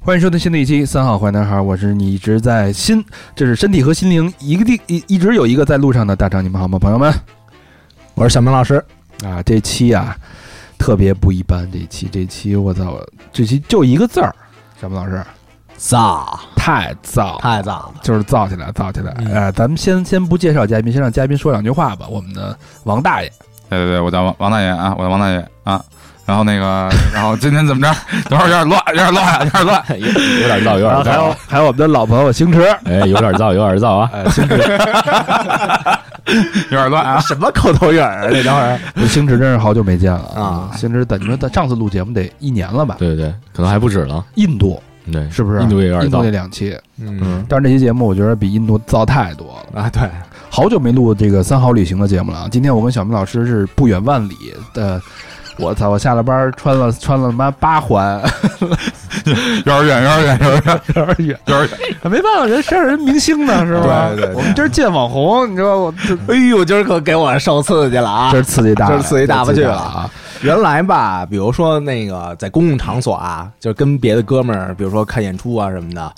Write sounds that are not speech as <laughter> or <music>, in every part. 欢迎收听新的一期《三好坏男孩》，我是你一直在心，这是身体和心灵一个地一一直有一个在路上的大张，你们好吗，朋友们？我是小明老师，啊，这期啊特别不一般，这期这期我操，这期就一个字儿，小明老师燥，太燥，太燥了。就是燥起来，燥起来。嗯呃，咱们先先不介绍嘉宾，先让嘉宾说两句话吧。我们的王大爷，对对对，我叫王王大爷啊，我叫王大爷啊。然后那个，然后今天怎么着？等会儿有点乱，有点乱，有点乱。 <laughs> 有点燥，有点然后啊还有燥，还有我们的老朋友星驰，哎，有点燥，有点燥哎啊！有点乱啊！什么口头语儿啊？这等会儿不星驰真是好久没见了啊星驰，等你说咱上次录节目得一年了吧？ <laughs> 对对，可能还不止了，印度对，是啊不是？印度也有点印度那燥，两期，嗯，但是那期节目我觉得比印度燥太多了。啊，对，好久没录这个三好旅行的节目了啊！今天我跟小明老师是不远万里的，呃我操！我下了班穿了穿了他妈八环，幼儿园，幼儿园，幼儿园，有点远，幼儿 <laughs> 园。没办法，人身上人明星呢，是吧？对对对我们今儿见网红，你知道我这哎呦，今儿可给我受刺激了啊 <laughs> 这！是刺激大了，这是刺激大这不是去刺激了大啊！原来吧，比如说那个在公共场所啊，就是跟别的哥们儿，比如说看演出啊什么的，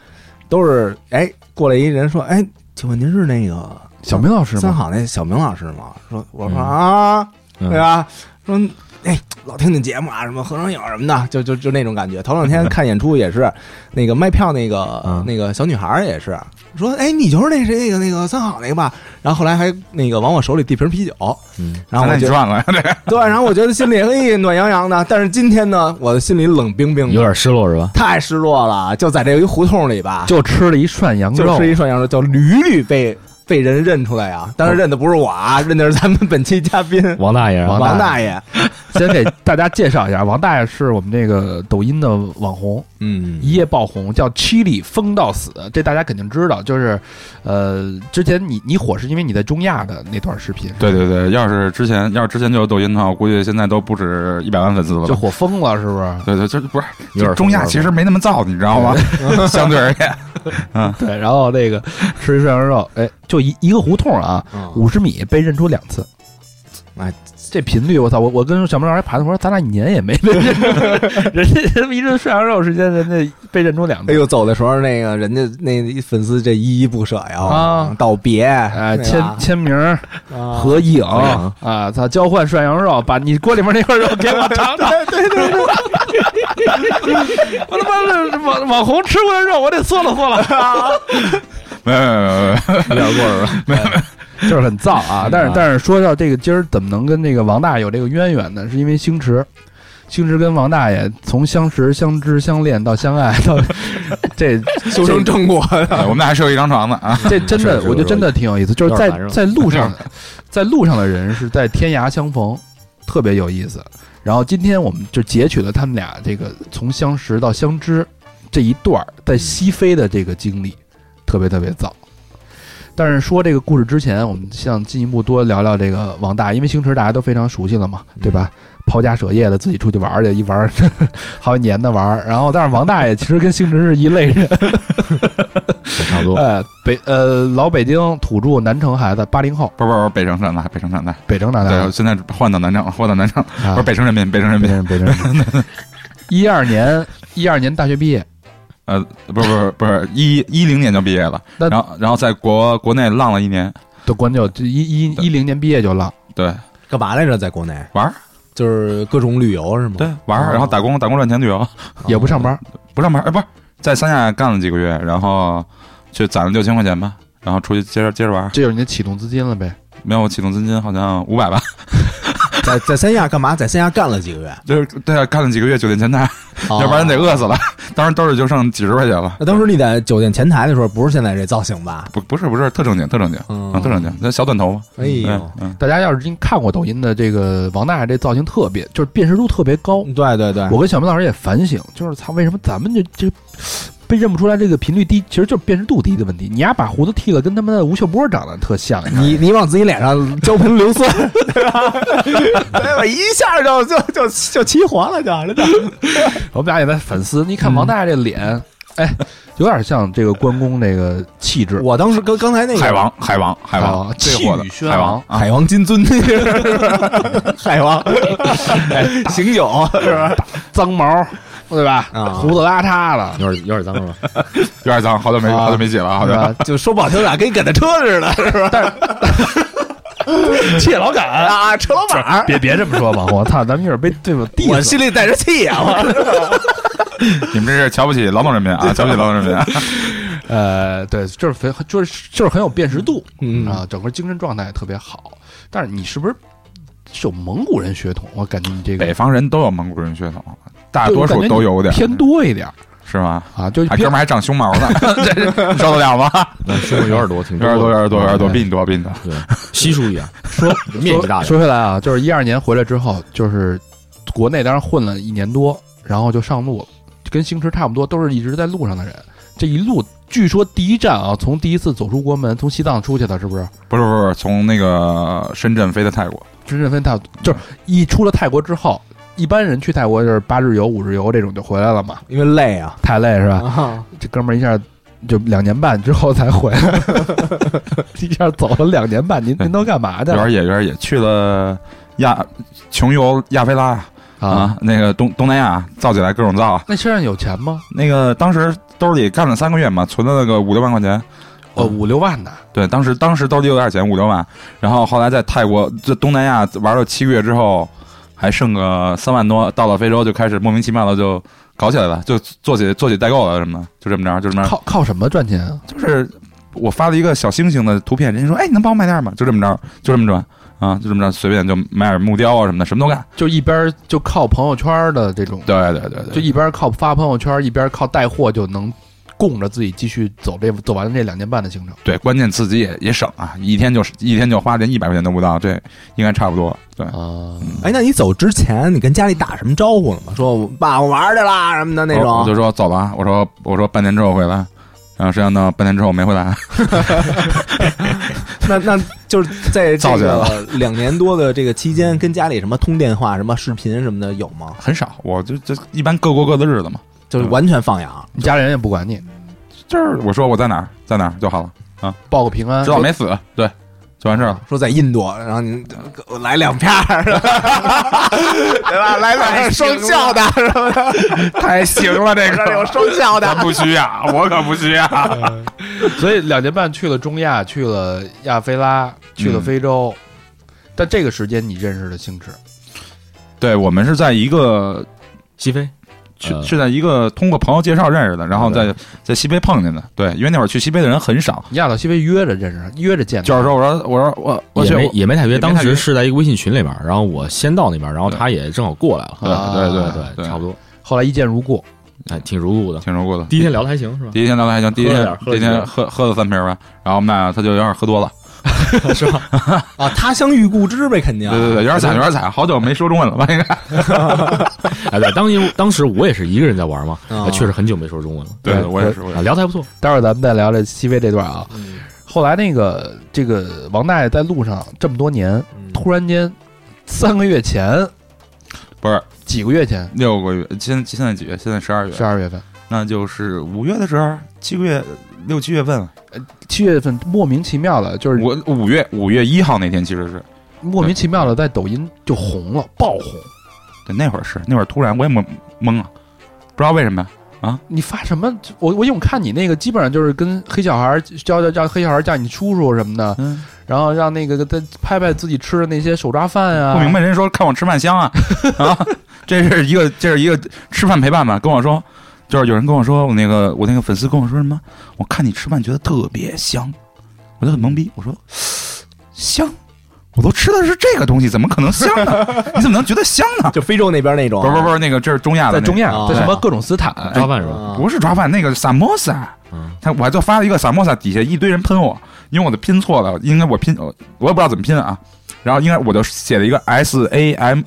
都是哎过来一人说，哎，请问您是那个小明老师三吗？好那小明老师吗？说我说嗯啊，嗯对吧？说哎，老听你节目啊，什么合成影什么的，就就就那种感觉。头两 <laughs> 天看演出也是，那个卖票那个、嗯那个小女孩儿也是说，哎，你就是那谁那个那个三好那个吧？然后后来还那个往我手里递瓶啤酒，嗯，然后我你觉得转了， <laughs> 这个对，然后我觉得心里哎暖洋洋的，但是今天呢，我的心里冷冰冰有的，点失落是吧？太失落了。就在这一胡同里吧，就吃了一涮羊就肉，是一涮羊肉，叫屡屡被被人认出来啊，但是认的不是我啊，认的是咱们本期嘉宾王大爷，王王大大爷。先给大家介绍一下，王大爷是我们这个抖音的网红，嗯一夜爆红，叫《七里疯到死》，这大家肯定知道。就是，呃，之前你你火是因为你在中亚的那段视频对对对，要是之前，要是之前就有抖音的话，我估计现在都不止一百万粉丝了就吧。火疯了，是不是？ <laughs> 对对，就是不是有点就中亚其实没那么燥，你知道吗？ <laughs> 相对而言，对，然后那个吃一涮羊肉，哎，就一一个胡同啊，嗯五十米被认出两次。哎，这频率，我操！我我跟小明老师还盘的，我说咱俩一年也没被认 <laughs> 出，人家他妈一顿涮羊肉时间，人家被认出两哎次。呦，走的时候那个人家那粉丝这依依不舍呀，啊道别，哎，对签吧签名儿啊合影合啊，操！交换涮羊肉，把你锅里面那块肉给我尝尝。 <laughs> 对对对 <laughs> 对我他妈的网网红吃过的肉，我得嗦了嗦了，啊没有没有没有没有，有点过 <laughs> 是吧？就是很燥 <laughs> 啊。但是但是说到这个今儿怎么能跟这个王大爷有这个渊源呢？是因为星驰，星驰跟王大爷从相识、相知、相恋到相爱到 <laughs> 这修成正果，我们俩还睡一张床呢啊！这真的 <laughs> 是，是我觉得真的挺有意思，就是在有点难受在路上，在路上的人是在天涯相逢，特别有意思。然后今天我们就截取了他们俩这个从相识到相知这一段儿在西非的这个经历，特别特别早。但是说这个故事之前，我们想进一步多聊聊这个王大，因为星驰大家都非常熟悉了嘛，对吧？抛家舍业的自己出去玩儿去，一玩儿 <laughs> 好几年的玩儿。然后，但是王大爷其实跟星驰是一类人，差不多，呃，北呃老北京土著南城孩子，八零后，不是不是不是，北城人来，北城人来。北城长大对，的，现在换到南城，换到南城，啊不是北城人民，北城人北民。京北京人。 <laughs> 一二年，一二年大学毕业，呃，不是不是不是，一一零年就毕业了，那然后然后在国国内浪了一年，都关就就一一一零年毕业就浪，对，干嘛来着？在国内玩儿，就是各种旅游是吗？对，玩儿，然后打工，打工赚钱旅游， <laughs> 也不上班，不上班，哎，不是在三亚干了几个月，然后就攒了六千块钱吧，然后出去接着接着玩儿，这就是你的启动资金了呗。没有我启动资金好像五百吧， <laughs> 在在三亚干嘛？在三亚干了几个 <laughs> 月，就是对啊，干了几个月酒店前台，哦哦要不然得个。饿死了， <laughs> 当时兜里就剩几十块钱了，那当时你在酒店前台的时候，不是现在这造型吧？不不是不是特正经特正经，嗯啊特正经，那小短头发，哎呦嗯，嗯，大家要是今看过抖音的这个王大爷这造型特别，嗯就是辨识度特别高。对对对，我跟小明老师也反省，就是他为什么咱们这这被认不出来这个频率低，其实就是辨识度低的问题。你丫把胡子剃了，跟他妈的吴秀波长得特像一样。你你往自己脸上浇盆硫酸，对哎吧？一下就就就就齐活了，就我们俩也在反思，你看王大爷这脸，哎，有点像这个关公这个气质。我当时跟刚才那个海王，海王，海王啊，这哎气货的宇轩海王昂，啊海王金尊， <laughs> 海王醒酒是吧？脏毛，对吧？啊胡子拉碴了，有点有点脏了吧？有点脏，好久没啊好久没洗了，好对像吧？ <laughs> 就说不好听点，跟你赶的车似的，是吧？ <laughs> 切老杆，啊，车老板儿，别别这么说吧，我操，咱们一会儿被对方 diss 我了。心里带着气啊！我你们这是瞧不起劳动人 <laughs> 民啊，瞧不起劳动人民啊。呃，对，就是非就是就是很有辨识度嗯啊，整个精神状态也特别好。但是你是不是是有蒙古人血统？我感觉你这个北方人都有蒙古人血统，大对多我感数觉都你有点偏多一点儿是吗？啊，就啊，偏哥 <laughs> 们儿还长胸毛 <laughs> 呢，这是你受得了吗？那胸部有点多，挺有点多，有点多，有点多，嗯比你多，比你多。对，稀疏一样，说面积大说。说回来啊，就是一二年回来之后，就是国内当然混了一年多，然后就上路了，跟星驰差不多，都是一直在路上的人。这一路，据说第一站啊，从第一次走出国门，从西藏出去的，是不是？不是不是不是，从那个深圳飞的泰国，深圳飞泰，就是一出了泰国之后，一般人去泰国就是八日游、五日游这种就回来了嘛， <laughs> 因为累啊，太累是吧？啊这哥们儿一下就两年半之后才回 <laughs> 来，一下走了两年半，您您都干嘛去有了点野，有点野，去了亚穷游亚非拉啊？啊，那个东东南亚造起来各种造，啊那身上有钱吗？那个当时兜里干了三个月嘛，存了个五六万块钱。呃，五六万呢。对，当时当时兜里有点钱，五六万。然后后来在泰国、这东南亚玩了七个月之后，还剩个三万多，到了非洲就开始莫名其妙的就搞起来了，就做起做起代购了什么的，就这么着，就这么着，靠靠什么赚钱啊？就是我发了一个小星星的图片，人家说，哎，你能帮我买点吗？就这么着，就这么着。啊，就这么着，随便就买点木雕啊什么的，什么都干。就一边就靠朋友圈的这种，对对对就对，一边靠发朋友圈，一边靠带货就能供着自己继续走这走完这两年半的行程。对，关键自己也也省啊，一天就是一天就花这一百块钱都不到，这应该差不多。对，啊，哎，那你走之前，你跟家里打什么招呼了吗？说我爸，我玩儿去啦什么的那我我种就。说走吧，我说我说半年之后回来，然后谁想到半年之后没回来，啊那那就是 <laughs> 在这造起来个两年多的这个期间，跟家里什么通电话、什么视频什么的有吗？很少，我就就一般各过各的日子嘛，就是完全放养。你家里人也不管你，就是我说我在哪儿在哪儿就好了，报个平安知。道没死，对，就完事儿了。说在印度，然后您我来两片儿， <laughs> 对吧？来两片双效的，是吧？太行了，这这有双效的 <laughs> 咱，不需要，我可不需要。所以两年半去了中亚，去了亚非拉，去了非洲。但这个时间你认识了星驰，对我们是在一个西非去呃是在一个通过朋友介绍认识的，然后在在西非碰见的。对，因为那会儿去西非的人很少，你亚到西非约着认识，约着见的。就是说我说我说我我也去没也没太也约，没太约当时是在一个微信群里边儿，然后我先到那边儿，然后对他也正好过来了，对对对对啊对差不多，啊后来一见如故，哎，挺如故的。听说过的。第一天聊的还行是吧？第一天聊的还行，第一喝了天点第一天喝喝了三瓶吧，然后我们俩他就有点喝多了，啊，他乡遇故知呗，肯定。对对对，有点惨有点惨，好久没说中文了吧？应该 <laughs> 哎，对，当时当时我也是一个人在玩嘛，啊哎确实很久没说中文了，对，我也是，我也啊，是。聊的还不错，待会儿咱们再聊这西非这段啊。嗯后来那个这个王大爷在路上这么多年，嗯突然间三个月前不是几个月前，六个月，现现在几月？现在十二月十，二月份、那就是五月的时候，七个月、六七月份了。七月份，莫名其妙的，就是我五月五月一号那天其实是，莫名其妙的在抖音就红了，爆红。对，那会儿是那会儿突然我也懵懵了，不知道为什么。你发什么？我我因为我看你那个基本上就是跟黑小孩儿叫叫叫黑小孩儿叫你叔叔什么的，嗯，然后让那个他拍拍自己吃的那些手抓饭啊。不明白，人家说看我吃饭香啊啊，这是一个这是一个吃饭陪伴吧？跟我说，就是有人跟我说，我那个我那个粉丝跟我说什么？我看你吃饭觉得特别香，我就很懵逼，我说香。我都吃的是这个东西，怎么可能香呢？ <laughs> 你怎么能觉得香 <laughs> 呢？就非洲那边那种，不是不是不是，那个这是中亚的在那个，中哦亚，啊在什么各种斯坦，哎抓饭是吧？啊不是抓饭，那个萨摩萨，嗯，他我还就发了一个萨摩萨，底下一堆人喷我，因为我的拼错了，应该我拼我我也不知道怎么拼啊，然后应该我就写了一个 S A M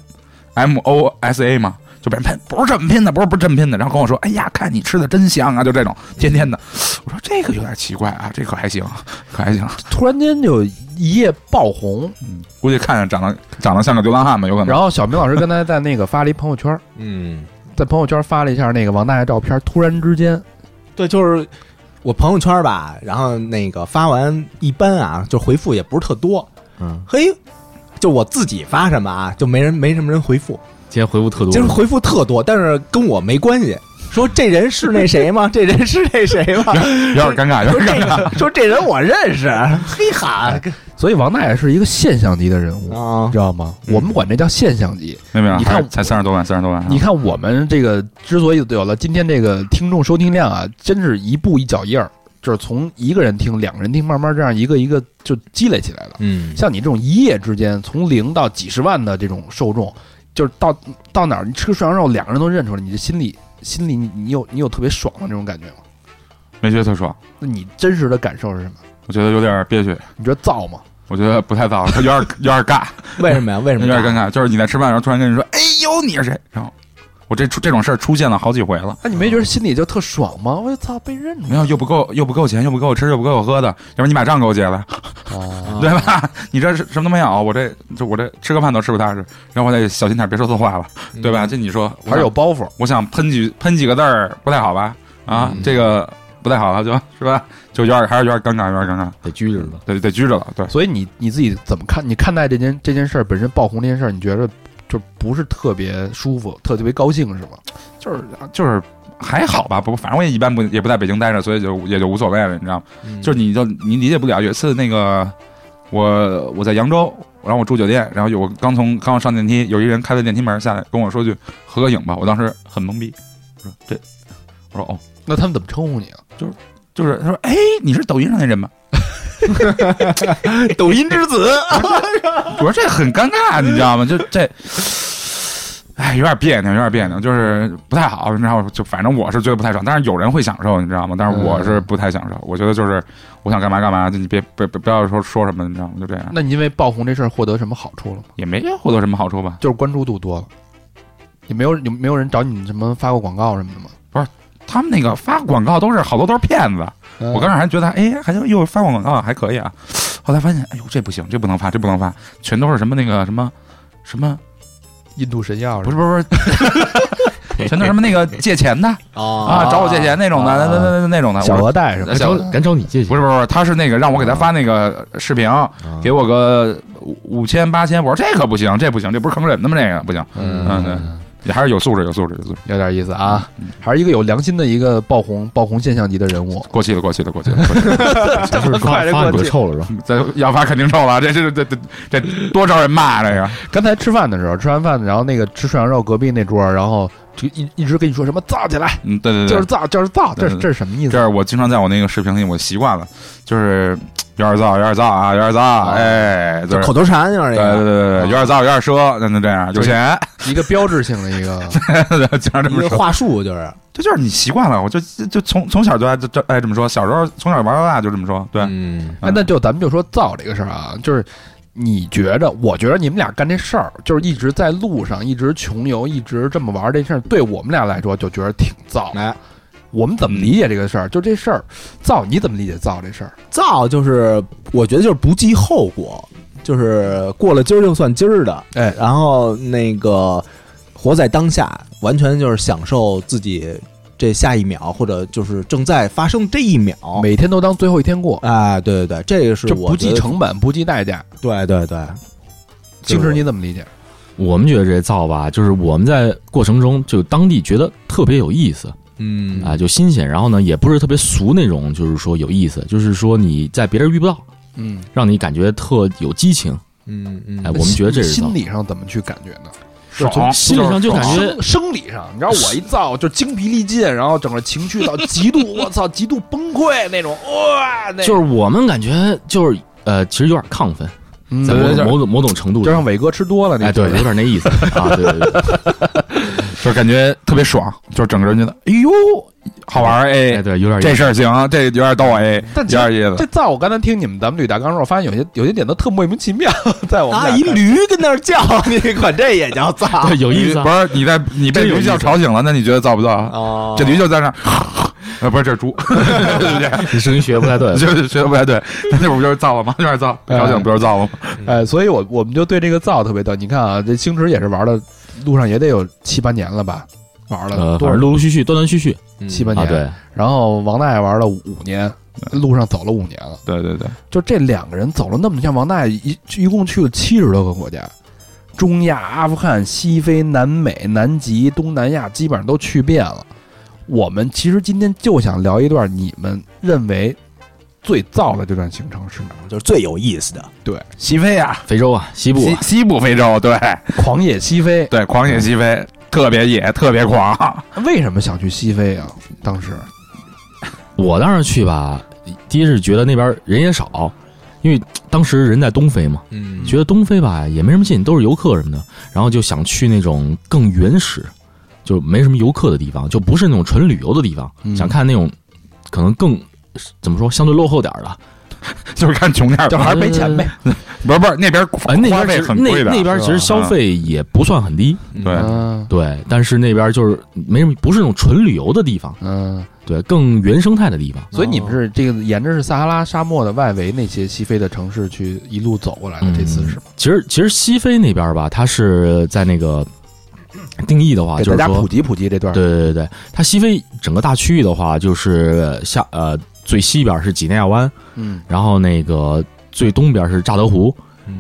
M M，M O S A 嘛，就就被人喷，不是这么拼的，不是不是这么拼的，然后跟我说，哎呀，看你吃的真香啊，就这种天天的，我说这个有点奇怪啊，这可还行，可还行，突然间就一夜爆红。估计看着长得长得像个流浪汉吧，有可能。然后小明老师刚才在那个发了一朋友圈，嗯，在朋友圈发了一下那个王大爷照片，突然之间，对，就是我朋友圈吧，然后那个发完一般啊，就回复也不是特多，嗯，嘿，就我自己发什么啊，就没人没什么人回复，今天回复特多，就是回复特多，但是跟我没关系。说这人是那谁吗？这人是那谁 <laughs> 吗？有点尴尬，有说点尴这尬。个，说这人我认识，嘿 <laughs> 哈，所以王大爷是一个现象级的人物，啊你知道吗？嗯我们管这叫现象级。没有没有，你看还才三十多万，三十多万。啊你看我们这个之所以有了今天这个听众收听量啊，真是一步一脚印儿，就是从一个人听、两个人听，慢慢这样一个一个就积累起来了。嗯，像你这种一夜之间从零到几十万的这种受众，就是到到哪儿你吃个涮羊肉，两个人都认出来，你这心里心里你你有你有特别爽的那种感觉吗？没觉得特爽，那你真实的感受是什么？我觉得有点憋屈，你觉得燥吗？我觉得不太到，有点有点尬，为什么呀？为什么？有点尴尬。就是你在吃饭的时候突然跟人说：“哎呦，你是谁？”然后我这出这种事儿出现了好几回了。啊那你没觉得心里就特爽吗？我操，被认出没有，又不够，又不够钱，又不够吃，又不够喝的，要不然你把账给我结了，哦， <laughs> 对吧？你这是什么都没有，我这就我这吃个饭都吃不踏实，然后我得小心点，别说错话了，对吧？这你说嗯我还是有想包袱。我想喷几喷几个字儿不太好吧？啊，嗯这个不太好了，就是吧？就有点还是有点尴尬，有点尴尬，得拘着呢。得得拘着了，对。所以你你自己怎么看？你看待这件这件事儿本身爆红这件事儿，你觉得就不是特别舒服，特特别高兴是啊吗？就是就是还好吧，不，反正我也一般不也不在北京待着，所以就也就无所谓了，你知道吗？嗯，就是你就你理解不了，有一次那个我我在扬州，然后我住酒店，然后有我刚从刚上电梯，有一人开了电梯门下来跟我说句合个影吧，我当时很懵逼，我说这，我说哦，那他们怎么称呼你啊？就是他说哎你是抖音上那人吗？抖音之子， <laughs> 我说这很尴尬，你知道吗？就这。哎，有点别扭，有点别扭，就是不太好，你知道吗？就反正我是觉得不太爽，但是有人会享受，你知道吗？但是我是不太享受，我觉得就是我想干嘛干嘛，就你别别别不要说说什么，你知道吗？就这样，那你因为爆红这事儿获得什么好处了吗？也没获得什么好处吧。就是关注度多了。你没有你没有人找你什么发过广告什么的吗？他们那个发广告都是好多都是骗子，呃嗯我刚开始还觉得哎还行，又发广告还可以啊，后来发现哎呦这不行，这不能发，这不能发，全都是什么那个什么什么，印度神药不是不是不是，全都是什么那个借钱的啊啊，找我借钱那种的，那那那那种的，我说额贷是吧敢找敢找你借钱？不是不是，不是，他是那个让我给他发那个视频，啊给我个五五千八千，我说这可不行，这不行，这不是坑人的吗？这个不行，嗯对你还是有素质，有素质，有素质。有点意思啊嗯，还是一个有良心的一个爆红爆红现象级的人物。过气了，过气了，过气了，过气了 <laughs> 这不是发快发过你去鬼臭了是吧？这要发肯定臭了，这这这这这这多招人骂啊这个。刚才吃饭的时候，吃完饭然后那个吃涮羊肉隔壁那桌，然后就一一直跟你说什么造起来，嗯，对对就是对，造就是造，这是对对对这是什么意思这？是我经常在我那个视频里，我习惯了，就是有点燥，有点燥啊，有点燥，哎，就就是口。头禅就是对这对对个，对，有点燥，有点奢，那就这样，有钱， <laughs> 一个标志性的一个，经常这一么个说。话术就是，这就是你习惯了，我就就就从从小就爱就就爱这么说，小时候从小玩到大就这么说，对，嗯，哎，那就咱们就说造这个事儿啊，就是你觉着，我觉着你们俩干这事儿，就是一直在路上，一直穷游，一直这么玩儿这事儿，对我们俩来说就觉得挺造。来，我们怎么理解这个事嗯儿？就这事儿造，你怎么理解造这事儿？造就是我觉得就是不计后果，就是过了今儿就算今儿的，哎然后那个活在当下，完全就是享受自己这下一秒，或者就是正在发生这一秒。哦每天都当最后一天过，哎，对对对，这个是就我不计觉得，成本，不计代价。对对对，精神你怎么理解？我们觉得这造吧，就是我们在过程中就当地觉得特别有意思嗯啊，就新鲜，然后呢也不是特别俗那种，就是说有意思，就是说你在别人遇不到，嗯，让你感觉特有激情。嗯哎，嗯，我们觉得这是造心。理上怎么去感觉呢？哦爽，从心理上就感觉生生理上，你知道我一造就精疲力尽，然后整个情绪到极度，我操，极度崩溃那种，哇，那就是我们感觉就是呃，其实有点亢奋，嗯在对某对对种某种某种程度就上让伟哥吃多了那 <laughs> 哎，对，种有点那意思啊，对对对，就是感觉特别爽，就是整个人觉得哎呦好玩儿哎，哎，对，有点这事儿行，这有点逗哎，但其实有点意思这。在我刚才听你们咱们捋大纲的时候，我发现有些有些点都特莫名其妙， <laughs> 在我们啊，俩一看驴跟那儿叫，你管这也叫造？对有意思啊不。是你在你被真有驴意叫思吵醒了，那你觉得造不造啊？哦，这驴就在那儿，呃，不是这是猪，，你声音学不太对就是学的不太对，那不就是造了吗？有点造，吵醒不就是造了吗？嗯哎，所以我我们就对这个灶特别逗。你看啊，这星驰也是玩了，路上也得有七八年了吧，玩了呃，多反少正陆陆续续、断断续续嗯七八啊，年？对，嗯然后王大爷玩了五年，路上走了五年了。对对对，就这两个人走了那么，像王大爷一一共去了七十多个国家，中亚、阿富汗、西非、南美、南极、东南亚，基本上都去遍了。我们其实今天就想聊一段你们认为最燥的这段行程是哪儿？嗯就是最有意思的。西非啊，非洲啊，西部西啊，西部非洲，对狂野西非，对，狂野西非，特别野，特别狂，为什么想去西非啊？当时我当时去吧，第一是觉得那边人也少，因为当时人在东非嘛，嗯觉得东非吧也没什么劲，都是游客什么的，然后就想去那种更原始，就没什么游客的地方，就不是那种纯旅游的地方，嗯想看那种可能更怎么说相对落后点儿的，就是看穷点儿就吧，还是没钱呗。不是不是那边哎，那花边费其实很那贵的，那边其是吧实消费也不算很低，对嗯对，但是那边就是没什么，不是那种纯旅游的地方，嗯，对，更原生态的地方。所以你们是这个沿着是撒哈拉沙漠的外围那些西非的城市去一路走过来嗯的，这次是吗？其实其实西非那边吧，它是在那个嗯定义的话，给啊就大是家说普，及普及这段。对对对对，它西非整个大区域的话，就是下呃最西边是几内亚湾，嗯然后那个最东边是乍得湖，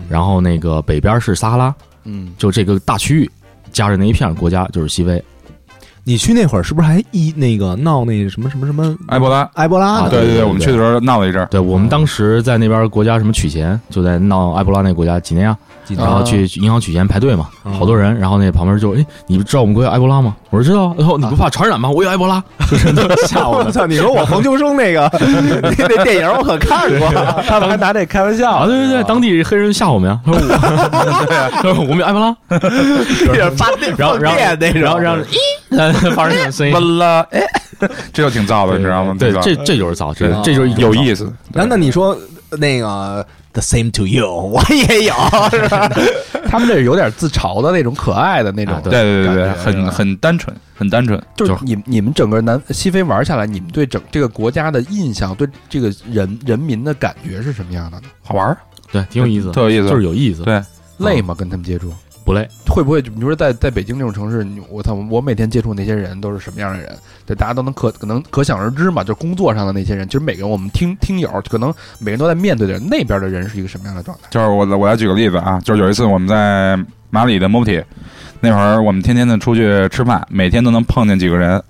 然后那个北边是撒哈拉，嗯，就这个大区域加上那一片国家就是西非你去那会儿是不是还一那个闹那什么什么什么埃博拉，埃博拉啊呢？对对对对，我们去的时候闹了一阵儿，对我们当时在那边国家什么取钱，就在闹埃博拉那国家几内亚，今天啊然后去银行取钱排队嘛，嗯好多人。然后那旁边就哎，你不知道我们国家有埃博拉吗？我说知道啊。然后你不怕传染吗？我有埃博拉。 <laughs> 吓我！操！你说我黄秋生那 <laughs> 个那那电影我可看 <laughs> 过，他们还拿这开玩笑啊，对对对，当地黑人吓我们呀。他说我， <laughs> 他说我们有埃博拉。 <laughs> 就是发电然后放电那种，然后然后咦，发出这种声音完。了，哎，这就挺燥的，对你知道吗？对，那个这这就是造，这对这就是一种有造意思，然后那你说那个 the same to you，我 <laughs> 也有，是吧？他们这是有点自嘲的那种可爱的那种啊。对对对对，感觉是很吧很单纯，很单纯。就是你你们整个南西非玩下来，你们对整这个国家的印象，对这个人人民的感觉是什么样的呢？好玩儿，对，挺有意 <laughs> 思，特有意思就是有意思，对累吗？跟他们接触不累。会不会？你说在在北京这种城市，你我操，我每天接触那些人都是什么样的人？对，大家都能可可能可想而知嘛。就工作上的那些人，其实每个人我们听听友，可能每个人都在面对着那边的人是一个什么样的状 <laughs> 态？就是我我来举个例子啊，就是有一次我们在马里的 MOTI，那会儿我们天天的出去吃饭，每天都能碰见几个人，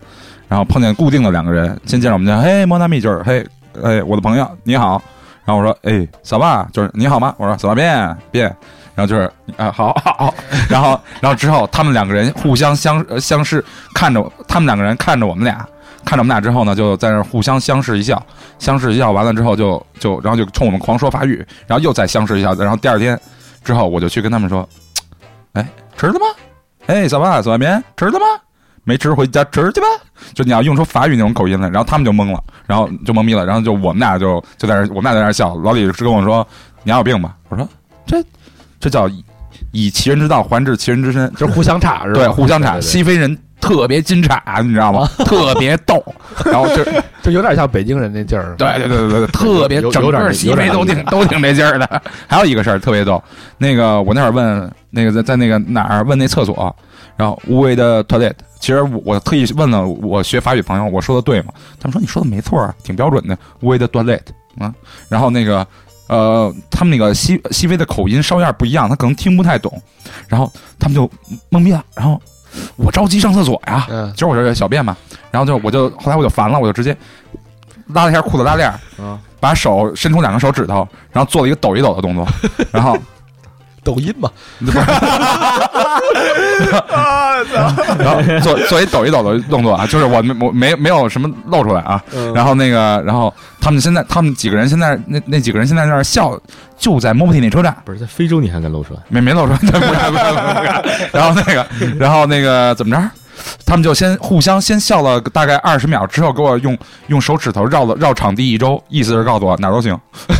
然后碰见固定的两个人，先见着我们家，嘿，莫纳米就是嘿，哎，我的朋友你好，然后我说哎，小爸就是你好吗？我说小爸变变。然后就是啊、好好好，然后然后之后他们两个人互相相呃相视，看着他们两个人看着我们俩，看着我们俩之后呢，就在那儿互相相视一笑，相视一笑完了之后就就然后就冲我们狂说法语，然后又再相视一笑，然后第二天之后我就去跟他们说，哎，吃了吗？哎，小爸小外面吃了吗？没吃，回家吃去吧。就你要用出法语那种口音来，然后他们就懵了，然后就懵逼了，然后就我们俩就就在那儿我们俩在那儿笑。老李是跟我说你还有病吧？我说这这叫以以其人之道还治其人之身，就是互相插是吧？对，互相插。对对对西非人特别金叉，你知道 <laughs> 吗？特别逗，然后就就有点像北京人那劲儿。对对对对对，特别有有整点个儿西有点非儿都意思挺都挺没劲儿的。还有一个事儿特别逗，那个我那会儿问那个在在那个哪儿问那厕所，然后无为的 toilet，其实我我特意问了我学法语朋友，我说的对吗？他们说你说的没错，啊，挺标准的，无为的 toilet 啊。然后那个呃，他们那个西西非的口音稍微有点不一样，他可能听不太懂，然后他们就懵逼了，然后我着急上厕所呀，嗯，今儿我这小便嘛，然后就我就后来我就烦了，我就直接拉了一下裤子拉链，啊把手伸出两个手指头，然后做了一个抖一抖的动作，然后抖音嘛，不是然后做做一抖一抖的动作啊，就是我没我没没有什么露出来啊，然后那个然后他们现在他们几个人现在那那几个人现在在那儿笑，就在 MOTI 那车站。不是在非洲你还敢露出来？ <laughs> 没没露出来，不敢不敢不敢。然后那个，然后那个怎么着？他们就先互相先笑了大概二十秒，之后给我用用手指头绕了绕场地一周，意思是告诉我哪儿都行。 <laughs>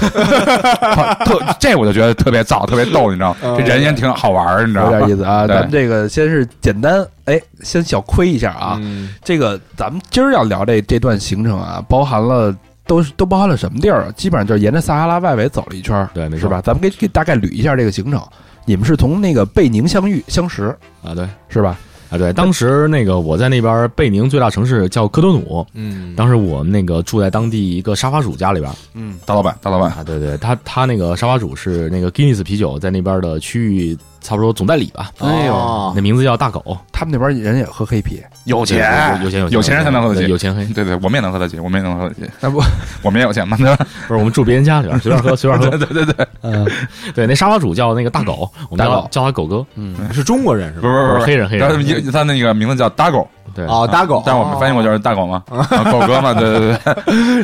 特这我就觉得特别燥，特别逗，你知道吗？这人也挺好玩儿，你知嗯道有吗点？意思啊。对咱们这个先是简单，哎，先小亏一下啊。嗯这个咱们今儿要聊这这段行程啊，包含了都是都包含了什么地儿啊？基本上就是沿着撒哈拉外围走了一圈儿，对，没错是吧？咱们给给大概捋一下这个行程。你们是从那个贝宁相遇相识啊，对是吧？啊，对，当时那个我在那边贝宁最大城市叫科多努，嗯，当时我们那个住在当地一个沙发主家里啊边嗯，大老板，大老板， <laughs> 啊，对对，他他那个沙发主是那个 Guinness 啤酒在那边的区域差不多总代理吧，哎呦哦那名字叫大狗，他们那边人也喝黑啤，啊有对钱，有钱有有钱人才能喝得对起。有钱黑，对对，我们也能喝得起，我们也能喝得起。那不我们也有钱嘛，对吧？ <laughs> 不是我们住别人家里边随便喝随便喝，对对对，嗯对，那沙发主叫那个大狗，我们大叫狗叫他狗哥，是中国人是不吧？是不是不不是是黑人黑然后人，他那个名字叫大狗，对哦，大狗，但是我们翻译过就是大狗嘛，哦啊狗哥嘛，对对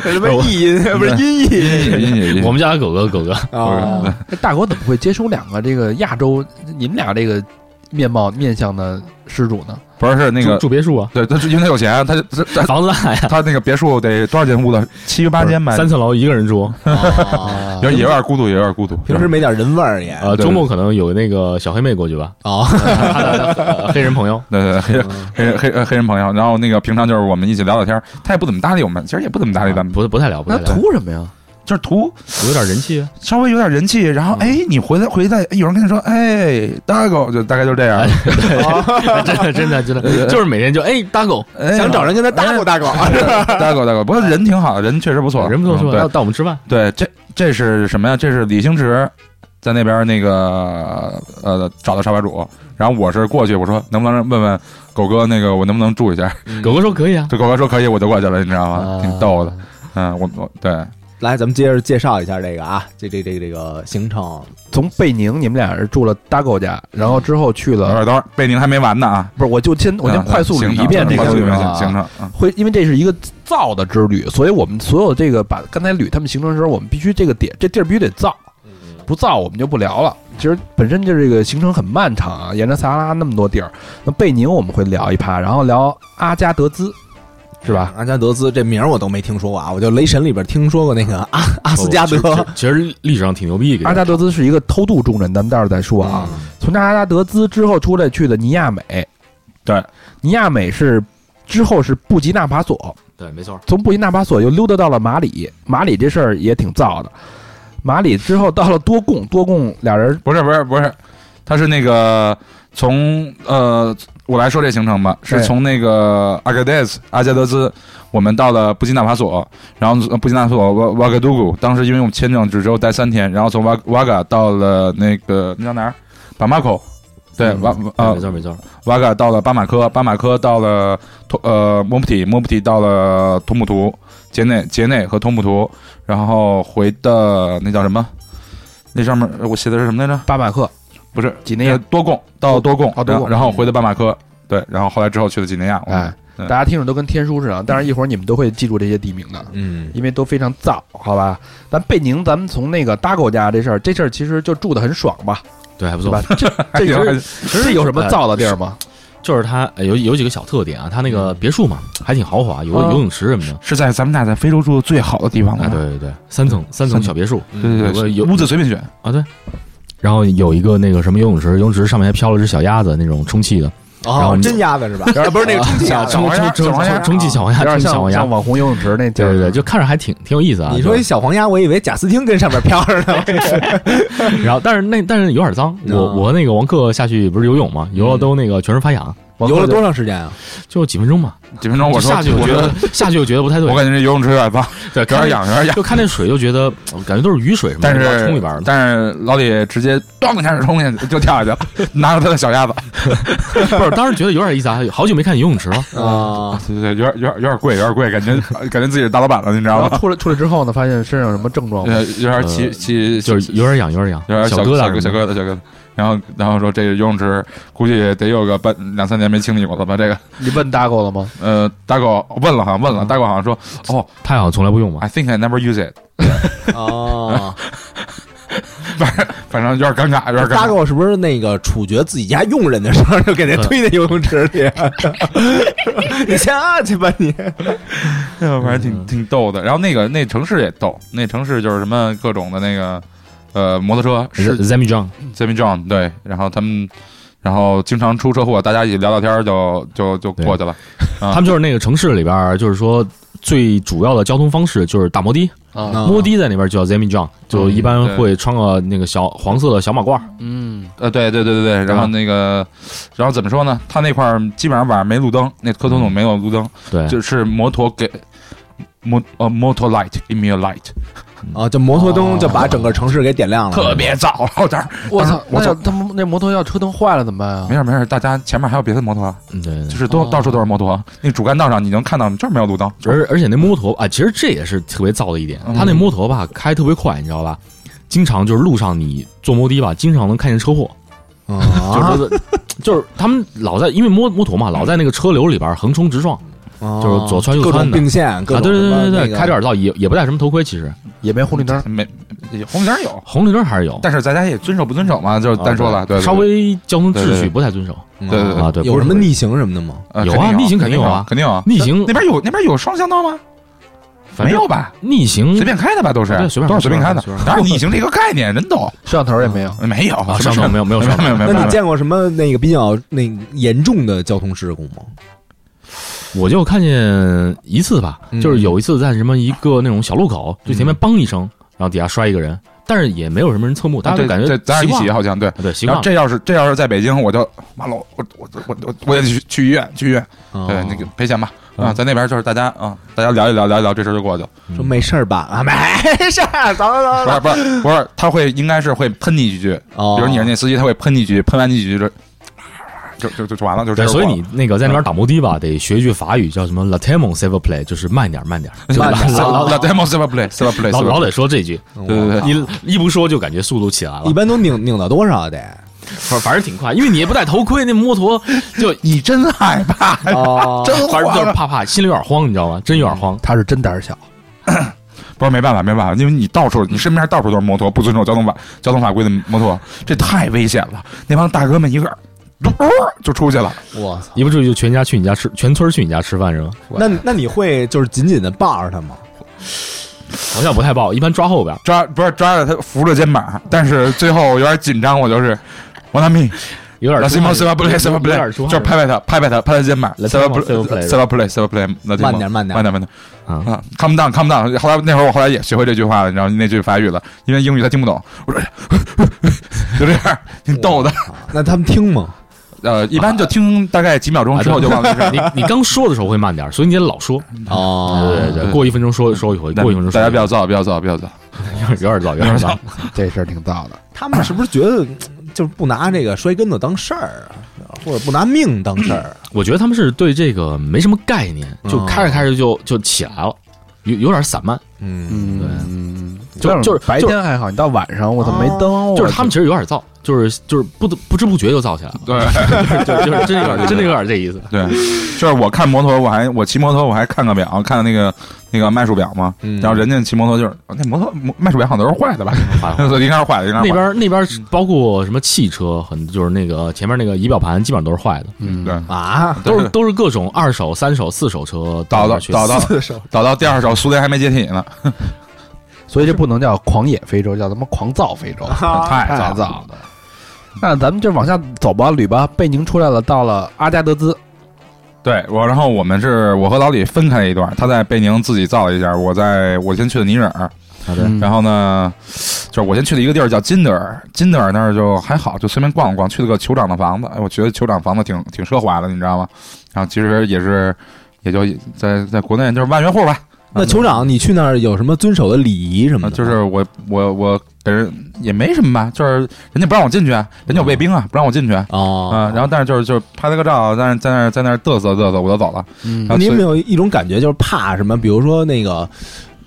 <laughs> 对什么译音，不是音译对，音译音译我们叫他狗哥狗哥，啊？ <laughs> 那大国怎么会接收两个这个亚洲你们俩这个面貌面相的失主呢？不是是那个住住 <laughs> 别墅啊，对，他是因为他有钱，他他 <laughs> 他房子大呀，他那个别墅得多少间屋子？七十八间吧，三层楼一个 <laughs> 人住，哦有也有点孤独，也有点孤独。 <laughs> 平时没点人味儿也呃，对周末可能有那个小黑妹过去 <laughs> 吧， <laughs> 哦，他的呃黑人朋友，对对对，嗯黑人黑呃黑黑人朋友，然后那个平常就是我们一起聊聊天儿，他也不怎么搭理我们，其实也不怎么搭理咱嗯们，啊不不太聊，不那太聊，图什么呀？就是图有点人气啊， <laughs> 稍微有点人气，嗯然后哎，你回来回来，有人跟你说，哎，大狗就大概就是这哎样，真的真的真 <laughs> 的，就是每天就哎大狗，哎想找人跟哎他搭狗搭狗， <laughs> 大狗大狗，不过人挺好，人确实不哎错，人不错嗯是吧？对到到我们吃饭，对，这这是什么呀？这是李星驰在那边那个呃找到沙发主，然后我是过去，我说能不能问问狗哥那个我能不能住一下？狗哥说可以啊， <laughs> 这狗哥说可以，我就过去了，你知道吗？啊挺逗的。嗯，我我对啊来，咱们接着介绍一下这个啊，这这这这个行程，从贝宁你们俩是住了大狗家，然后之后去等会了，儿等会儿，贝宁还没完呢嗯啊！不是我就先我先嗯快速捋一遍这行个程行程啊行程，嗯会，因为这是一个造的之旅，所以我们所有这个把刚才捋他们行程的时候，我们必须这个点这地儿必须得造，不造我们就不聊了。其实本身就是这个行程很漫长啊，沿着撒哈拉那么多地儿，那贝宁我们会聊一趴，然后聊阿加德兹，是吧？啊阿加德兹这名儿我都没听说过啊，我就雷神里边听说过那个阿阿斯加德，啊哦其实其实历史上挺牛逼的一个阿人，加德兹是一个偷渡重镇，咱们待会儿再说啊。嗯从那阿加德兹之后出来去的尼亚美，对，尼亚美是之后是布吉纳法索，对，没错，从布宜纳法索又溜达到了马里，马里这事儿也挺燥的。马里之后到了多贡，多贡俩人不是不是不是，他是那个从呃我来说这行程吧，对是从那个阿格德斯阿加德兹，我们到了布基纳法索，然后呃布基纳法索瓦瓦格杜古，当时因为我们签证只只有待三天，然后从瓦瓦嘎到了那个那叫哪儿？巴马口。对，嗯瓦对呃没错没错，瓦嘎到了巴马科，巴马科到了托呃莫布提，莫布提到了图姆图、杰内、杰内和图姆图，然后回的那叫什么？那上面呃我写的是什么来着？巴马克、不是几内那个嗯亚，多贡到啊多嗯贡，哦多贡然后回的巴马科，对，然后后来之后去的几内亚，我们哎，对大家听着都跟天书似的。当然一会儿你们都会记住这些地名的，嗯因为都非常燥，好吧？咱贝宁，咱们从那个搭狗家这事儿，这事儿其实就住的很爽吧，对，还不对错吧，？ <laughs> 这这哎这呦这有什么燥的地儿吗？就是它呃有有几个小特点啊，它那个别墅嘛，还挺豪华，有嗯游泳池什么的。是在咱们俩在非洲住的最好的地方了哦啊，，对对对，三层三层小嗯别墅哎对对有个对，有屋子随便选，啊，对。然后有一个那个什么游泳池，游泳池上面还飘了只小鸭子，那种充气的，然后哦，你真鸭子 <laughs> 是吧？啊不是那个充气鸭小子小充黄充鸭充小黄鸭充充气小黄鸭，啊有点充气小像黄鸭像，网红游泳池那劲对儿，啊对对，就看着还挺挺有意思啊。你说就一小黄鸭，我以为贾斯汀跟上面飘着呢。然后但是那但是有点脏，我嗯我和那个王克下去不是游泳嘛，游了嗯都那个全身发痒，王 <laughs> 游哥了就多长时 <laughs> 间啊？就几分钟嘛。几分钟我就说下去我觉得下去我觉得不太对，我感觉这游泳池有点 <laughs> 脏，对有点，痒，有点看痒那，就看那水就觉得呃感觉都是雨水什么的，但然后是冲一半儿的。但是老李直接咣一下就冲下去就跳下去了，拿着他的小鸭子，不是，当时觉得有点意思啊，好久没看游泳 <laughs> 池了。啊， <laughs> 对对对，有点有点有点贵，有点贵，感 <laughs> 觉感觉自己是大老板了，你知然道后 <laughs> 吗？出来出来之后呢，发现身上有什么症状吗？呃，有点起呃起就是有点痒，有点痒，有点小小疙瘩小什么小的。疙瘩小疙瘩。然后然后说这游泳池估计得有个半两三年没清理过了吧？这个你问搭狗了吗？呃，大狗问了哈，问了，大狗好像说哦他好像从来不用嘛，哦 <laughs> I think I never use it，哦，反正反正有点尴尬，有点搭尴尬。狗是不是那个处决自己家佣人的时候，就给那推那游泳池 <laughs> 里？你下去吧你！哎 <laughs> 呦反正挺挺逗的。然后那个那城市也逗，那城市就是什么各种的那个呃摩托车是 Zami John， Jimmy John 对，然后他们然后经常出车祸，大家一起聊聊天儿就就就过去了。啊他们就是那个城市里边儿，就是说最主要的交通方式就是打摩的，啊，摩的在那边叫 Zami John，就一般嗯对会穿个那个小黄色的小马褂儿，嗯，呃，对对对对对，然后嗯那个，然后怎么说呢？他那块儿基本上晚上没路灯，那科托总没有路灯，对，就是摩托给摩呃摩托 light，give me a light，哦啊，就摩托灯就把整个城市给点亮了，特别燥。然后当时我操， <laughs> 我那操要他们那摩托要车灯坏了怎么办啊没？事没事，大家前面还有别的摩托，啊嗯对对就。是都哦到处都是摩托。啊那主干道上你能看到，这儿没有路灯，就是而而且那摩托啊，其实这也是特别燥的一点。嗯他那摩托吧，开特别快，你知道吧？经常就是路上你坐摩的吧，经常能看见车祸。啊，就是说就是他们老在因为摩摩托嘛，老在那个车流里边横冲直撞 <laughs> 嗯就是左穿右各穿种的并线，各啊！种对什对对对么那对，个开着耳道也也不戴什么头盔，其实也没红绿灯，没红绿灯有，红绿灯还是有，啊但是大家也遵守不遵守嘛，哦就是单说了，对，对稍微交通对对秩序对不太遵守。嗯对对对啊对有不什是么逆行什么的吗？呃有肯啊定逆行肯定定有啊肯定有啊。逆行那边有那边有双向道吗？反没正有吧？逆行随便开的吧，都是对随便都开是随便开的随便开。当然，逆行这个概念真懂，摄像头也没有。没有啊，什上么头没有没有没上有头没有没有没那有你。见过什么那个比较那个严重的交通事故吗？我就看见一次吧，嗯就是有一次在什么一个那种小路口，嗯就前面梆一声，然后底下摔一个人，但是也没有什么人侧目，大啊家对就感觉对咱俩习一惯起了好像对。啊对习然惯后了。这要是这要是在北京，我就完了，我我我我我我也得去去医院去医院，对哦那个赔钱吧嗯啊，在那边就是大家啊，大家聊一聊聊一聊，这事儿就过去了。说没事儿吧？ <laughs> 啊，没事儿，走走走不 <laughs> 走。是不是不是，他会应该是会喷你几句，哦比如你是那司机，他会喷你几句，喷完你几句就就就就就完了，就这啊对，事儿所以过了你那个在那边打摩的吧，得学一句法语，叫什么 “la t e m o s a v e play”，就是慢点儿，慢点 <laughs> 儿，就慢老点儿老老老老 demo s e v e play s e v e play，老 save a play 老得说这句，嗯对对对你一不说就感觉速度起来了 <laughs> 一，般都拧拧到多少啊得？反反正挺快，因为你也不戴头盔，那摩托就你真害怕，哦真啊反正就是慌。嗯怕怕，心里有点慌，你知道吗？真有点慌。他是真胆儿小，不是没办法，没办法，因为你到处你身边到处都是摩托，不遵守交通法交通法规的摩托，这太危险了。那帮大哥们一个嘟就出去了，我操！一不注意就全家去你家吃，全村去你家吃饭是吗？那那你会就是紧紧的抱着他吗？好像不太报，一般抓后边儿。抓不是抓着他扶着肩膀，但是最后有点紧张，我就是。我拿命，有点拉儿西出蒙汗，塞巴布雷有塞巴布雷有点，儿出就汗是拍拍他，拍拍他，拍他肩膀，拉西塞巴布蒙塞巴布雷塞巴布雷塞巴布雷，拉西蒙慢点慢点慢点慢点啊，啊，calm down，calm down。后来那会儿我后来也学会这句话了，然后那句法语了，因为英语他听不懂，我说就这样，挺逗的。那他们听吗？呃，一般就听大概几秒啊钟之后就忘了 <laughs> 这事儿。你你刚说的时候会慢点儿，所以你得老说。哦对对对，对过一分钟说说一回，过一分钟大说家一不回。要躁，不要躁，不要躁。，<laughs> 有点儿早，有点儿早。这事儿挺燥的。 <laughs> 他们是不是觉得就是不拿这个摔跟头当事儿啊，或者不拿命当事儿？啊我觉得他们是对这个没什么概念，就嗯开着开着就就起来了，有有点散漫。嗯，嗯，就但就是白天还好，你到晚上，我操，没灯，就是他们其实有点燥，就是就是不得不知不觉就燥起来了对就是就是真有点真的有点这意思。对，就是我看摩托，我还我骑摩托，我还看个表，看那个那个迈数表嘛。嗯然后人家骑摩托就是哦那摩托摩迈数表好像都是坏的吧？坏所以应该是坏的，应该那是坏的。边那边包括什么汽车，很就是那个前面那个仪表盘基本上都是坏的，嗯，对，啊，都是对都是各种二手、三手、四手车倒那到儿去倒到四手倒到第二手，苏联还没解体呢，所以这不能叫狂野非洲，叫他妈狂躁非洲， <laughs> <laughs> 太太早了。燥了。那咱们就往下走吧，捋吧。贝宁出来了，到了阿加德兹，对我，然后我们是我和老李分开了一段，他在贝宁自己造了一家，我在我先去的尼日尔，啊，嗯对，然后呢，就是我先去了一个地儿叫金德尔，金德尔那儿就还好，就随便逛了逛，去了个酋长的房子。哎，我觉得酋长房子挺挺奢华的，你知道吗？然后其实也是，也就在在国内就是万元户吧。那酋长，你去那儿有什么遵守的礼仪什么啊，的？就是我我我给人也没什么吧，就是人家不让我进去，人家有卫兵啊，不让我进去啊。哦，然后但是就是就是拍了个照，但是在那儿在那儿嘚瑟嘚瑟，我就走了。嗯然后你有所以没有一种感觉，就是怕什么？比如说那个，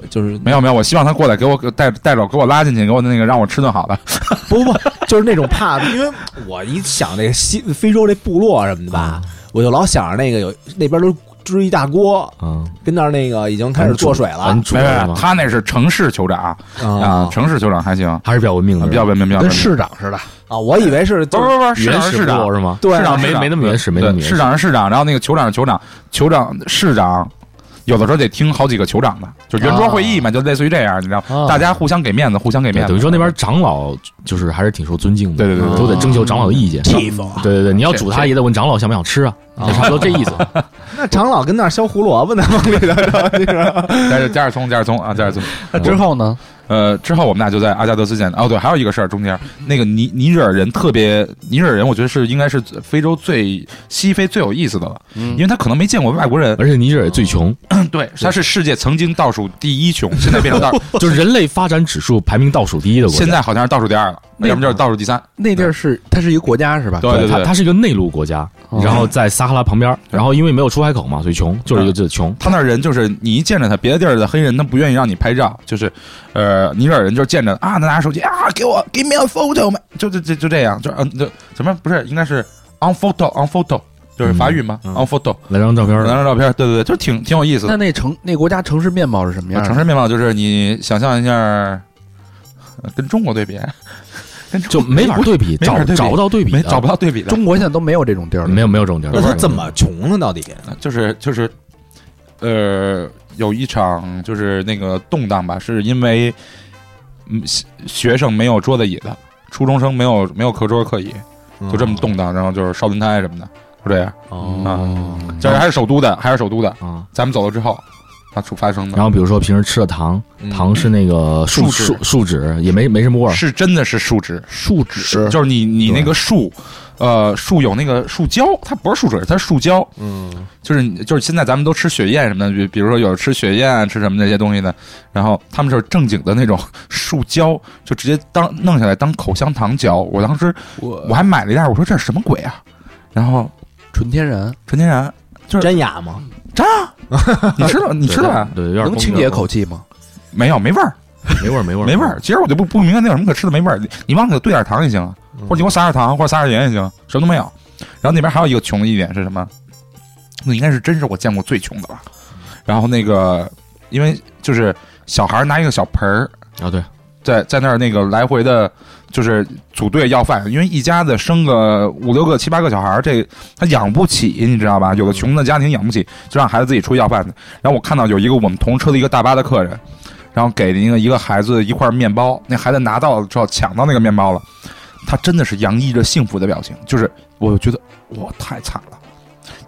就是没有没有，我希望他过来给我带带着给我拉进去，给我那个让我吃顿好的。不不， <laughs> 就是那种怕，因为啊我一想那个西非洲这部落什么的吧，我就老想着那个有那边都是支一大锅，嗯，跟那儿那个已经开始做水了嗯咱煮没了有，吗？他那是城市酋长啊，城市酋长还行，啊还是比较文明的，比较文明，比较文跟明。市长似的，啊！我以为是不就是不是不是，市原长是啊始市部落长，是吗？对市长没没那么原始，没那么对，原始。市长是市长，然后那个酋长是酋长，酋长市长。有的时候得听好几个酋长的，就圆桌会议嘛，就类似于这样，你知道，啊大家互相给面子，互相给对面，子。等于说那边长老就是还是挺受尊敬的，对对对对都得征求长老的意见。气氛啊！对对对，你要这煮他也得问长老想不想吃啊，就差不多这意思。哦那长老跟那儿削胡萝卜呢，往里头你知道吗加点加点葱，加点葱啊，加点葱。那之后呢？呃，之后我们俩就在阿加德斯见的。哦，对，还有一个事儿，中间那个尼尼日尔人特别，尼日尔人我觉得是应该是非洲最西非最有意思的了，嗯因为他可能没见过外国人。而且尼日尔也 <laughs> 最穷，对，他是世界曾经倒数第一穷，现在变 <laughs> 成倒，就是人类发展指数排名倒数第一的国家。现在好像是倒数第二了，要么就是倒数第三。那地儿是它是一个国家是吧？对对它对，它是一个内陆国家，哦然后在撒哈拉旁边，嗯然后因为没有出海口嘛，所以穷，就是一个这穷。他那儿人就是你一见着他，别的地儿的黑人他不愿意让你拍照，就是，呃，尼日尔人就是见着啊，拿拿手机啊，给我 give me a photo，嘛就就就就这样，就嗯就什么不是应该是 on photo on photo，就是法语嘛、嗯 on photo，来张照片，嗯拿张照片，对对对，就是挺挺有意思那的。那城那国家城市面貌是什么样啊的？城市面貌就是你想象一下，呃跟中国对比，跟中就没法对比，没法找对比找不到对比没的，找不到对比的，中国现在都没有这种地儿了。没有没有这种地儿。那他怎么穷呢？到底就是就是，呃，有一场就是那个动荡吧，是因为嗯学学生没有桌子椅子，初中生没有没有课桌课椅，嗯就这么哦动荡，然后就是烧轮胎什么的，就这样哦就是还是首都的，还是首都的，啊？咱们走了之后，它出发生的然，后比如说平时吃的糖，嗯糖是那个树树脂树树脂，也没没什么味儿。是真的是树脂，树脂，就是你你那个树，呃，树有那个树胶，它不是树脂，它是树胶，嗯，就是你就是现在咱们都吃雪燕什么的，比比如说有吃雪燕吃什么这些东西的，然后他们就是正经的那种树胶，就直接当弄下来当口香糖嚼。我当时我还买了一袋，我说这是什么鬼啊？然后纯天然，纯天然，真哑吗？你吃了你你吃了吧？对，有点能清洁口气吗？没有没味儿，没味儿，没味儿，没味儿。。其实我就不不明白那有什么可吃的没味儿，你你往里头兑点糖也行啊，嗯或者你给我撒点糖或者撒点盐也行，什么都没有。然后那边还有一个穷的一点是什么？那应该是真是我见过最穷的了。然后那个因为就是小孩拿一个小盆儿，啊，对，在在那儿那个来回的，就是组队要饭，因为一家子生个五六个、七八个小孩儿，这他养不起，你知道吧？有的穷的家庭养不起，就让孩子自己出去要饭去。然后我看到有一个我们同车的一个大巴的客人，然后给了一个一个孩子一块面包，那孩子拿到了之后抢到那个面包了，他真的是洋溢着幸福的表情，就是我觉得哇太惨了。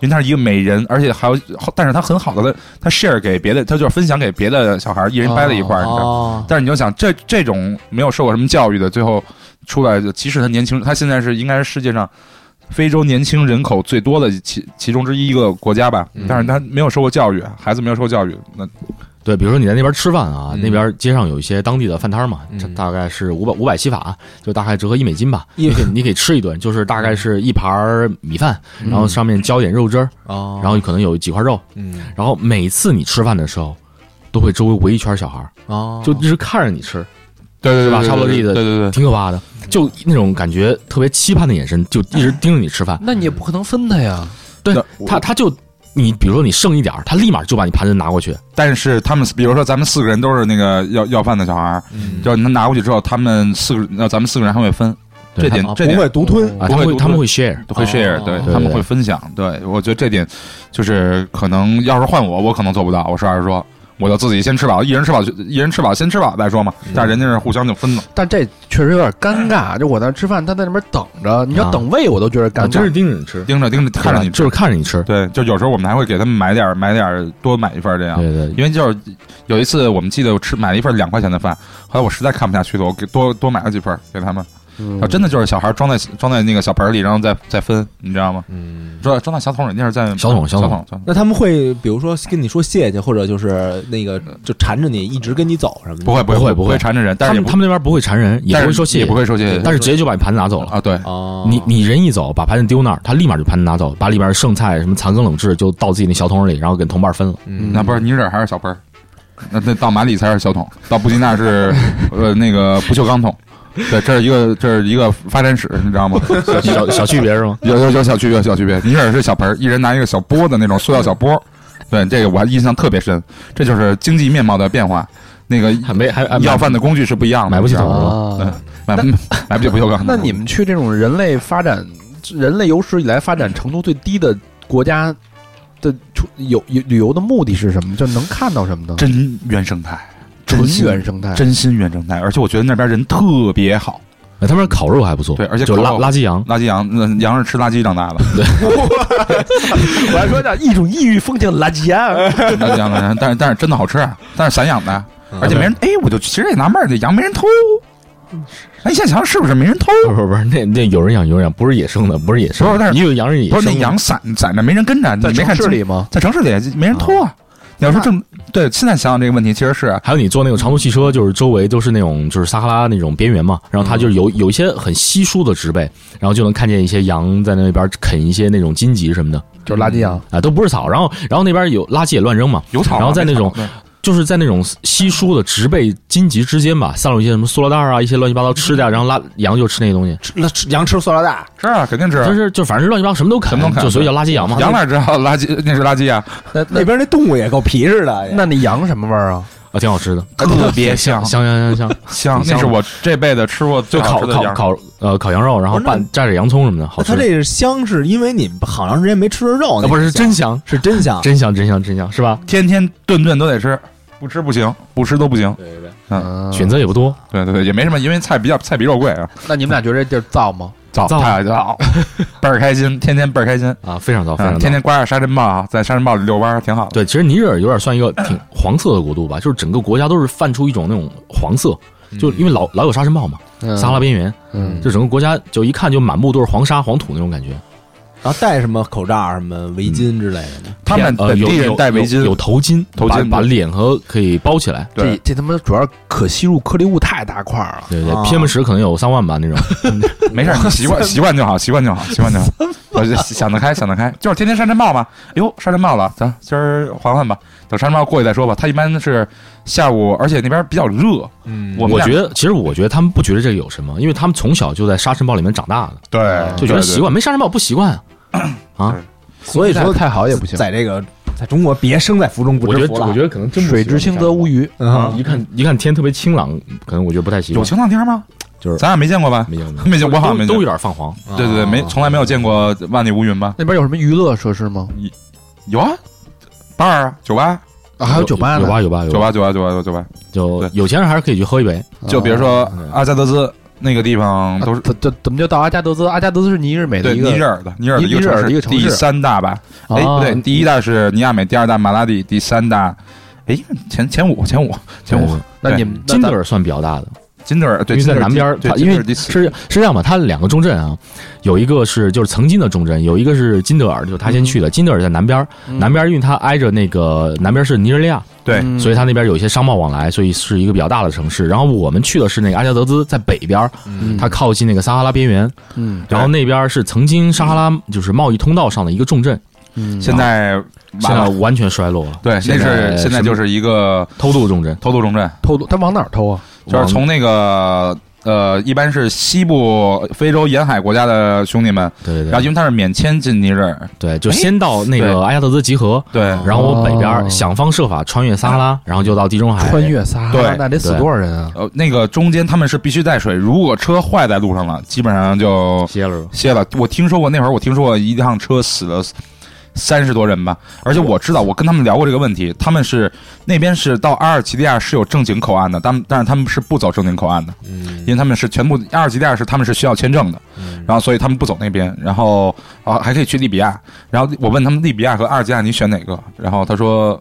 因为他是一个美人，而且还有，但是他很好的，他 share 给别的，他就是分享给别的小孩儿，一人掰了一块儿，你知道吗哦，但是你就想，这这种没有受过什么教育的，最后出来的，即使他年轻，他现在是应该是世界上非洲年轻人口最多的其其中之一一个国家吧嗯。但是他没有受过教育，孩子没有受过教育，那对，比如说你在那边吃饭啊，嗯那边街上有一些当地的饭摊嘛，嗯这大概是五百五百西法，就大概折合一美金吧。一你可以你可以吃一顿，就是大概是一盘儿米饭，然嗯后上面浇一点肉汁儿，哦，然后可能有几块肉，嗯然后每次你吃饭的时候，都会周围围一圈小孩儿，哦，就一直看着你吃，对对是吧对差不多这意思对对对，挺可怕的，就那种感觉特别期盼的眼神，就 <laughs> 一直盯着你吃饭。那你也不可能分它呀。对那他，他就你比如说你剩一点儿，他立马就把你盘子拿过去，但是他们，比如说咱们四个人都是那个要要饭的小孩儿，嗯就是他拿过去之后，他们四个，那咱们四个人还会分，这对点啊这不点会独吞，不啊，他会们会独他们吞会 share，会 share，哦对对他们对会分享。对我觉得这点就是可能，要是换我，我可能做不到。我实话实说，我就自己先吃饱，一人吃饱，一人吃饱先吃饱再说嘛。嗯但人家是互相就分的，但这确实有点尴尬，就我在那吃饭，他在那边等着，你要啊等位我都觉得啊，尴真是尬。盯着你吃，盯着盯着看着你对吧就啊吃。是看着你吃，对，就有时候我们还会给他们买点儿买点儿多买一份儿这样。对对因为就是有一次，我们记得我吃买了一份两块钱的饭，后来我实在看不下去了，我给多多买了几份儿给他们。嗯啊，真的就是小孩装在装在那个小盆儿里，然后再再分，你知道吗？嗯。装装在小桶里，那是在小桶小小桶桶小桶，那他们会，比如说跟你说谢谢，或者就是那个嗯就缠着你，一直跟你走什么的。不会不会会不会会缠着人，但他是也们不他们那边不会缠人，也但是不会说谢谢，也不会说谢谢，但是嗯直接就把你盘子拿走了。啊，对，哦，你你人一走，把盘子丢那儿，他立马就盘子拿走，把里边剩菜什么残羹冷炙就倒自己那小桶里，然后跟同伴分了。嗯那不是尼日尔还是小盆儿，那那到马里才是小桶，到布吉纳 <laughs> 是呃那个不锈钢桶，对，这是一个这是一个发展史，你知道吗？ <laughs> 小小区别是吗？有有有小区别，有小区别，尼日尔是小盆儿，一人拿一个小钵的那种塑料小钵，对，这个我还印象特别深，这就是经济面貌的变化。那个还没还还要饭的工具是不一样的，买不起你知道头啊。吗买不买不起不锈钢。那你们去这种人类发展、人类有史以来发展程度最低的国家的出游游旅游的目的是什么？就能看到什么呢？真原生态，纯真心原生态，真心原生态，而且我觉得那边人特别好。哎他们那烤肉还不错，对而且就烤垃肉垃圾羊，垃圾羊，那羊是吃垃圾长大的， <laughs> 我还说叫一种异域风情垃圾啊！垃圾羊的，但是但是真的好吃，啊但是散养的，嗯而且没人。哎，我就其实也纳闷儿，这羊没人偷。哎，现在想想是不是没人偷？嗯不是不是不是，那那有人养有人养，不是野生的，不是野生的，不是但是你有羊是野不生是的，那羊散散着没人跟着，你嗯在没城看市清里吗？嗯在城市里没人偷啊。你要说正对，现在想想这个问题，其实是还有你坐那种长途汽车，就是周围都是那种就是撒哈拉那种边缘嘛，然后它就是嗯有有一些很稀疏的植被，然后就能看见一些羊在那边啃一些那种荆棘什么的就是垃圾羊，啊，都不是草，然后然后那边有垃圾也乱扔嘛，有草啊，然后在那没草种对就是在那种稀疏的植被荆棘之间吧，散落一些什么塑料袋啊，一些乱七八糟吃的嗯啊，然后拉羊就吃那些东西，吃那吃羊吃塑料袋儿，是啊，肯定是就。是就反正乱七八糟什么都啃，什么都啃就所以叫垃圾羊嘛。羊哪知道垃圾 <laughs> 那是垃圾啊？那那那边那动物也够皮实的。那那羊什么味儿啊？啊，挺好吃的，特别香 <laughs> 香香 <laughs> 香香，香，香那是我这辈子吃过最就好烤吃的烤羊哦烤呃烤羊肉，然后不是那拌蘸着洋葱什么的，好那吃它。这是香，是因为你们好长时间没吃肉，啊，不是是真真香，是真啊香。真香，真香，真香，是吧？天天顿顿都得吃，不吃不行，不吃都不行。对对对，嗯，选择也不多，对对对，也没什么，因为菜比较菜比肉贵啊，那你们俩觉得这地儿造吗？早造太早， <laughs> 倍儿开心，天天倍儿开心，啊，非常糟，非常嗯，糟。天天刮着沙尘暴啊，在沙尘暴里遛弯儿挺好的。对，其实尼日尔有点算一个挺黄色的国度吧，就是整个国家都是泛出一种那种黄色，就因为老老有沙尘暴嘛，嗯撒哈拉拉，边缘，嗯，就整个国家就一看就满目都是黄沙黄土那种感觉。然后戴什么口罩、什么围巾之类的呢？他们呃，本有地人有戴围有有巾，头巾，头把巾把对脸和可以包起来。这对，这他妈主要可吸入颗粒物太大块儿了。对对啊，PM 十可能有三万吧那种，没事儿，你习惯习惯就好，习惯就好，习惯就好。我就想得开，想得开，就是天天沙尘暴嘛。哟，沙尘暴了，咱今儿缓缓吧，等沙尘暴过去再说吧。他一般是下午，而且那边比较热，嗯我们 <laughs> 我俩觉得其实我觉得他们不觉得这个有什么，因为他们从小就在沙尘暴里面长大的，对就觉得习惯，没沙尘暴不习惯啊。啊对，所以说太好也不行。在这个在中国别生在福中不我觉知得福了。我觉得可能真不水习惯至清沙则尘暴无鱼，嗯啊一看一看天特别清朗，可能我觉得不太习有惯。晴朗天吗？就是咱俩没见过吧？没有没有，没见，我好像没见都都过有点泛黄，啊对对对，没从来没有见过万里无云吧？那边有什么娱乐设施吗？有啊，巴儿啊，酒吧，啊，还有酒吧有呢，吧有吧有酒，吧，酒吧，酒吧，酒吧。就对有钱人还是可以去喝一杯。就比如说啊阿加德兹那个地啊方，都是怎怎怎么就到阿加德兹？阿加德兹是尼日美的对一尼个日尔的，尼日尔的尼日尔的一一个个城市第三大吧？哎，啊不对，第一大是尼亚美，第二大马拉蒂，第三大，哎，前前五，前五，前五，那对你们金德那尔算比较大的，金德尔，对，因为金德在尔南边儿，第它对，因为金德尔第是四是这样吧，它两个重镇啊，有一个是就是曾经的重镇，有一个是金德尔，就是他先去的。金德尔在南边儿，嗯南边儿因为它挨着那个南边儿是尼日利亚，对嗯所以它那边有一些商贸往来，所以是一个比较大的城市。然后我们去的是那个阿加德兹，在北边儿，嗯它靠近那个撒哈拉边缘，嗯然后那边儿是曾经撒哈拉就是贸易通道上的一个重镇，嗯现在啊现完在了，完全衰落了，对，那现在是现在什么就是一个偷渡重镇，偷渡重镇，偷渡，他往哪儿偷啊？就是往从那个呃，一般是西部非洲沿海国家的兄弟们，对对对，然后因为他是免签进尼日尔，对，就哎先到那个对阿加德兹集合，对，然后我北边哦儿想方设法穿越撒哈啊拉，然后就到地中海穿。越撒哈拉，对那得死多少人啊？呃，那个中间他们是必须带水，如果车坏在路上了，基本上就歇了，歇了。我听说过那会儿，我听说过一趟车死了三十多人吧，而且我知道，我跟他们聊过这个问题，他们是那边是到阿尔及利亚是有正经口岸的，他们但是他们是不走正经口岸的，因为他们是全部阿尔及利亚是他们是需要签证的，然后所以他们不走那边，然后啊还可以去利比亚，然后我问他们利比亚和阿尔及利亚你选哪个，然后他说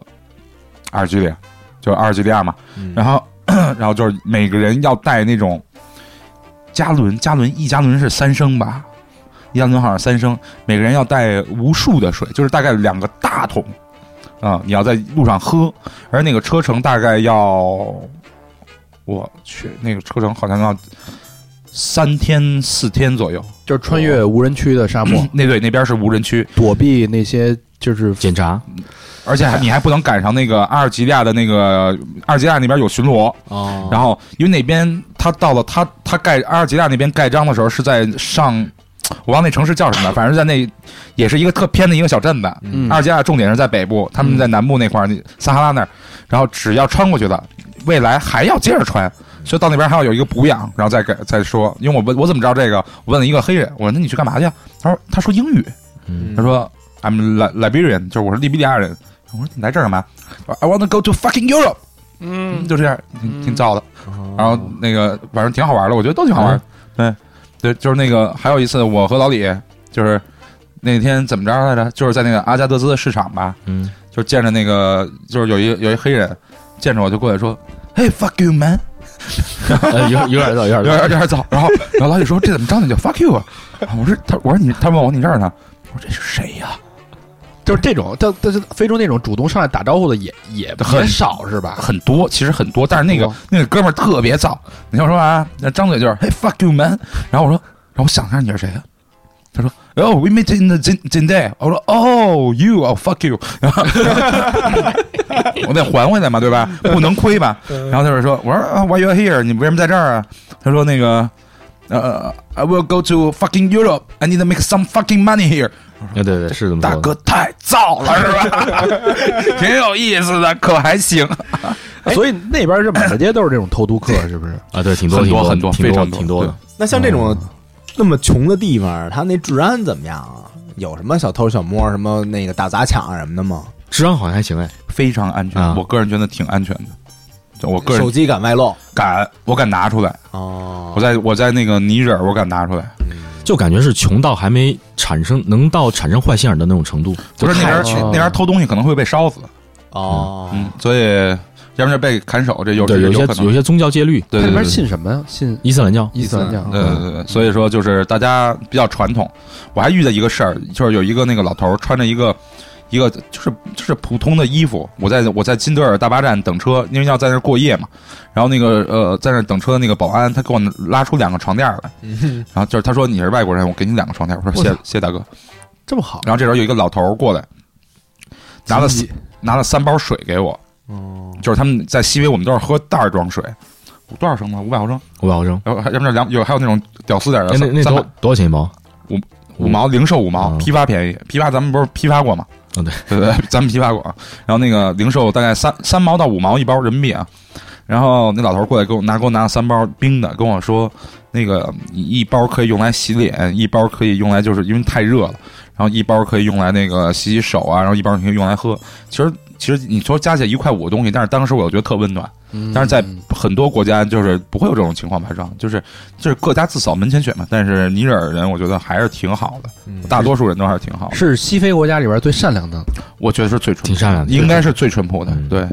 阿尔及利亚就是阿尔及利亚嘛，然后 <clears throat> 然后就是每个人要带那种加仑，加仑一加仑是三升吧，一加仑好像三升，每个人要带无数的水，就是大概两个大桶啊、你要在路上喝，而那个车程大概要，我去，那个车程好像要三天四天左右。就是穿越无人区的沙漠，那对那边是无人区，躲避那些就是检查而且还你还不能赶上那个阿尔及利亚的那个阿尔及利亚那边有巡逻，哦，然后因为那边他到了他他盖阿尔及利亚那边盖章的时候是在上我忘了那城市叫什么了，反正在那也是一个特偏的一个小镇子。嗯阿尔及利亚重点是在北部，他们在南部那块儿，那撒哈拉那儿，然后只要穿过去了，未来还要接着穿，所以到那边还要有一个补养，然后再给再说。因为我问我怎么知道这个，我问了一个黑人，我说那你去干嘛去啊？他说他说英语，嗯他说 I'm Li- Liberian，就是我是利比利亚人。我说你来这儿干嘛他说？I want to go to fucking Europe，嗯就这样，挺挺燥的。然然后那个反正挺好玩的，我觉得都挺好玩。对，就是那个还有一次，我和老李就是那天怎么着来着？就是在那个阿加德斯市场吧，嗯，就见着那个就是有一有一黑人见着我就过来说，Hey fuck you man，呃有有点儿有点儿有点有点早。然后然后老李说这怎么张嘴就 fuck you 啊？我说他我说你他问我你认识他？我说这是谁呀、就是这种，但但是非洲那种主动上来打招呼的也也很很少是吧？很多，其实很多，但是那个多那个哥们儿特别燥。你要说啊，那张嘴就是 Hey fuck you man。然后我说，然后我想一下你是谁啊？他说，Oh, we met in the Jin Jin Day。我说，Oh, you, oh fuck you。然 <laughs> 后我得还回来嘛，对吧？不能亏吧？然后他就说，我说啊 Why you here？你为什么在这儿啊？他说那个。呃、i will go to fucking Europe. I need to make some fucking money here. 哎对对是这么说的大哥太燥了，是吧？挺有意思的，可还行。哎所以那边这满大街都是这种偷渡客，是不是？啊，对，挺多很挺多很多多挺非多常多挺多的。那像这哦种那么穷的地方，它那治安怎么样啊？有什么小偷小摸，什么那个打砸抢什么的吗？治安好像还行哎，非常安全，啊我个人觉得挺安全的。就我个手人机敢外露敢，我敢拿出来，啊哦我在我在那个尼日尔，我敢拿出来。就感觉是穷到还没产生能到产生坏心眼的那种程度，不是那边太儿去那边儿偷东西可能会被烧死，哦，嗯，所以要不然就被砍手，这有啊对有有些可能嗯有。些宗教戒律，对他对那对边，信什么呀？信伊斯兰教啊伊斯兰教。啊哦对对嗯对对，所以说就是大家比较传统。我还遇到一个事儿，就是有一个那个老头儿穿着一个一个就是就是普通的衣服，我在我在金德尔大巴站等车，因为要在那儿过夜嘛。然后那个呃，在那儿等车的那个保安，他给我拉出两个床垫儿来，嗯然后就是他说你是外国人，我给你两个床垫儿。我说谢谢谢大哥。这么好，然后这时候有一个老头儿过来，拿了三拿了三包水给我，哦，就是他们在西北，我们都是喝袋儿装水，多少升呢？五百毫升，五百毫升，然后呃还要不然两有还有那种屌丝点儿哎的，那三那三多百多少钱一包？五毛零售五毛，嗯批发便宜，批发咱们不是批发过吗？嗯对对对，咱们批发过啊。然后那个零售大概三三毛到五毛一包人民币啊。然后那老头儿过来给我拿给我拿了三包冰的，跟我说那个一包可以用来洗脸，一包可以用来就是因为太热了，然后一包可以用来那个洗洗手啊，然后一包可以用来喝。其实其实你说加起来一块五的东西，但是当时我又觉得特温暖。嗯但是在很多国家就是不会有这种情况发生，就是就是各家自扫门前雪嘛。但是尼日尔人我觉得还是挺好的，嗯大多数人都还是挺好的，是西非国家里边最善良的，我觉得是最淳挺善良的，应该是最淳朴的嗯，对，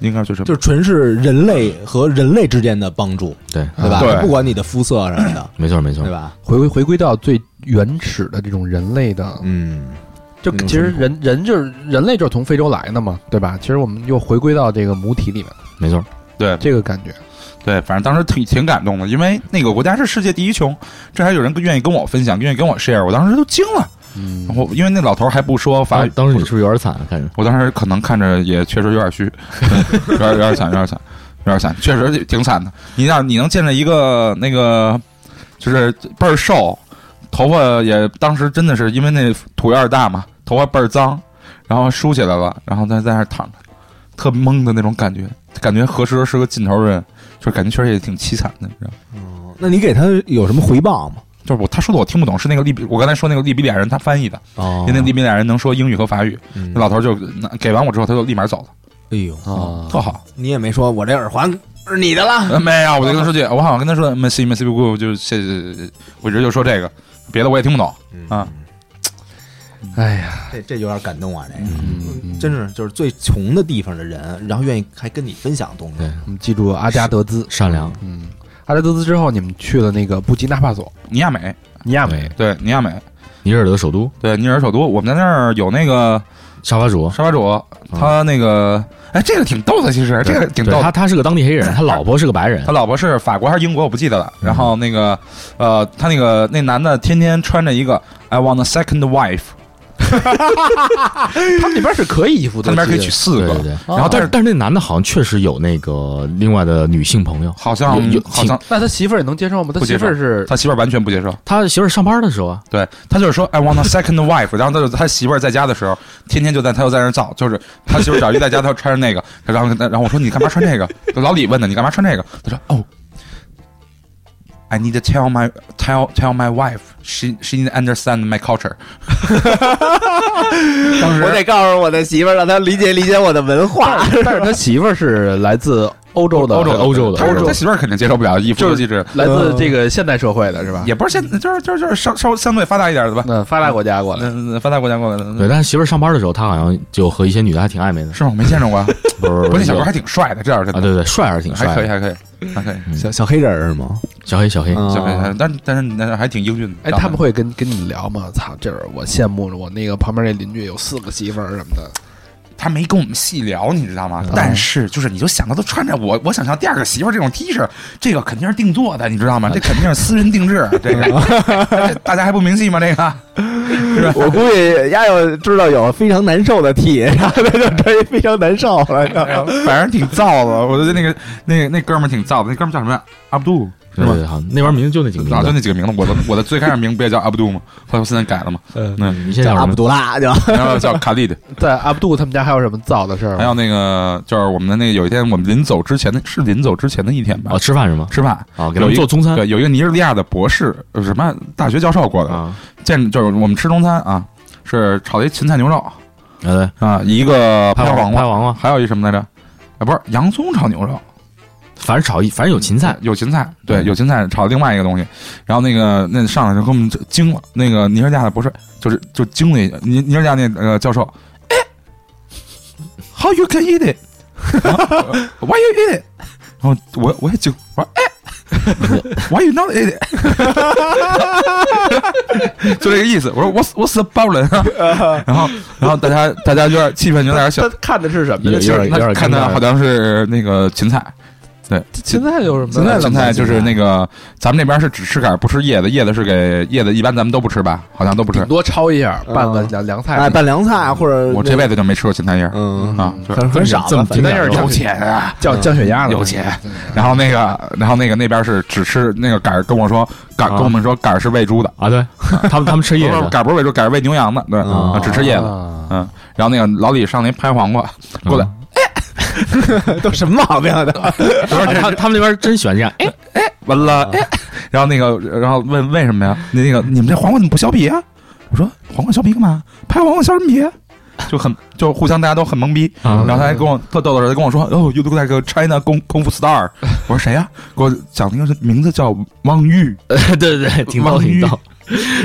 应该是最淳朴就。纯是人类和人类之间的帮助，对，对吧？对嗯就不管你的肤色什么的，没错没错对，吧？回归回归到最原始的这种人类的，嗯，就嗯其实人人就是人类就是从非洲来的嘛，对吧？其实我们又回归到这个母体里面，没错，对这个感觉。对，反正当时挺挺感动的，因为那个国家是世界第一穷，这还有人愿意跟我分享，愿意跟我 share，我当时都惊了。嗯，我因为那老头还不说法当语，当时你是不是有点惨啊？看着我当时可能看着也确实有点虚，有点有点惨，有点惨，有点惨，确实挺惨的。你让你能见着一个那个，就是倍儿瘦，头发也当时真的是因为那土院儿大嘛，头发倍儿脏，然后梳起来了，然后在在那儿躺着，特懵的那种感觉，感觉何时是个尽头人，就是感觉确实也挺凄惨的，你知道吗？那你给他有什么回报吗？就是我他说的我听不懂，是那个利比，我刚才说那个利比里亚人他翻译的，哦因为那利比里亚人能说英语和法语，嗯那老头就拿给完我之后他就立马走了，哎呦，啊，特好。你也没说我这耳环是你的啦，呃， <laughs> 没有，我就跟他说句，我好像跟他说 m e r c i m e r c i beaucoup，就是谢谢，我一直就说这个，别的我也听不懂。啊哎呀，这这有点感动啊，这个嗯，真是就是最穷的地方的人，然后愿意还跟你分享东西对，我嗯们记住阿加德兹，善良，嗯，阿加德兹之后，你们去了那个布基纳帕索、尼亚美，尼亚对美，，对，尼亚美，尼日尔的首都对，尼日尔首都，我们在那儿有那个沙发主，沙发主，他那个，哎，这个挺逗的，其实这个挺嗯对逗他的。他是个当地黑人，他老婆是个白人他，老婆是法国还是英国，我不记得嗯了。然后那个，呃，他那个那男的天天穿着一个 I want a second wife，他们那边是可以一夫他多妻那的，边可以娶四对个对，哦对。然后但但是是但是那男的好像确实有那个另外的女性朋友，好像有有好像那他媳妇儿也能接受吗？他不接媳受妇儿是他媳妇儿完全不接受，他媳妇儿上班的时候啊，对他就是说 I want a second wife，然后他就他媳妇儿在家的时候，天天就在他又在那儿造，就是他媳妇儿只要一在家，他就穿着那个，然后然后我说你干嘛穿这个？老李问他你干嘛穿这个？他说哦。I need to tell my tell tell my wife she she need to understand my culture 。当时我得告诉我的媳妇儿，让她理解理解我的文 <laughs> 化。 <laughs> 但是他媳妇儿是来自欧洲的，欧洲的欧洲的他他媳妇儿肯定接受不了一夫多妻制，来自这个现代社会的是嗯吧？也不是现就是就是就是稍稍相对发达一点的吧，那发达国家过来，嗯，发达国家过来的，对，但是媳妇儿上班的时候，他好像就和一些女的还挺暧昧的，是吗？我没见着 <laughs> 过啊，不是不不过是那小有哥还挺帅的，这样真啊，的对对，帅还是挺帅还的，可嗯以，还可以，还可以。小小黑人儿是吗？嗯小黑小黑，小白菜，但但是但是还挺英俊的。哎，他们会跟跟你聊吗？操，这是我羡慕着我那个旁边那邻居有四个媳妇儿什么的，他没跟我们细聊，你知道吗？但是就是你就想到都穿着我我想象第二个媳妇儿这种 T 恤，这个肯定是定做的，你知道吗？这肯定是私人定制，这 <laughs> 个大家还不明细吗？这个我估计丫要知道有非常难受的 T，然 <laughs> 后他就穿一非常难受了，你知道哎吗 <laughs> 反正挺燥的，我觉得那个那那哥们儿挺燥的，那哥们儿叫什么呀？阿布杜是对吗对？对，好，那边名字就那几个名啊，就字，那几个名字，我的我的最开始名不也叫阿布杜吗？后来我现在改了嘛，嗯，你现在叫叫阿什卜么？杜拉就。然后叫卡利的，在阿布杜他们家还有什么造的事儿还吗？有那个就是我们的那个有一天我们临走之前的是临走之前的一天吧啊，，吃饭是吗？吃饭啊，给他们做中餐对，有一个尼日利亚的博士，呃什么大学教授过的，啊，见就是我们吃中餐啊，是炒的一芹菜牛肉呃，啊，一个拍拍黄拍瓜，黄瓜，还有一什么来着？啊，不是洋葱炒牛肉，反正炒一，反正有芹菜，有芹菜，对，嗯有芹菜炒另外一个东西。然后那个那上来就给我们惊了，那个尼日利亚的博士就是就惊了一下，尼尼日利亚那呃教授，哎，How you can eat it？Why you eat it？然后我我也惊，我说哎 <laughs> ，Why you not eat it？就这个 <laughs> 意思。我说 What's What's the problem？啊 <laughs> 然后然后大家大家有点气氛有点小他，看的是什么有呢？有就是点有点那看他好像是那个芹菜，对，芹菜有什么？芹菜芹菜就是那个个咱们那边是只吃杆儿不吃叶子，叶子是给叶子一般咱们都不吃吧，好像都不吃顶。多焯一下，嗯拌个凉凉哎，菜。拌凉菜或者嗯我这辈子就没吃过芹菜叶儿嗯啊，就是很很少吧，这么反正听着有有钱啊！降降血压了，有钱然后那个，然后那个那边是只吃那个杆儿，跟我说杆儿啊跟我们说杆儿是喂猪的，啊，对， <laughs> 他们他们吃叶不是子，杆儿不是喂猪，杆儿是喂牛羊的，对，啊啊只吃叶子。啊嗯，然后那个老李上那拍黄瓜，啊过来， <laughs> 都什么毛病啊？都不 <laughs> 是他他们那边真喜欢这样，哎，完了，哎，然后那个，然后问为什么呀？那那个你们这黄瓜怎么不削皮啊？我说黄瓜削皮干嘛？拍黄瓜削什么皮啊？就很就互相大家都很懵逼，啊然后他还跟我特逗的时候，他跟我说：“哦，you look like a China 功功夫 star。”我说谁呀、给我讲那个名字叫汪玉，对对对，挺逗王挺宇逗。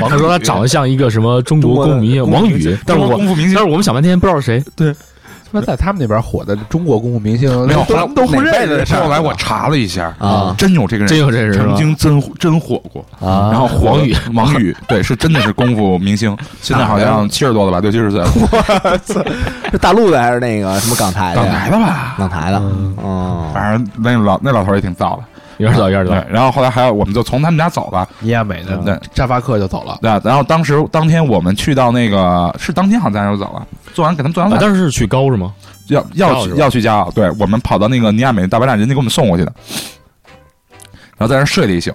他说他长得像一个什么中中国国公民公王民宇，但中是国我功夫明但星是。我们想半天不知道是谁，他妈在他们那边火的中国功夫明星没有，后来都都不认识。后来我 <laughs> 查了一下，啊真有这个人，真有这嗯人曾经真真火过。啊然后黄王宇王宇，对，是真的是功夫明星，现在好像七十多了吧，六七十岁了， <laughs> 是大陆的还是那个什么港台的港呀？台的吧？港台的，嗯，反正那老那老头儿也挺燥的，有点早有点对早。。然后后来还有，我们就从他们家走了，尼亚美的对嗯沙发客就走了，对吧。然后当时当天我们去到那个是当天好像咱就走了，做完给他们做完啊饭，但是是去高是吗？要加要奥是去吧要去加奥，对我们跑到那个尼亚美大巴站，人家给我们送过去的，然后在那儿睡了一宿。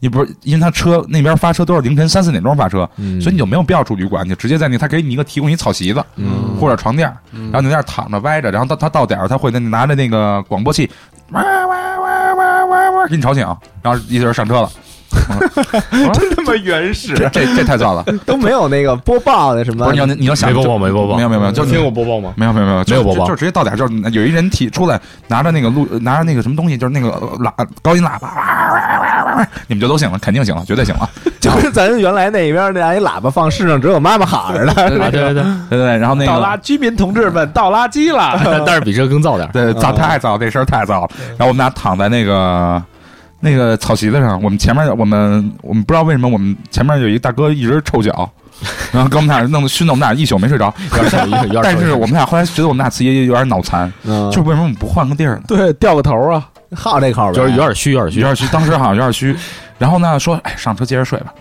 你不是因为他车那边发车都是凌晨三四点钟发车，嗯嗯所以你就没有必要住旅馆，你就直接在那他给你一个提供一草席子，嗯或者床垫儿，然后你在那儿躺着歪着，然后到他到点儿他会那拿着那个广播器，哇哇哇哇哇哇给你吵醒，然后一个人上车了，真他妈原这始，这这太燥了，都没有那个播报的什么，不是 <laughs> 你要你要想没播就报没播报没有没有没有，就你你听过播报吗？没有没有没有就没有播报就就直接到点儿就是有一人提出来拿着那个录拿着那个什么东西，就是那个呃喇高音喇叭，哇哇哇哇哇，你们就都醒了，肯定醒了，绝对醒了，就跟咱原来那边那一喇叭放世上只有妈妈喊着的，啊，对对对， <laughs> 对对对，然后那倒垃个。居民同志们倒垃圾了。但但是比这个 <laughs> 更燥点儿。对，早太早，这事儿太早了。然后我们俩躺在那个那个草席子上，我们前面我们我们不知道为什么我们前面有一大哥一直臭脚，然后给我们俩弄得熏得我们俩一宿没睡着。有点少有点少 <laughs> 但是我们俩后来觉得我们俩自己有点脑残， <laughs> 嗯就是为什么我们不换个地儿呢？ <laughs> 对，掉个头啊！嗯好这口呗，就是有点虚，有点有虚。点虚，当时好像有点虚。然后呢，说哎，上车接着睡吧。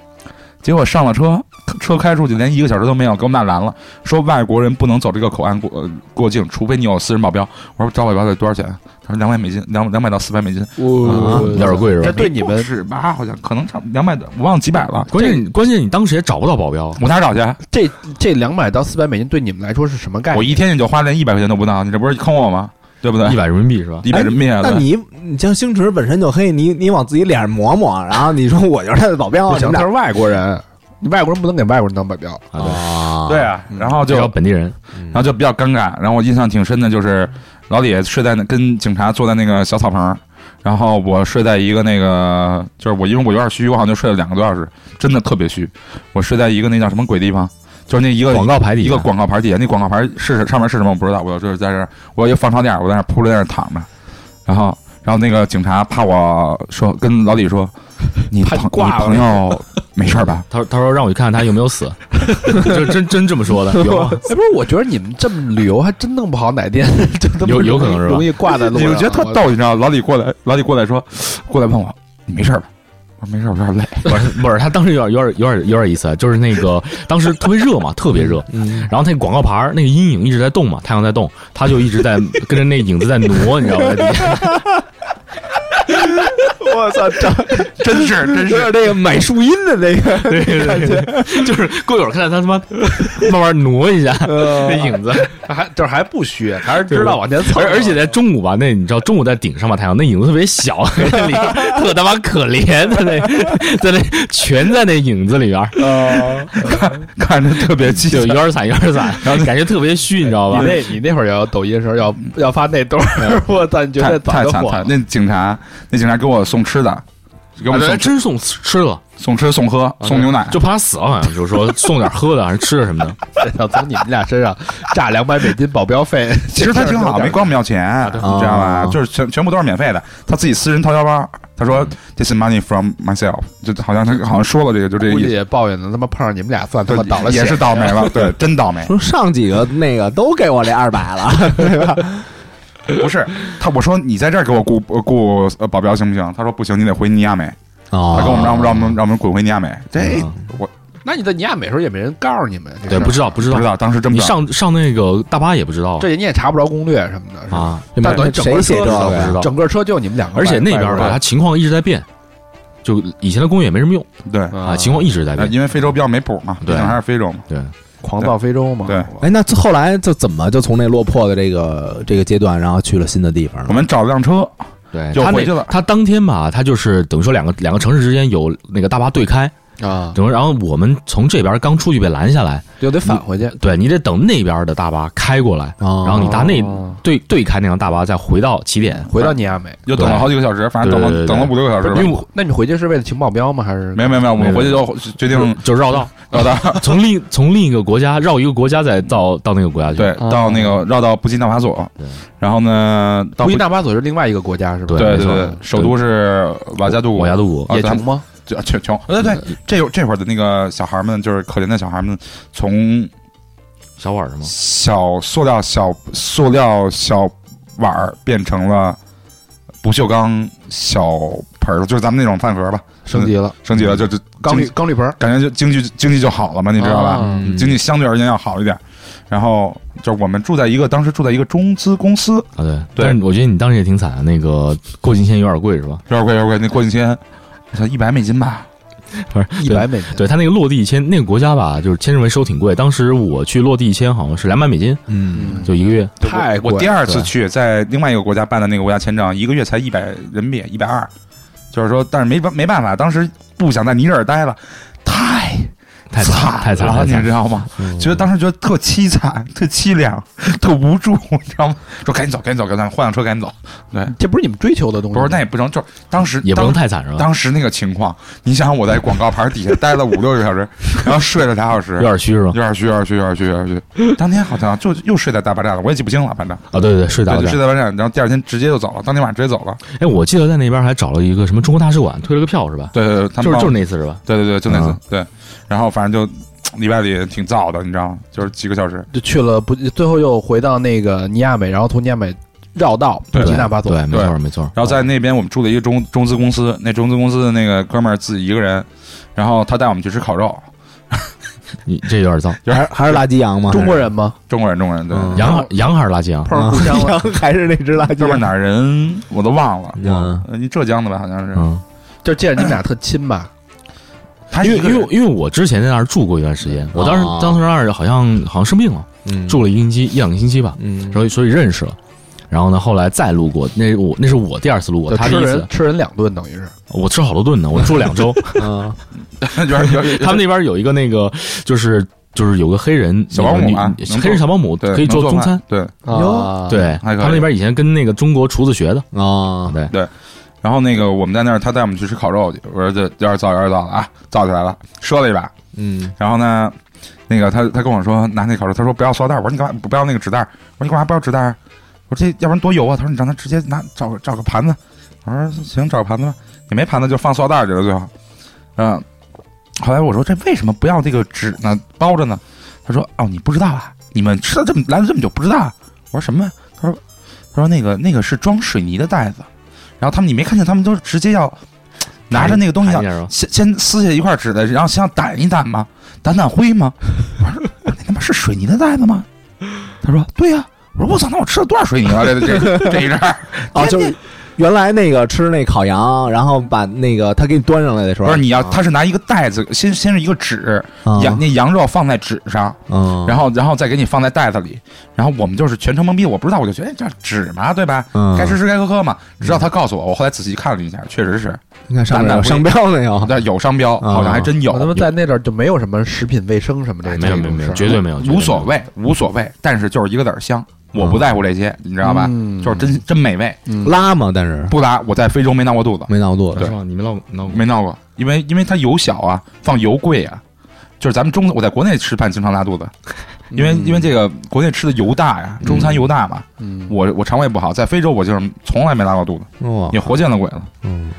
结果上了车，车开出去连一个小时都没有，给我们俩拦了，说外国人不能走这个口岸过、呃过境，除非你有私人保镖。我说找保镖得多少钱？啊他说两百美金，两两百到四百美金。我有点贵是嗯这吧？对你们是吧？好像可能差两百的，我忘了几百了。关键关键你当时也找不到保镖，我哪找去？啊这这两百到四百美金对你们来说是什么概我念？一天也就花连一百块钱都不到，你这不是坑我吗？对不对？一百人民币是吧？一百人民币啊。那对你你像星驰本身就黑，你你往自己脸上抹抹，然后你说我就是他的保镖，不行，你他们是俩外国人，你外国人不能给外国人当保镖。啊，对对啊，然后就就找本地人，嗯然后就比较尴尬。然后我印象挺深的就是老李睡在那跟警察坐在那个小草棚，然后我睡在一个那个就是我因为我有点虚，我好像就睡了两个多小时，真的特别虚。我睡在一个那叫什么鬼地方，就是那一个广告牌底呃一下个广告牌底下，那广告牌是上面是什么我不知道，我就是在这儿，我有一个防潮垫，我在那儿铺着在那儿躺着，然后然后那个警察怕我说跟老李说，你怕你朋你挂了朋友没事儿吧？他他说让我去看看他有没有死， <laughs> 就真真这么说的，有啊哎，不是，我觉得你们这么旅游还真弄不好哪天 <laughs> 就他妈有有可能是吧容易挂在路你上。啊们觉得特我逗，你知道？老李过来，老李过来说，过来问我，你没事吧？我说没事，我有点累。不 <laughs> 是不是，他当时有点有点有点有点意思啊，就是那个当时特别热嘛，特别热，嗯，然后那个广告牌儿那个阴影一直在动嘛，太阳在动，他就一直 <laughs> 在跟着那影子在挪，你知道吗？在底下我操，这 <laughs> 真是真有点那个买树荫的那个，对对对，就是过一会儿看见 <laughs> 他他妈慢慢挪一下嗯那影子，还就是还不虚，还是知道往前蹭。啊而而且在中午吧，那你知道中午在顶上吧，太阳那影子特别小， <laughs> 在里边儿特他妈可怜，在那在那全在那影子里 <laughs> 边儿，看着特别气就。有点惨有点惨， <laughs> 然后感觉特别虚，你知道吧你？那你那会儿要抖音的时候要要发那段儿，我操，你绝太对太早就惨火惨！了。那警察，那警察给我送吃的，给我啊们对送吃、真送吃的，送吃送啊喝送牛奶，就怕他死了，好像就是说送点喝的还是吃的 <laughs> 什么的。想从你们俩身上榨两百美金保镖 <laughs> 费，其实他挺好，这事儿有 <laughs> 点啊没管我们要钱，你知道吧？哦就是全全部都是免费的，他自己私人掏腰包。他嗯说：“This is money from myself。”就好像他好像说了这个，就这个估计意思。也抱怨呢，他妈碰上你们俩算他对妈倒了血，也是倒霉 <laughs> 了，对，真倒霉。说上几个那个都给我这二百了， <laughs> 对吧？不是他，我说你在这儿给我雇雇呃保镖行不行？他说不行，你得回尼亚美。哦他 <laughs> 跟我们让让我们让我们滚回尼亚美，哎这嗯我那你在尼亚美时候也没人告诉你们，这事对，儿不知道不知不道知，道，当时真不你知道。上上那个大巴也不知道这你也查不着攻略什么的，是吧？啊，但等于整谁个写车这都个不呀知？道。整个车就你们两个而外，且那边吧，外它情况一直在变，就以前的公寓也没什么用对，国人啊，情况一直在呃变。因为非洲比较没谱嘛，毕对竟还是非洲嘛。对，狂躁非洲嘛，对哎，那后来就怎么就从那落魄的这个这个阶段，然后去了新的地方我了？们找了辆车，对，就他回那去了他当天吧，他就是等于说两个两个城市之间有那个大巴对开，啊，等于然后我们从这边刚出去被拦下来，就得返回去，对你得等那边的大巴开过来，哦然后你搭那对对开那辆大巴再回到起点。回到尼亚美。又等了好几个小时，反正等对了对对等了五六个小时不吧是。你，那你回去是为了情报标吗？还是没有没有没有，我没们有回去就决定就 <laughs> 绕道，绕道，从另从另一个国家绕一个国家再到到那个国家去。对，到那啊个绕到布基纳法索，然后呢，到布布基纳法索是另外一个国家是吧？对对没对错对，首都是瓦加杜古，瓦加杜古啊也咱穷吗？就全穷。呃对对，这会儿这会儿的那个小孩们，就是可怜的小孩们，从小碗是吗？小塑料小塑料小碗儿变成了不锈钢小盆儿，就是咱们那种饭盒吧，升级了，升级嗯了，就就钢经铝钢铝盆儿，感觉就经济经济就好了嘛，你知道吧？啊嗯经济相对而言要好一点。然后就是我们住在一个当时住在一个中资公司，啊，对，对但是我觉得你当时也挺惨的，那个过境线有点贵是吧？有点贵有点贵，那过境签，我操一百美金吧，不是一百美金，对他那个落地签，那个国家吧，就是签证费收挺贵。当时我去落地签好像是两百美金，嗯，就一个月。太我贵我第二次对去在另外一个国家办的那个国家签证，一个月才一百人民币，一百二，就是说，但是没办没办法，当时不想在尼日尔待了，太太惨惨太惨了，太惨嗯你知道吗？觉得当时觉得特凄惨、特凄凉、特无助，你知道吗？说赶紧走，赶紧走，赶紧走换辆车，赶紧走。对，这不是你们追求的东西不吗，是那也不成，就是当时嗯也不能当太惨是吧？当时那个情况，你想想我在广告牌底下待了五六个小时，然后睡了俩小时有，点虚是吧有？点虚，有点虚，有点虚，有点虚。当天好像就又睡在大巴站了，我也记不清了，反正啊，对对对，睡对，着就睡了。在巴站，然后第二天直接就走了，当天晚上直接走了。哎，我记得在那边还找了一个什么中国大使馆，推了个票是吧？对对对，他就们帮是就是那次是吧？对对对，就那次嗯对。然后反正就礼拜里挺燥的，你知道吗？就是几个小时，就去了不，最后又回到那个尼亚美，然后从尼亚美绕道布对基纳法索，对，没对错没错。然后在那边我们住了一个中中资公司，那中资公司的那个哥们儿自己一个人，然后他带我们去吃烤肉，你这有点嗯脏。还是还是垃圾羊吗？ <laughs> 中国人吗？中国人，中国人对，嗯羊还羊还是垃圾啊羊？碰上故 <laughs> 乡了，羊还是那只垃圾这边羊？哪儿人我都忘了，嗯呃你浙江的吧，好像是。嗯，就见着你们俩特亲吧？他因为一个因人为因为我之前在那儿住过一段时间，我当时哦当时那儿好像好像生病了， <laughs> 嗯住了一个星期一两个星期吧， <laughs> 嗯，所以所以认识了。然后呢，后来再路过，那是我那是我第二次路过，就他吃第一次人，吃人两顿，等于是我吃好多顿呢，我住 <laughs> 两周。嗯有点有 <laughs> 点他们那边有一个那个，就是就是有个黑人小保姆女啊女能黑人做小保姆对可以能做中饭餐，对。嗯哟啊对他还可以嗯们那边以前跟那个中国厨子学的，啊对，然后那个我们在那儿，他带我们去吃烤肉去。我说这有点燥，有点燥了啊，燥起来了，赊了一把。嗯然后呢，那个他他跟我说拿那烤肉，他说不要塑料袋儿，我说你干嘛不要那个纸袋儿？我说你干嘛不要纸袋儿？啊我说这要不然多油啊！他说你让他直接拿找个找个盘子。我说行，找个盘子吧，也没盘子就放塑料袋儿去了，最后，嗯、后来我说这为什么不要这个纸呢包着呢？他说哦你不知道啊，你们吃的这么来的这么久不知道啊？我说什么呀？他说他说那个那个是装水泥的袋子，然后他们你没看见他们都是直接要拿着那个东西要看一下吧先先撕下一块纸来，然后先掸一掸吗？掸掸灰吗？我说我说那他妈是水泥的袋子吗？他说对呀、我说我操，那我吃了多少水泥啊？这这这这一阵 <laughs> 儿，啊，就是原来那个吃那烤羊，然后把那个他给你端上来的时候，不是你要，他是拿一个袋子，先先是一个纸，啊羊那羊肉放在纸上，嗯，然后然后再给你放在袋子里，然后我们就是全程懵逼，我不知道，我就觉得哎这纸嘛，对吧？嗯啊该吃吃该喝喝嘛，直到他告诉我，我后来仔细看了一下，确实是，你看上面有商标没有？那有商标，啊好像还真有我他，妈在那阵儿就没有什么食品卫生什么这哎个没有这没种有没事有，儿绝对没有，绝嗯对无所没有。谓无所谓，但是就是一个字儿香，我不在乎这些，你知道吧？嗯就是真真美味，拉嘛，但是不拉，我在非洲没闹过肚子，没闹肚子嗯对是吧？你们老老没闹过，因为因为它油小啊，放油贵啊，就是咱们中我在国内吃饭经常拉肚子，嗯因为、因为这个国内吃的油大呀，中餐油大嘛，嗯，我我肠胃不好，在非洲我就是从来没拉过肚子，哦也活见了鬼了。嗯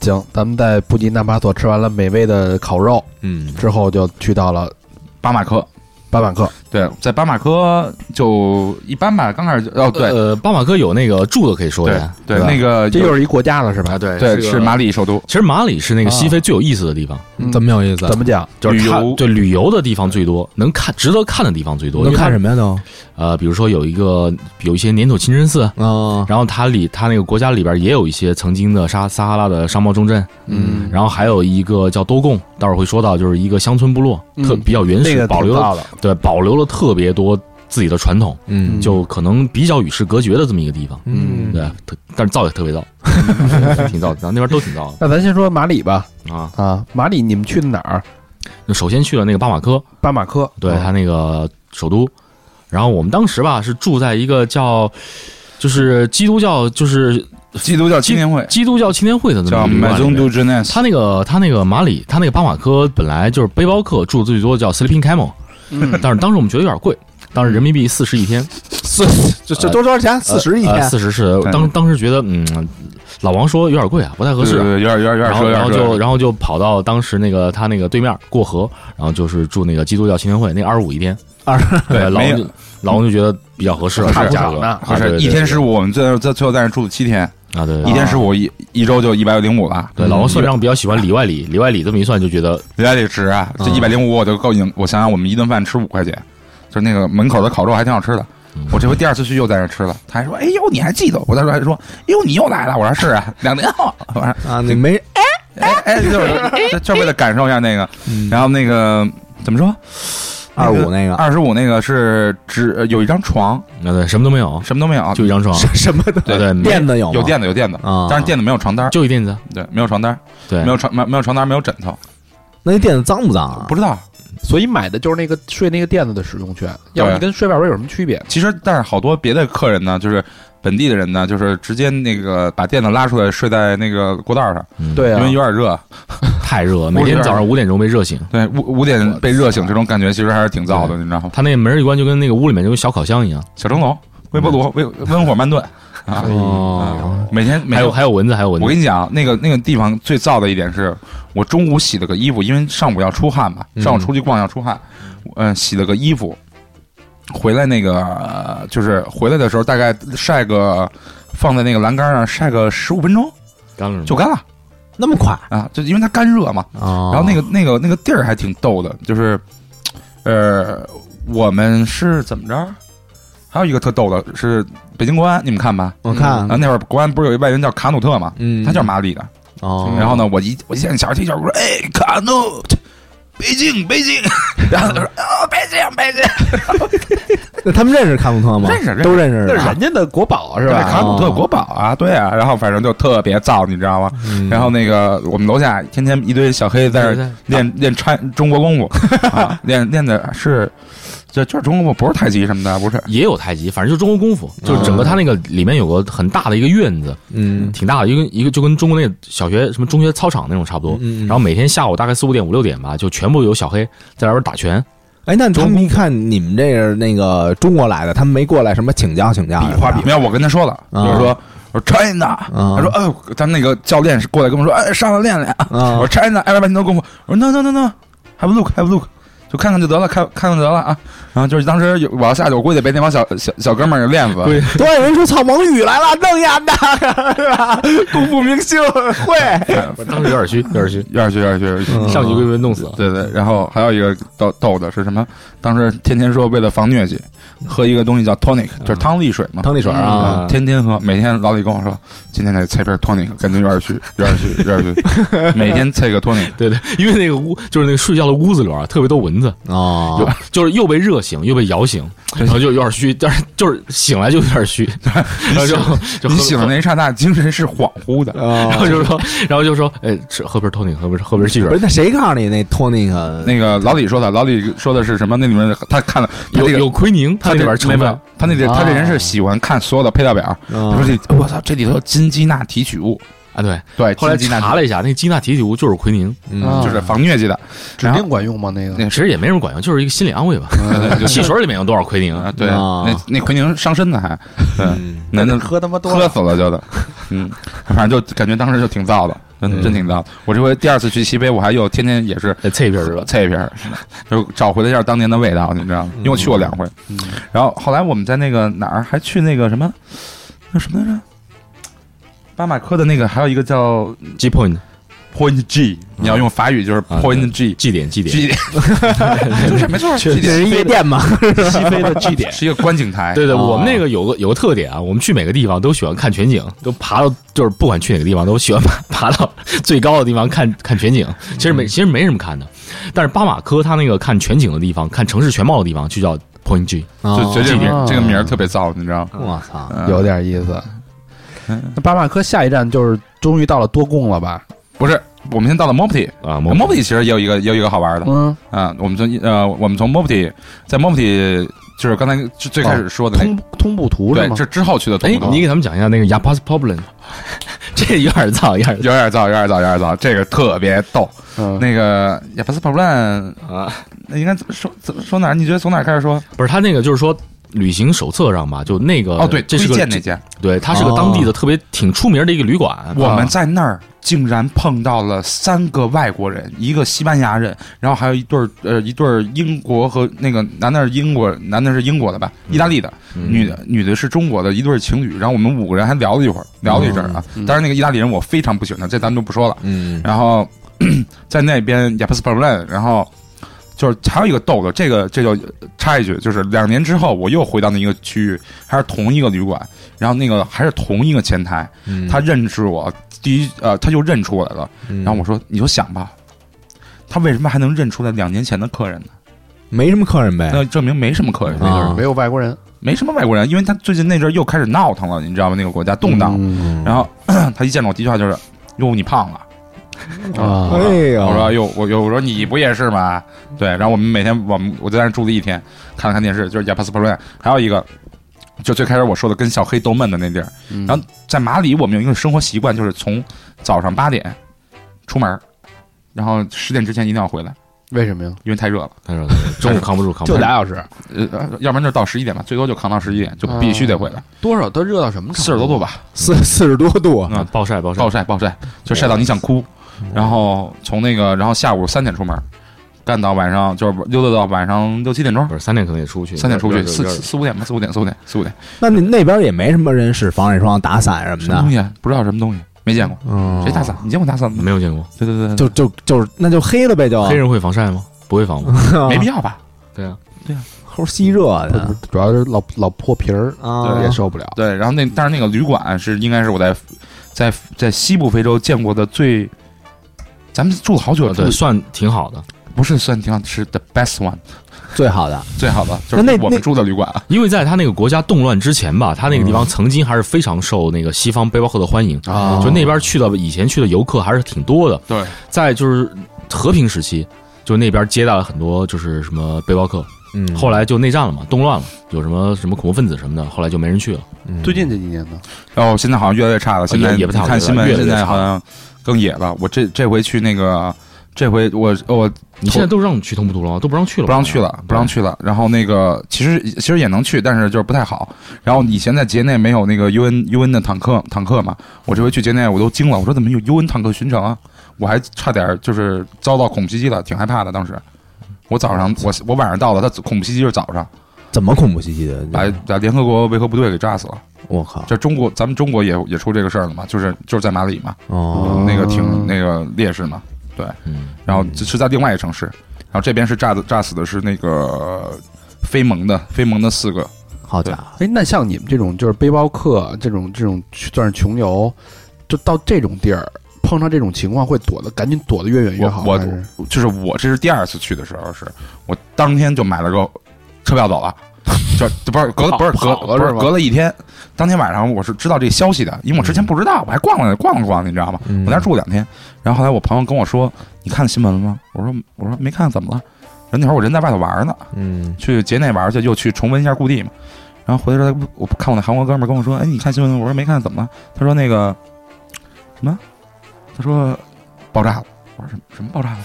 行，咱们在布吉纳巴索吃完了美味的烤肉嗯之后，就去到了巴马科，巴马克，对，在巴马科就一般吧，刚开始哦对呃，巴马科有那个住的可以说对呀，对，吧那个这又是一国家了是吧啊？对对是个马里首都，其实马里是啊那个西非最有意思的地方，嗯怎么有意思？怎么讲？就是它旅游对旅游的地方最多，能看值得看的地方最嗯多。能因为它看什么呀都？呃，比如说有一个有一些年久清真寺，啊然后它里它那个国家里边也有一些曾经的沙撒哈拉的商贸重镇，嗯然后还有一个叫多贡，待会儿会说到，就是一个乡村部落，嗯特比较原始，那个保留挺了大的，对保留了特别多自己的传统，嗯就可能比较与世隔绝的这么一个地方，嗯对，特但是造也特 <laughs> 别造，挺造的，然后那边都挺造那咱先说马里吧，的啊。啊，马里你们去的哪儿？那首先去了那个巴马科，巴马科，对嗯啊它那个首都，然后我们当时吧是住在一个叫就是基督教就是基督教青年会基督教青年会的那叫么一个 m 旅 a z 馆里 o n 面 du j e n e s 他那个他那个马里，他那个巴马科本来就是背包客住的最多叫 Sleeping Camel，嗯但是当时我们觉得有点贵，当时人民币四十一天，呃四这呃这多多少钱？四十一天四十是对当当时觉得嗯，老王说有点贵啊，不太合适对啊。对对有点有点有点然后，有然后点就，然后就跑到当时那个他那个对面过河，然后就是住那个基督教青年会，那二十五一天，对呃老没有王就老王就觉得比较合适了，差这不个价少格呢啊不对是对一对天十五，我们在在最后在那住了七天，啊，对对一对天十五一一周就一百零五了。对，老王算账比较喜欢里外里，里外里这么一算就觉得人家得值啊，这嗯一百零五我就够赢。我想想，我们一顿饭吃五块钱，就是那个门口的烤肉还挺好吃的嗯。我这回第二次去又在那吃了，他还说：“哎呦，你还记得我？”我当时还说：“哎呦，你又来了。”我说：“是啊，两年后。”我说啊，你没：“哎哎，就是 <laughs> 就是为了感受一下那个。”嗯然后那个怎么说？二五那个呃二十五那个是只呃有一张床，啊对什么都没有，什么都没有，就一张床，什么的对对，没垫子有吗有垫子有垫子，啊？但是垫子没有床单儿，就一垫子，对，没有床单儿，对，啊没有床没有没有床单儿，没有枕头，那那垫子脏不脏啊？不知道。所以买的就是那个睡那个垫子的使用权，啊要不你跟睡外边有什么区别？其实，但是好多别的客人呢，就是本地的人呢，就是直接那个把垫子拉出来睡在那个过道上，嗯对啊因为，有点热，太热了，不每是天早上五点钟被热醒。对五五点被热醒，这种感觉其实还是挺燥的，对你知道吗？他那个门儿一关就跟那个屋里面就跟小烤箱一样，小蒸笼、微波嗯炉、微温火慢炖啊，哦，每天每还有天。还有蚊子，还有蚊哎我子跟，你讲，那个那个地方最燥的一点是，我中午洗了个衣服，因为上午要出汗嘛，上午出去逛要出汗，嗯、洗了个衣服，回来那个、呃就是回来的时候大概晒个放在那个栏杆上晒个十五分钟干了就干了。那么快啊，就因为它干热嘛。啊然后那个那个那个地儿还挺逗的，就是呃，我们是怎么着？还有一个特逗的是北京国安，你们看吧。我看啊，，那会儿国安不是有一外援叫卡努特嘛？嗯，他就是马里的。哦，嗯然后呢，我一我一见小孩踢球，我说：“哎，卡努，北京， <laughs> 北京。”然后他说：“啊，北京，北京。那他们认识卡姆特吗？认识认识都认识那是是吧？人家的国宝是对”吧？啊卡哦努特国宝啊，对啊。然后反正就特别燥，你知道吗？嗯然后那个我们楼下天天一堆小黑在那儿练练穿中国功夫啊，练练的是就就是中国功夫，不是太极什么的，不是。也有太极，反正就中国功夫，就是嗯整个它那个里面有个很大的一个院子，嗯挺大的，一个一个就跟中国那个小学什么中学操场那种差不多。嗯嗯嗯然后每天下午大概四五点五六点吧，就全部有小黑在外边打拳，哎，那他们一看你们这是那个中国来的，他们没过来什么请教请教，比划比，没有，我跟他说了，啊就是说我说 China，啊他说哎，咱们那个教练是过来跟我说，哎，上来练练。啊我说 China，挨了半天都功夫，我说 No No No No，Have a look，Have a look，就看看就得了，看看看就得了啊。然后就是当时有我要下去，我估计得被那帮小小小哥们儿给练死。对多有人说操王宇来了，瞪眼的，是吧？功夫明星会，当时有点虚，有点虚，有点去，有点去，有点去。嗯上去就被弄死了。对对，然后还有一个逗逗的是什么？当时天天说为了防疟疾，喝一个东西叫 tonic，就是汤力水嘛。汤力水啊，嗯天天喝，每天老李跟我说，今天得测瓶 tonic，感觉有点虚，有点虚， <laughs> 有点虚，每天测一个 tonic。对对，因为那个屋就是那个睡觉的屋子里边啊特别多蚊子，嗯哦就就是又被热醒又被摇醒，然后就有点虚，但是就是醒来就有点虚，然后就就喝你醒的那一刹那，精神是恍惚的。然啊后就说，然后就说，哎，吃喝瓶 tonic，喝瓶喝瓶汽不水是，，那谁告诉你那托那个那个老李说的，老李说的是什么？那里面他看了他有这个有奎宁，他它里这边成没有分，他那个他这人啊是喜欢看所有的配料表。啊他说这我操，这里头有金鸡钠提取物，啊，对。对，后来金鸡钠查了一下，那鸡钠提取物就是奎宁，嗯就是防疟疾的，指啊定管用吗？那个那其实也没什么管用，就是一个心理安慰吧。 <laughs> 汽水里面有多少奎宁？啊，对，啊那那奎宁伤身呢还，嗯，那那喝他妈多喝了，死 <laughs> 了就得，嗯，反正就感觉当时就挺燥的，嗯真真挺燥。我这回第二次去西北，我还又天天也是哎，这一瓶是吧？菜一瓶儿， <laughs> 就找回了一下当年的味道，你知道吗？嗯因为我去过两回，然后后来我们在那个哪儿还去那个什么，那什么来着？巴马科的那个还有一个叫 G point Point G，你嗯要用法语就是啊 Point G， G 点 G 点， G 点，就什么就是这是 G 点，夜店吗？西非的 G 点，是一个观景台，对对，哦我们那个有个有个特点啊，我们去每个地方都喜欢看全景，都爬到就是不管去哪个地方都喜欢 <laughs> 爬爬到最高的地方看看全景。其实没其实没什么看的，但是巴马科它那个看全景的地方，看城市全貌的地方就叫 Point G。就觉得这哦名这个名儿特别燥，你知道吗？我操，嗯有点意思嗯。那巴马科下一站就是终于到了多贡了吧？不是，我们先到了 Mopti。啊，摩 Mopti 其实也有一个也有一个好玩的嗯，啊，我们从呃我们从 Mopti 在 Mopti 就是刚才最最开始说的那个哦通通布图是对，吗这？之后去的哎同步，你给他们讲一下那个 Yapas Problem，这有点燥，有点有点燥，有点燥，有点燥，这个特别逗。嗯，那个也不是跑不烂，燥啊。那应该怎么说？怎么说哪儿？你觉得从哪儿开始说？不是，他那个就是说。旅行手册上吧，就那个哦，对，呃这是推个荐那家，对，它是个当地的特别挺出名的一个旅馆。我们在那儿竟然碰到了三个外国人，一个西班牙人，然后还有一对儿呃一对儿英国和那个男的是英国，男的是英国的吧，意大利的，嗯女的女的是中国的一对儿情侣，然后我们五个人还聊了一会儿，聊了一阵嗯儿啊。当然那个意大利人我非常不喜欢他，这咱们就不说了。嗯然后 <clears throat> 在那边也不是 problem，然后就是还有一个逗的，这个这就插一句，就是两年之后我又回到那一个区域，还是同一个旅馆，然后那个还是同一个前台，嗯嗯他认识我，第一呃他就认出我来了，然后我说你就想吧。他为什么还能认出来两年前的客人呢？没什么客人呗，那证明没什么客人，那哎啊阵儿没有外国人没什么外国人，因为他最近那阵儿又开始闹腾了，你知道吗？那个国家动荡，嗯然后 <clears throat> 他一见着我，的确就是，哟，你胖了，啊，哎我说呦，哟，我哟，我说你不也是吗？对，然后我们每天我们我在那儿住了一天，看了看电视，就是《亚帕斯普瑞》，还有一个就最开始我说的跟小黑斗闷的那地儿。嗯然后在马里，我们有一个生活习惯，就是从早上八点出门儿，然后十点之前一定要回来，为什么呀？因为太热了。他说哎中午扛不住，扛不就住。俩小时，呃，要不然就是到十一点吧，最多就扛到十一点，就必须得回来，多少？它热到什么程度？四十多度吧，四四十多嗯度，啊，暴晒暴晒暴，晒暴晒，就晒到你想哭。然后从那个，然后下午三点出门儿，干到晚上就是溜达到晚上六七点钟。不是三点可能也出不去，三点出有去，点四有四点四五点吧，四五点，四五点，四五点，那你那边也没什么人使防晒霜、打伞什么什么东的，西啊？不知道什么东西，没见过。嗯哦谁打伞？你见过打伞吗？没有见过。对对对，啊就就就是那就黑了呗，就 <laughs> <laughs> 黑人会防晒吗？不会防吧？没必要吧？对啊，齁吸热的主要是老老破皮儿啊也受不了。对，然后那但是那个旅馆是应该是我在在在西部非洲见过的最，咱们住了好久了，呃哦对，住算挺好的，不是算挺好，是 the best one 最好的。最好的，就是那那我们住的旅馆啊因为在他那个国家动乱之前吧，他那个地方嗯曾经还是非常受那个西方背包客的欢迎，啊就那边去的以前去的游客还是挺多的。对，在就是和平时期，就那边接待了很多就是什么背包客，嗯后来就内战了嘛，动乱了，有什么什么恐怖分子什么的，后来就没人去了。嗯最近这几年呢，然哦后现在好像越来越差了，现在哦也也不太好看新闻，越来越现在差好像更野了。我这这回去那个，这回我我你现在都让去通不图了，都不让去了，不让去了，不让去了。然后那个其实其实也能去，但是就是不太好。然后以前在节内没有那个 U N U N 的坦克坦克嘛，我这回去节内我都惊了，我说怎么有 U N 坦克巡城啊？我还差点就是遭到恐怖袭击了，挺害怕的。当时我早上我我晚上到了，他恐怖袭击就是早上，怎么恐怖袭击的？把把联合国维和部队给炸死了。我靠！哎这中国咱们中国也也出这个事儿了嘛，就是就是在马里嘛，哦，那个挺那个烈士嘛，嗯，然后这是在另外一个城市，然后这边是炸的炸死的是那个非盟的非盟的四个。好啊家伙！哎，那像你们这种就是背包客这种这种算是穷游，就到这种地儿碰上这种情况，会躲得赶紧躲得越远越我好。我还是就是我这是第二次去的时候，是我当天就买了个车票走了，就就不是隔不是隔跑不了是是吗隔了一天，当天晚上我是知道这消息的，因为我之前不知道，我还逛了逛了逛，你知道吗？嗯我在那儿住了两天，然后后来我朋友跟我说：“你看新闻了吗？”我说：“我说没看，怎么了？”然后那会儿我人在外头玩呢，嗯，去节内玩去，又去重温一下故地嘛。然后回来之后，我看我那韩国哥们儿跟我说：“哎，你看新闻了？”我说：“没看，怎么了？”他说：“那个什么？”他说：“爆炸了。”我说：“什么什么爆炸了？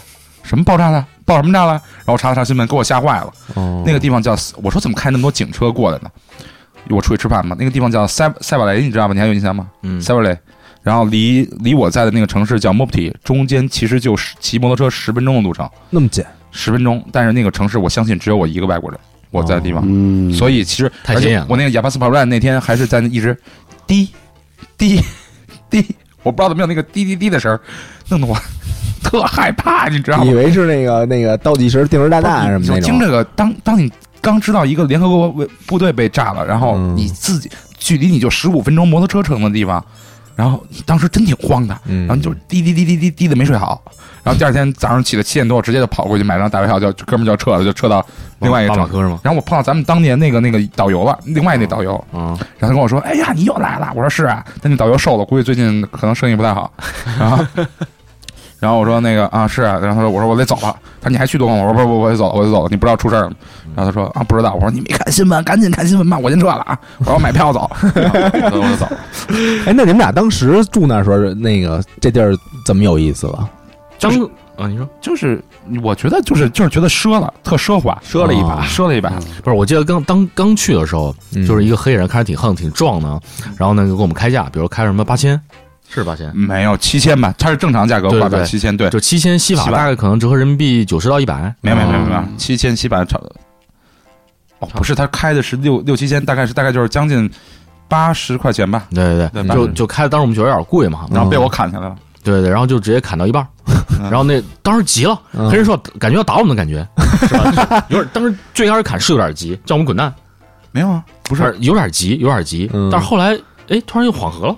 什么爆炸了？爆什么炸了？”然后我查了查新闻，给我吓坏了。那那个地方叫……我说怎么开那么多警车过来呢？我出去吃饭嘛。那个地方叫塞塞瓦雷，你知道吗？你还有印象吗？嗯，塞瓦雷。然后离离我在的那个城市叫莫普提，中间其实就十骑摩托车十分钟的路程，那么近，十分钟。但是那个城市，我相信只有我一个外国人，我在的地方。嗯，所以其实太而且显眼了我那个亚巴斯跑站那天还是在那一直滴滴滴，我不知道怎么有那个滴滴滴的声儿，弄得我 <laughs> 特害怕，你知道以吗？为是那个那个倒计时定时炸弹啊什么就那听种。这个，当当你刚知道一个联合国卫部队被炸了，然后嗯你自己距离你就十五分钟摩托车程的地方，然后你当时真挺慌的，嗯然后你就滴滴滴滴滴滴的没睡好。然后第二天早上起来七点多，我直接就跑过去买张大白票，就哥们儿就撤了，就撤到另外一个哦巴马城。科是吗？然后我碰到咱们当年那个那个导游了，另外那导游，然啊，后他跟我说：“哎呀，你又来了。”我说：“是啊。”但那导游瘦了，估计最近可能生意不太好。然后，然后我说：“那个啊，是啊。”然后他说：“我说我得走了。”他说：“你还去多吗？”我说：“不不，我得走了，我得走了。你不知道出事儿了吗？”然后他说：“啊，不知道。”我说：“你没看新闻，赶紧看新闻吧，我先撤了啊，我要买票走。 <laughs> 然后”然后我就走了。哎，那你们俩当时住那时候，那个这地儿怎么有意思了？张啊，你说就是我觉得就是就是觉得奢了，特奢华，奢了一把奢了一把。不是？我记得刚当刚去的时候，嗯就是一个黑人，看着挺横挺壮的，然后呢就给我们开价，比如开什么八千，是八千，没有七千吧，它是正常价格对对挂表对七千，对，就七千西法，西法大概可能折合人民币九十到一百。没有没有没有没有嗯，七千七百差不多。哦，不是，他开的是六六七千，大概是大概就是将近八十块钱吧，对对对嗯对，吧就就开，当时我们觉得有点贵嘛，然后被我砍下来了。对对，然后就直接砍到一半儿，然后那当时急了，嗯黑人说感觉要打我们的感觉，是吧？ <laughs> 有点当时最开始砍是有点急，叫我们滚蛋，没有啊，不不是，有点急，有点急嗯，但是后来哎突然又缓和了，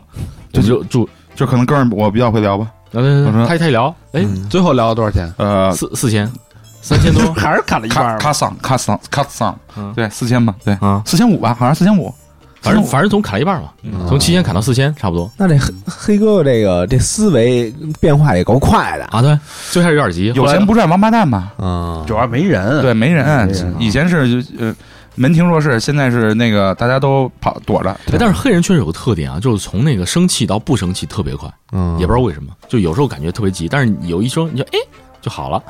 嗯就就就就可能哥们儿我比较会聊吧。我说呃他他一聊，哎最后聊了多少钱？呃，四四千三千 <laughs> 多还是砍了一卡卡桑卡桑卡桑嗯，对，四千吧，对，啊，四千五吧，好像四千五。反正4500反正总砍了一半嘛，从七千砍到四千差不多那这黑黑哥哥这个这思维变化也够快的啊。对，最开始有点急，有后来钱不赚王八蛋嘛，嗯啊！主要没人，对，没人没人，以前是呃门庭若市，现在是那个大家都跑躲着。哎但是黑人确实有个特点啊，就是从那个生气到不生气特别快，嗯也不知道为什么，就有时候感觉特别急，但是有一说你就哎就好了，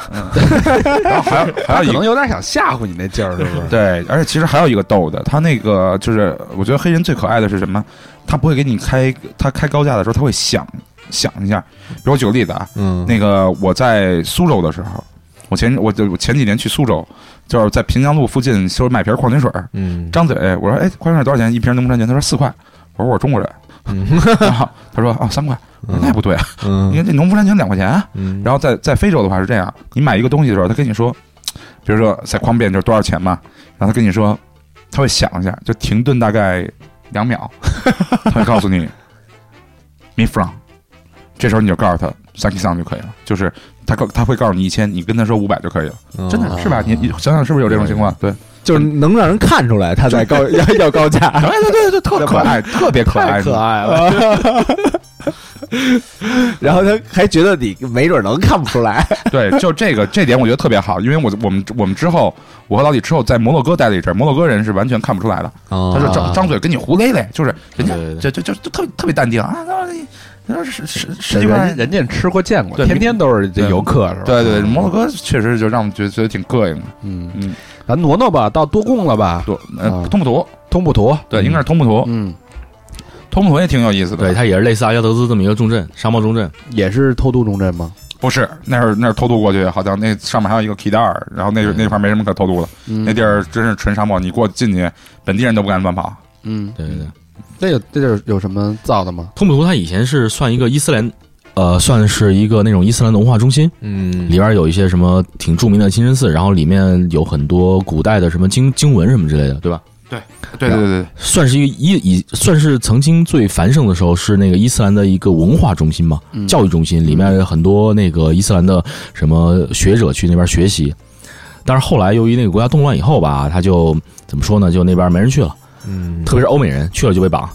然后还有还他有一可个能有点想吓唬你那劲儿，是不是？对，而且其实还有一个逗的，他那个就是，我觉得黑人最可爱的是什么？他不会给你开，他开高价的时候，他会想想一下。比如我举个例子啊，嗯那个我在苏州的时候，我前我就我前几年去苏州，就是在平阳路附近，就是买瓶矿泉水儿， <laughs> 嗯张嘴我说哎，矿泉水多少钱一瓶？农夫山泉，他说四块。我说我是中国人，然后他说哦三块，我说那不对啊，你嗯看这农夫山泉两块钱啊。嗯然后在在非洲的话是这样，你买一个东西的时候，他跟你说比如说在狂变就是多少钱嘛，然后他跟你说，他会想一下，就停顿大概两秒，他会告诉你 m i from，这时候你就告诉他 thank you song 就可以了，就是他告他会告诉你一千，你跟他说五百就可以了，真哦的是吧？你你想想是不是有这种情况？对，嗯就是能让人看出来他在高要要高价，对对对对，特可爱，特别可太爱，可爱了。然后他还觉得你没准能看不出来，对，就这个这点我觉得特别好，因为我我们我们之后，我和老李之后在摩洛哥待了一阵儿，摩洛哥人是完全看不出来的，他他就啊张张嘴跟你胡咧咧，就是人家对对对就就就就特别特别淡定啊，那那那十十十几万人，人家吃过见过，对天天都是这游客是吧？对对，摩洛哥确实就让我们觉得觉得挺膈应的，嗯嗯，咱挪挪吧，到多贡了吧？对，呃啊，通布图，通布图，对，应该是通布图，嗯，通布图也挺有意思的，对，它也是类似阿加德兹这么一个重镇，沙漠重镇。也是偷渡重镇吗？不是那是那是偷渡过去，好像那上面还有一个皮带儿，然后那那块儿没什么可偷渡的，嗯那地儿真是纯沙漠，你过进去，本地人都不敢乱跑，嗯，对对对，那有那有有什么造的吗？通布图它以前是算一个伊斯兰，呃，算是一个那种伊斯兰的文化中心，嗯里边有一些什么挺著名的清真寺，然后里面有很多古代的什么经经文什么之类的，对吧？对对对对，算是一个伊以算是曾经最繁盛的时候，是那个伊斯兰的一个文化中心嘛，嗯教育中心，里面有很多那个伊斯兰的什么学者去那边学习。但是后来由于那个国家动乱以后吧，他就怎么说呢？就那边没人去了，嗯特别是欧美人去了就被绑，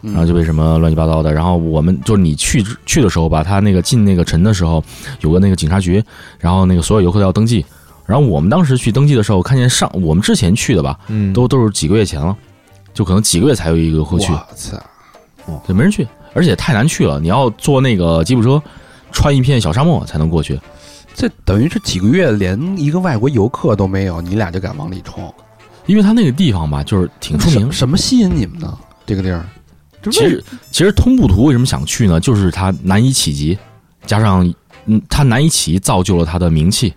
嗯然后就被什么乱七八糟的。然后我们就是你去之去的时候吧，他那个进那个城的时候，有个那个警察局，然后那个所有游客都要登记。然后我们当时去登记的时候，看见上我们之前去的吧，嗯都都是几个月前了，就可能几个月才有一个游客去，我操，对，没人去，而且太难去了。你要坐那个吉普车，穿一片小沙漠才能过去。这等于是几个月连一个外国游客都没有，你俩就敢往里冲，因为它那个地方吧，就是挺出名什。什么吸引你们呢？这个地儿，其实，其实通布图为什么想去呢？就是它难以企及，加上嗯，它难以企及造就了它的名气，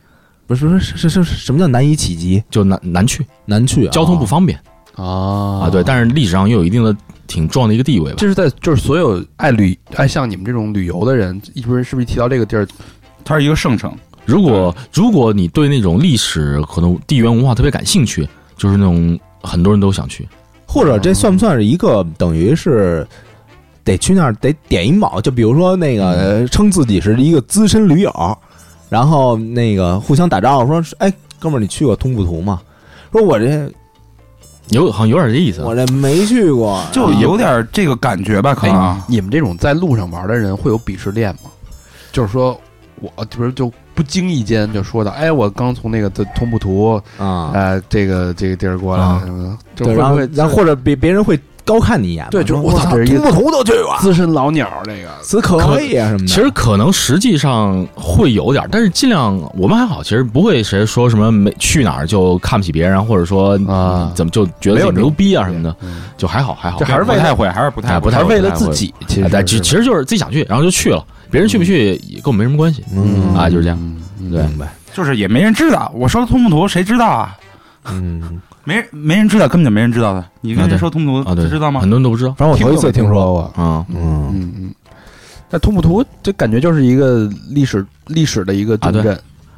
不是不是是是是什么叫难以企及？就难难去，难去啊交通不方便啊啊。对，但是历史上又有一定的挺重要的一个地位吧。这是在就是所有爱旅爱像你们这种旅游的人，一不是是不是一提到这个地儿，它是一个圣城，如果如果你对那种历史可能地缘文化特别感兴趣，就是那种很多人都想去。或者这算不算是一个等于是得去那儿得点一卯？就比如说那个呃称自己是一个资深驴友，然后那个互相打招呼说：“哎，哥们儿，你去过通布图吗？”说我这有好像有点这意思，啊我这没去过，就然后有点这个感觉吧，哎可能啊。哎你们这种在路上玩的人会有鄙视链吗？就是说我比如就不经意间就说到，哎，我刚从那个通布图啊，呃这个这个地儿过来啊什么的，就对，会然不后会然后或者别别人会高看你一眼，对就是我我操这是一通个布图都去过，资深老鸟这个此可以啊什嗯么的。其实可能实际上会有点儿，但是尽量我们还好，其实不会谁说什么没去哪儿就看不起别人，或者说啊怎么就觉得没有自己这种牛逼啊什么的，嗯就还好还好。这还是不太会，还是不太哎会不太还会是为了自己，其哎实但其其实就是自己想去，然后就去了，别人去不去也跟我没什么关系嗯啊，就是这样。嗯对明白，就是也没人知道。我说通不图，谁知道啊？嗯，没人没人知道，根本就没人知道的。你跟啊谁对说通不图，啊，对，他知道吗很？多人都不知道反正我头一次听说，过，啊嗯，嗯嗯。那图布图这感觉就是一个历史历史的一个重啊对镇，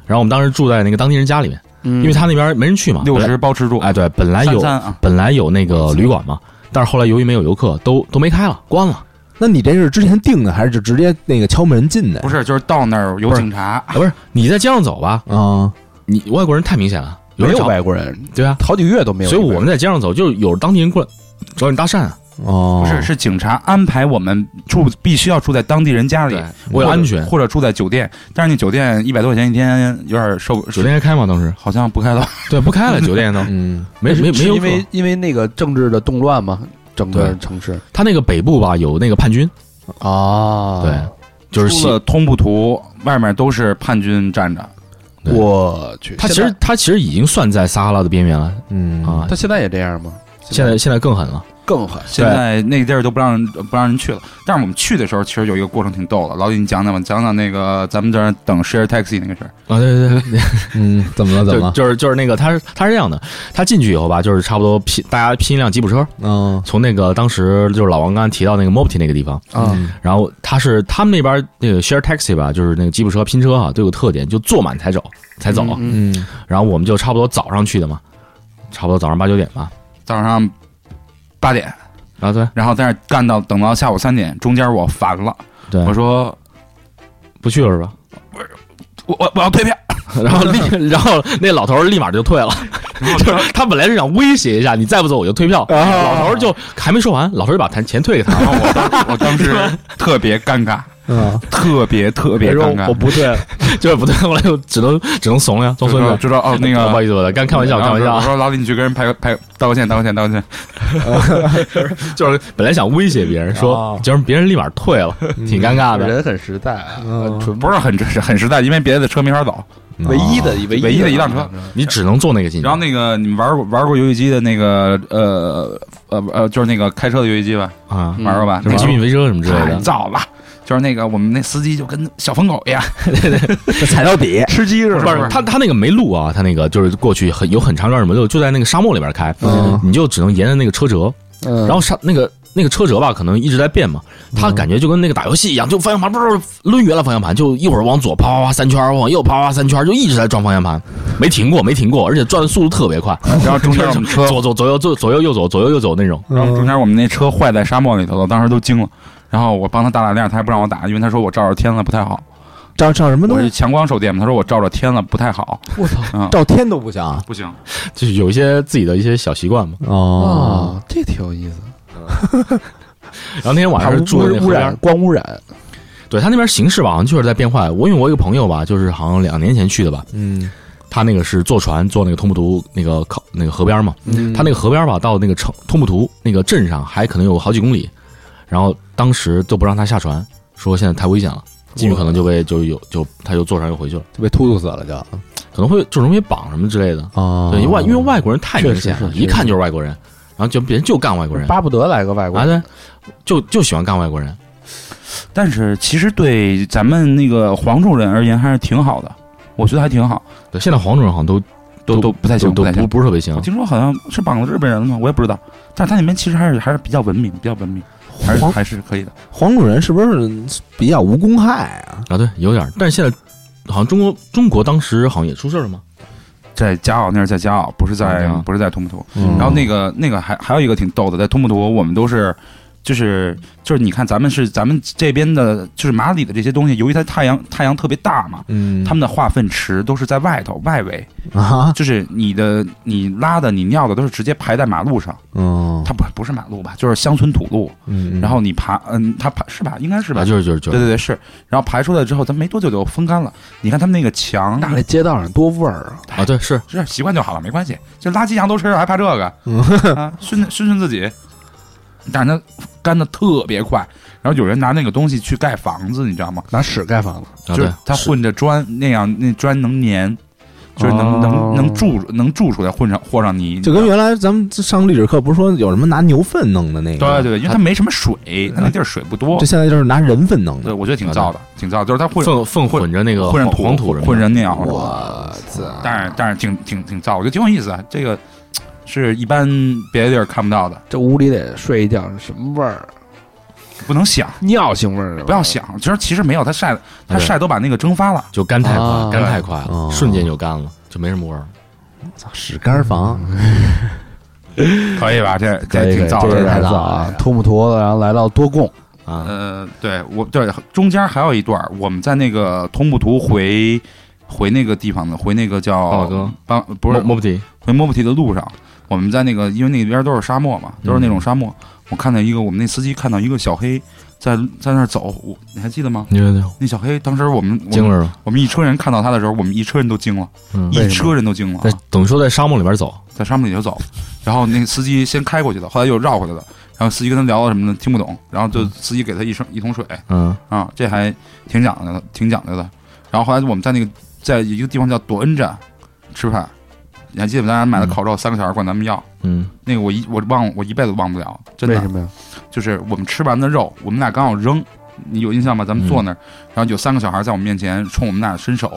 然后我们当时住在那个当地人家里面，因因为他那边没人去嘛，六本十来包吃住，哎，对，本来三有餐啊，本来有那个旅馆嘛，但是后来由于没有游客，都都没开了，关了。那你这是之前定的，还是就直接那个敲门进的？不是，就是到那儿有不是警察，啊，不是你在街上走吧？啊，你外国人太明显了，有没人有找外国人，对啊，好几个月都没有。所以我们在街上走，就是有当地人过来找你搭讪啊，哦，不是是警察安排我们住，必须要住在当地人家里，啊为了或者安全。或者住在酒店。但是那酒店一百多块钱一天，有点受酒店还开吗？当时好像不开了。对，不 <laughs> 开了，酒店都嗯，没没没是有因为客因为那个政治的动乱嘛，整个对城市他那个北部吧有那个叛军，啊对，就是出西了通布图，外面都是叛军站着。对我去，他其现实在他其实已经算在撒哈拉的边缘了嗯啊他现在也这样吗？现在现在更狠了，更狠。现在那地儿都不让人不让人去了。但是我们去的时候，其实有一个过程挺逗的。老李，你讲讲吧，讲讲那个咱们在那等 share taxi 那个事儿。啊，对 <laughs> 对对，嗯，怎么了？怎么就了？就是就是那个，他是他是这样的，他进去以后吧，就是差不多拼大家拼一辆吉普车，嗯从那个当时就是老王刚才提到那个 Mopti 那个地方，啊，嗯然后他是他们那边那个 share taxi 吧，就是那个吉普车拼车啊，都有特点，就坐满才走才走。嗯嗯，然后我们就差不多早上去的嘛，差不多早上八九点吧。早上八点，啊，对然后在那儿干到等到下午三点，中间我烦了，对，我说不去了是吧？ <laughs> 我我我要退票，然后立，然后那老头儿立马就退了，就是他本来是想威胁一下，你再不走我就退票。老头儿就还没说完，老头儿就把钱钱退给他。然后我当我当时特别尴尬，嗯，特别特哎别尴尬。不退， <laughs> 就是不退，后来就只能只能怂呀，装就孙说子。知道哦，那不好个意思，我的刚开玩笑，然开后玩笑我啊，说老李，你去跟人拍个拍个道个歉，道个歉，道个歉。就是本来想威胁别人，说哦结果别人立马退了，挺尴尬的。人很实在啊，嗯纯不是很很实在，因为别的车没法走。唯一的唯唯一的的一辆车，你只能啊坐那个进去。然后那个你们玩过玩过游戏机的那个呃呃呃，就是那个开车的游戏机吧，啊，嗯玩过吧？什么极品飞车什么之类太的，燥了，就是那个我们那司机就跟小疯狗一样，踩到底，吃鸡是不不吧？是他他那个没路啊，他那个就是过去很有很长一段什么路，就在那个沙漠里边开，嗯你就只能沿着那个车辙，嗯，然后上那个那个车辙吧，可能一直在变嘛，他感觉就跟那个打游戏一样，就方向盘不是抡圆了方向盘，就一会儿往左啪啪啪三圈，往右啪啪啪三圈，就一直在转方向盘，没停过没停过，而且转的速度特别快， <laughs> 然后中间我们车，左左左右左左右右走左右右走那种。然后中间我们那车坏在沙漠里头了，当时都惊了。然后我帮他打打亮，他还不让我打，因为他说我照着天了不太好。照照什么我东是西？强光手电嘛，他说我照着天了不太好，我操嗯照天都不像啊！不行。就是有一些自己的一些小习惯嘛。哦，啊，这挺有意思。然后那天晚上是住的那污河边染儿，光污染，对他那边形势吧，好像就是在变坏。我因为我有一个朋友吧，就是好像两年前去的吧，嗯他那个是坐船坐那个通布图那个靠那个河边嘛，嗯他那个河边吧，到那个城通布图那个镇上还可能有好几公里，然后当时都不让他下船，说现在太危险了，进去可能就被就有就他就坐船又回去了，就被突突死了就可能会就容易绑什么之类的。啊哦对，因为外因为外国人太明显确了，实是一看就是外国人，然后就别人就干外国人啊，巴不得来个外国人，对，就就喜欢干外国人。但是其实对咱们那个黄种人而言还是挺好的，我觉得还挺好，对，现在黄种人好像都都都不太行，都不太不行。不是特别行我。听说好像是绑了日本人了吗？我也不知道，但是他那边其实还是还是比较文明，比较文明，还是黄还是可以的。黄种人是不是比较无公害啊？啊，对，有点儿，但是现在好像中国中国当时好像也出事儿了吗？在加奥那是在加奥，不是在、嗯不是在图姆图。嗯然后那个那个还还有一个挺逗的，在图姆图我们都是。就是就是，你看咱们是咱们这边的，就是马里的这些东西，由于它太阳太阳特别大嘛，嗯他们的化粪池都是在外头外围，们啊，就是你的你拉的你尿的都是直接排在马路上，嗯它不不是马路吧，就是乡村土路。嗯然后你爬，嗯，它爬是吧？应该是是吧？啊就是就是就对是对对是。然后排出来之后，咱没多久就风干了。你看他们那个墙，那那街道上多味儿啊！啊，对是。是习惯就好了，没关系。这垃圾羊都吃了，还怕这个？啊，熏熏熏自己。但是它干的特别快，然后有人拿那个东西去盖房子，你知道吗？拿屎盖房子，就啊，对是，它混着砖那样，那砖能粘，就是能、哦能能住能住出来，混上和上泥，就跟原来咱们上历史课不是说有什么拿牛粪弄的那个？对对对，因为它没什么水，它那地儿水不多哦这，现在就是拿人粪弄对，的。我觉得挺燥的，挺燥的，就是它混粪粪混着那个混黄上土黄土什么的混着尿，我啊操！但是但是挺挺挺燥，我觉得挺有意思啊。这个是一般别的地儿看不到的，这屋里得睡一觉，什么味儿？不能想，尿性味儿，不要。想，其实其实没有，它晒的，它对晒都把那个蒸发了。就干太快，啊干太快了，哦瞬间就干了，就没什么味儿。操，屎干房，可以吧？这可哎这以，挺这燥个的。太早啊！吐木坨子，然后来到多贡，啊，呃，对我对中间还有一段儿，我们在那个通布图回回那个地方呢，回那个叫巴马哥巴不是莫莫不提回莫布提的路上，我们在那个因为那边都是沙漠嘛，都是那种沙漠，我看到一个我们那司机看到一个小黑在在那儿走，我你还记得吗？你觉得那小黑当时我们我惊们着了？我们一车人看到他的时候，我们一车人都惊了，嗯，一车人都惊了啊，在等于说在沙漠里边走，在沙漠里就走，然后那个司机先开过去的，后来又绕回来了，然后司机跟他聊了什么的听不懂，然后就司机给他一升一桶水，嗯，啊，这还挺讲究的，挺讲究的。然后后来我们在那个在一个地方叫朵恩站吃饭，你还记得咱俩买的烤肉，三个小孩管咱们要嗯那个，我一我忘我一辈子忘不了，真为的什么呀？就是我们吃完的肉，我们俩刚好扔，你有印象吗？咱们坐那儿，然后有三个小孩在我们面前冲我们俩伸手，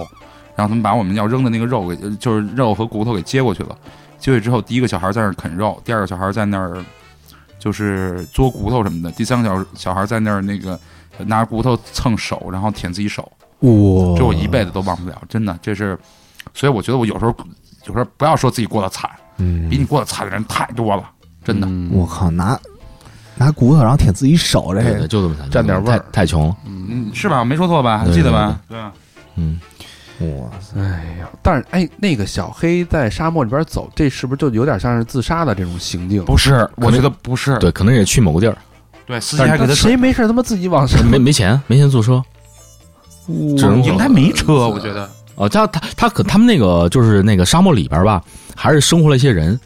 然后他们把我们要扔的那个肉给就是肉和骨头给接过去了，接过去之后，第一个小孩在那儿啃肉，第二个小孩在那儿就是嘬骨头什么的，第三个小小孩在那儿那个拿骨头蹭手，然后舔自己手。嗯哇这我一辈子都忘不了，真的，这是，所以我觉得我有时候，有时候不要说自己过得惨，比你嗯，过得惨的人太多了，真的。嗯我靠，拿拿骨头然后舔自己手，这对个对，就这么惨，占点味儿太太穷了，嗯，是吧？我没说错吧？还对记得吧？对啊，嗯，哇塞，哎呀，但是哎，那个小黑在沙漠里边走，这是不是就有点像是自杀的这种行径？不是，能我觉得不是。对，可能也去某个地儿，对，司机但是还给他谁没事他妈自己往上没没钱，没钱坐车，只能应该没车，我觉得。哦，他他他可他们那个就是那个沙漠里边吧，还是生活了一些人，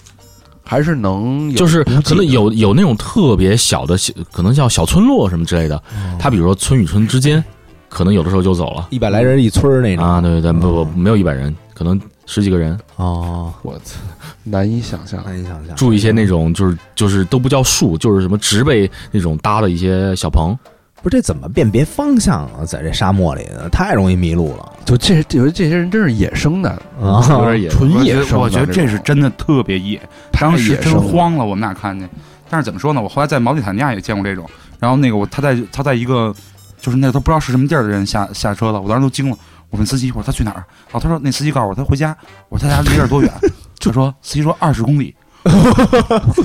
还是能有就是补给可能有有那种特别小的小，可能叫小村落什么之类的，哦他比如说村与村之间，可能有的时候就走了一百来人一村儿那种啊，对对对，不嗯不没有一百人，可能十几个人哦，我操，难以想象。难以想象，住一些那种就是就是都不叫树，就是什么植被那种搭的一些小棚，不是这怎么辨别方向啊？在这沙漠里呢，太容易迷路了就这这这些人真是野生的，啊！有点野。纯我觉野得生的我觉得这是真的特别野，当时真慌了，我们俩看见。但是怎么说呢？我后来在毛里塔尼亚也见过这种。然后那个我他在他在一个就是那个都不知道是什么地儿的人下下车了，我当时都惊了。我问司机，我说他去哪儿？哦，他说那司机告诉我他回家。我说他家离这儿多远？ <laughs> 他说司机说二十公里。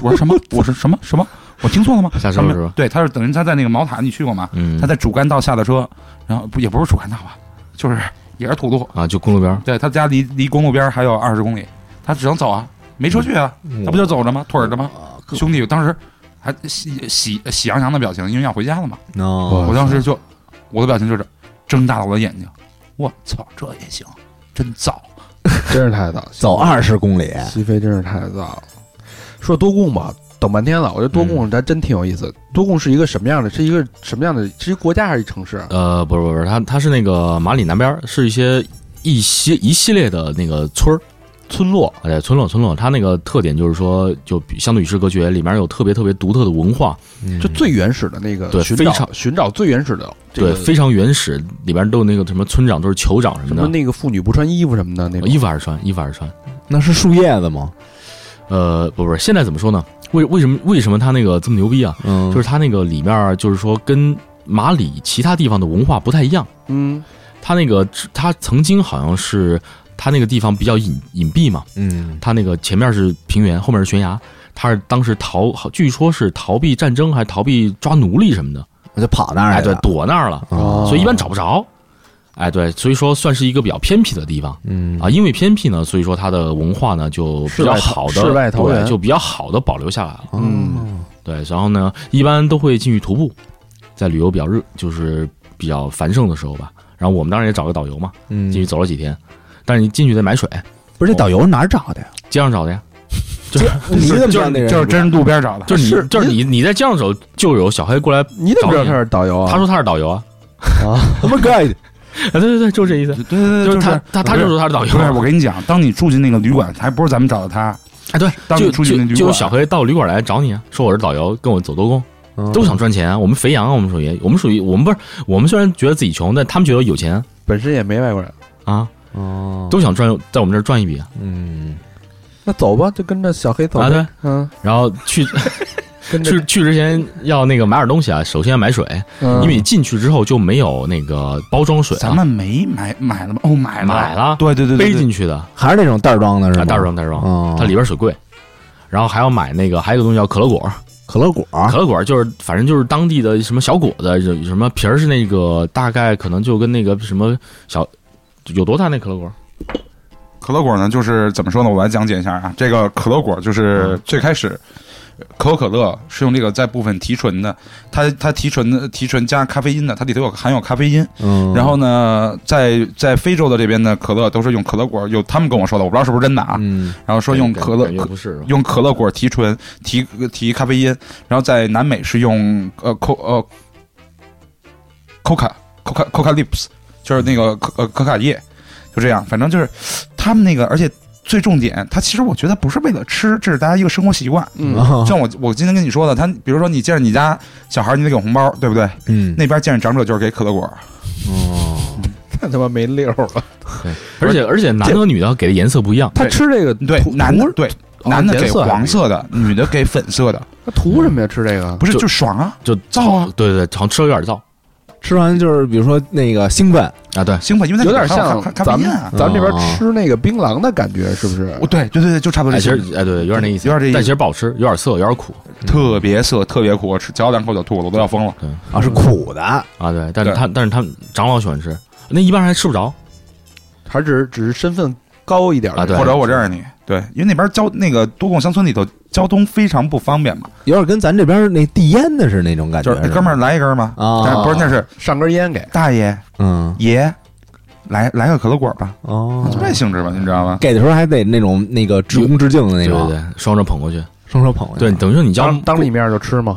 我说什么？我说什么什么？我听错了吗？ <laughs> 下车他们是吧对，他是等于他在那个毛塔，你去过吗？嗯他，在主干道下的车，然后不也不是主干道吧，就是也是土路，啊，就公路边儿对他家离离公路边儿还有二十公里，他只能走啊，没车去啊，嗯他不就走着吗？腿着吗？兄弟，当时还喜喜喜洋洋的表情，因为要回家了嘛。哦，我当时就我的表情就是睁大了我的眼睛，我操，这也行，真造。真是太早，走二十公里，西非真是太早了。说多贡吧，等半天了，我觉得多贡咱真挺有意思。多贡是一个什么样的？是一个什么样的？是一国家还是一城市啊？呃，不是不是，它它是那个马里南边儿，是一些一些一系列的那个村儿。村落，哎，村落，村落，它那个特点就是说，就比相对与世隔绝，哎里面有特别特别独特的文化，就最原始的那个对寻非找常寻找最原始的这个对，非常原始，里边都有那个什么村长都是酋长什什么么的，那个妇女不穿衣服什么的那种衣服还是穿，衣服还是穿。那是树叶子吗？呃，不不是，现在怎么说呢？为为什么为什么它那个这么牛逼啊？嗯就是它那个里面儿就是说跟马里其他地方的文化不太一样，嗯，它那个它曾经好像是它那个地方比较隐隐蔽嘛，嗯它那个前面是平原，后面是悬崖。它是当时逃，好据说是逃避战争，还逃避抓奴隶什么的。我就跑那儿哎，来对了，，躲那儿了，啊哦所以一般找不着。哎，对，所以说算是一个比较偏僻的地方嗯啊。因为偏僻呢，所以说它的文化呢就比较好的，世外桃世外桃源对，就比较好的保留下来了。嗯对，然后呢，一般都会进去徒步，在旅游比较热，就是比较繁盛的时候吧。然后我们当然也找个导游嘛，嗯进去走了几天。但是你进去得买水，不是这导游哪儿找的呀？街上找的呀。 <laughs> 你怎么知道那人就是真是路边找的，啊就是你是，就是你，你在街上走，就有小黑过来，你怎么知道他是导游啊？他说他是导游啊。他妈哥，啊，对对对，就是这意思。对对对，就是是他，他啊他就说他是导游不。是，我跟你讲，当你住进那个旅馆，还不是咱们找的他，哎，对，当就你出去那就旅就有馆小黑到旅馆来找你啊，说我是导游，跟我走多工，都嗯想赚钱啊。我们肥羊啊，我们属于我们属于我们不是我们虽然觉得自己穷，但他们觉得有钱本身也没外国人，啊，哦，都想赚在我们这儿赚一笔啊。嗯那走吧，就跟着小黑走啊呗对，嗯，然后去跟着去，去之前要那个买点东西啊，首先要买水，嗯因为你进去之后就没有那个包装水咱啊，们没买买了吗？哦，买了，买了对对对对，背对进去的啊，还是那种袋儿装的是吗？袋儿装袋儿装，哦，它里边水贵。然后还要买那个，还有一个东西叫可乐果，可乐果，啊可乐果就是反正就是当地的什么小果子，有什么皮儿是那个大概可能就跟那个什么小有多大那可乐果？可乐果呢，就是怎么说呢？我来讲解一下啊。这个可乐果就是嗯最开始，可口可乐是用这个在部分提纯的，它它提纯的提纯加咖啡因的，它里头有含有咖啡因。嗯，然后呢，在在非洲的这边的可乐都是用可乐果，有他们跟我说的，我不知道是不是真的啊。嗯然后说用感可乐感觉不是吧用可乐果提纯提提咖啡因，然后在南美是用呃 co 呃 coca coca coca lips，就是那个可呃可卡叶，就这样，反正就是他们那个，而且最重点，它其实我觉得不是为了吃，这是大家一个生活习惯。嗯，啊像我我今天跟你说的，他比如说你见着你家小孩，你得给红包，对不对？嗯那边见着长者就是给可乐果，哦，太他妈没溜了。而且而且男和女的给的颜色不一样，他吃这个对，图男的图对。哦男的颜给色还黄不一色的，女的给粉色的，他图什么呀？吃这个不是就就爽啊，就燥啊对对对，好像吃了有点燥吃完就是比如说那个兴奋，啊，对，兴奋，因为它有点还像咖咖咖咱啡们因啊。咱们这边哦吃那个槟榔的感觉，是不是我？对对对对，就差不多哎，这其些。实哎对对，有点那意思，有点这意思但其实不好吃，有点涩，有点苦特别涩，特别苦，我吃嚼两口就吐了，我都要疯了。啊，是苦的，啊，对，但是对他但是他们长老喜欢吃，那一般人还吃不着，还只是只是身份高一点的啊对或者我认识你，对，因为那边交那个多贡乡村里头交通非常不方便嘛，有点跟咱这边那递烟的是那种感觉，就是那哎哥们儿来一根吗？啊但是不是，那是上根烟给大爷嗯爷，来来个可乐果吧，哦就这性质吧，你知道吗？给的时候还得那种那个鞠躬致敬的那对对种，对，双手捧过去，双手捧过去，对，等于说你叫当当着你面就吃吗？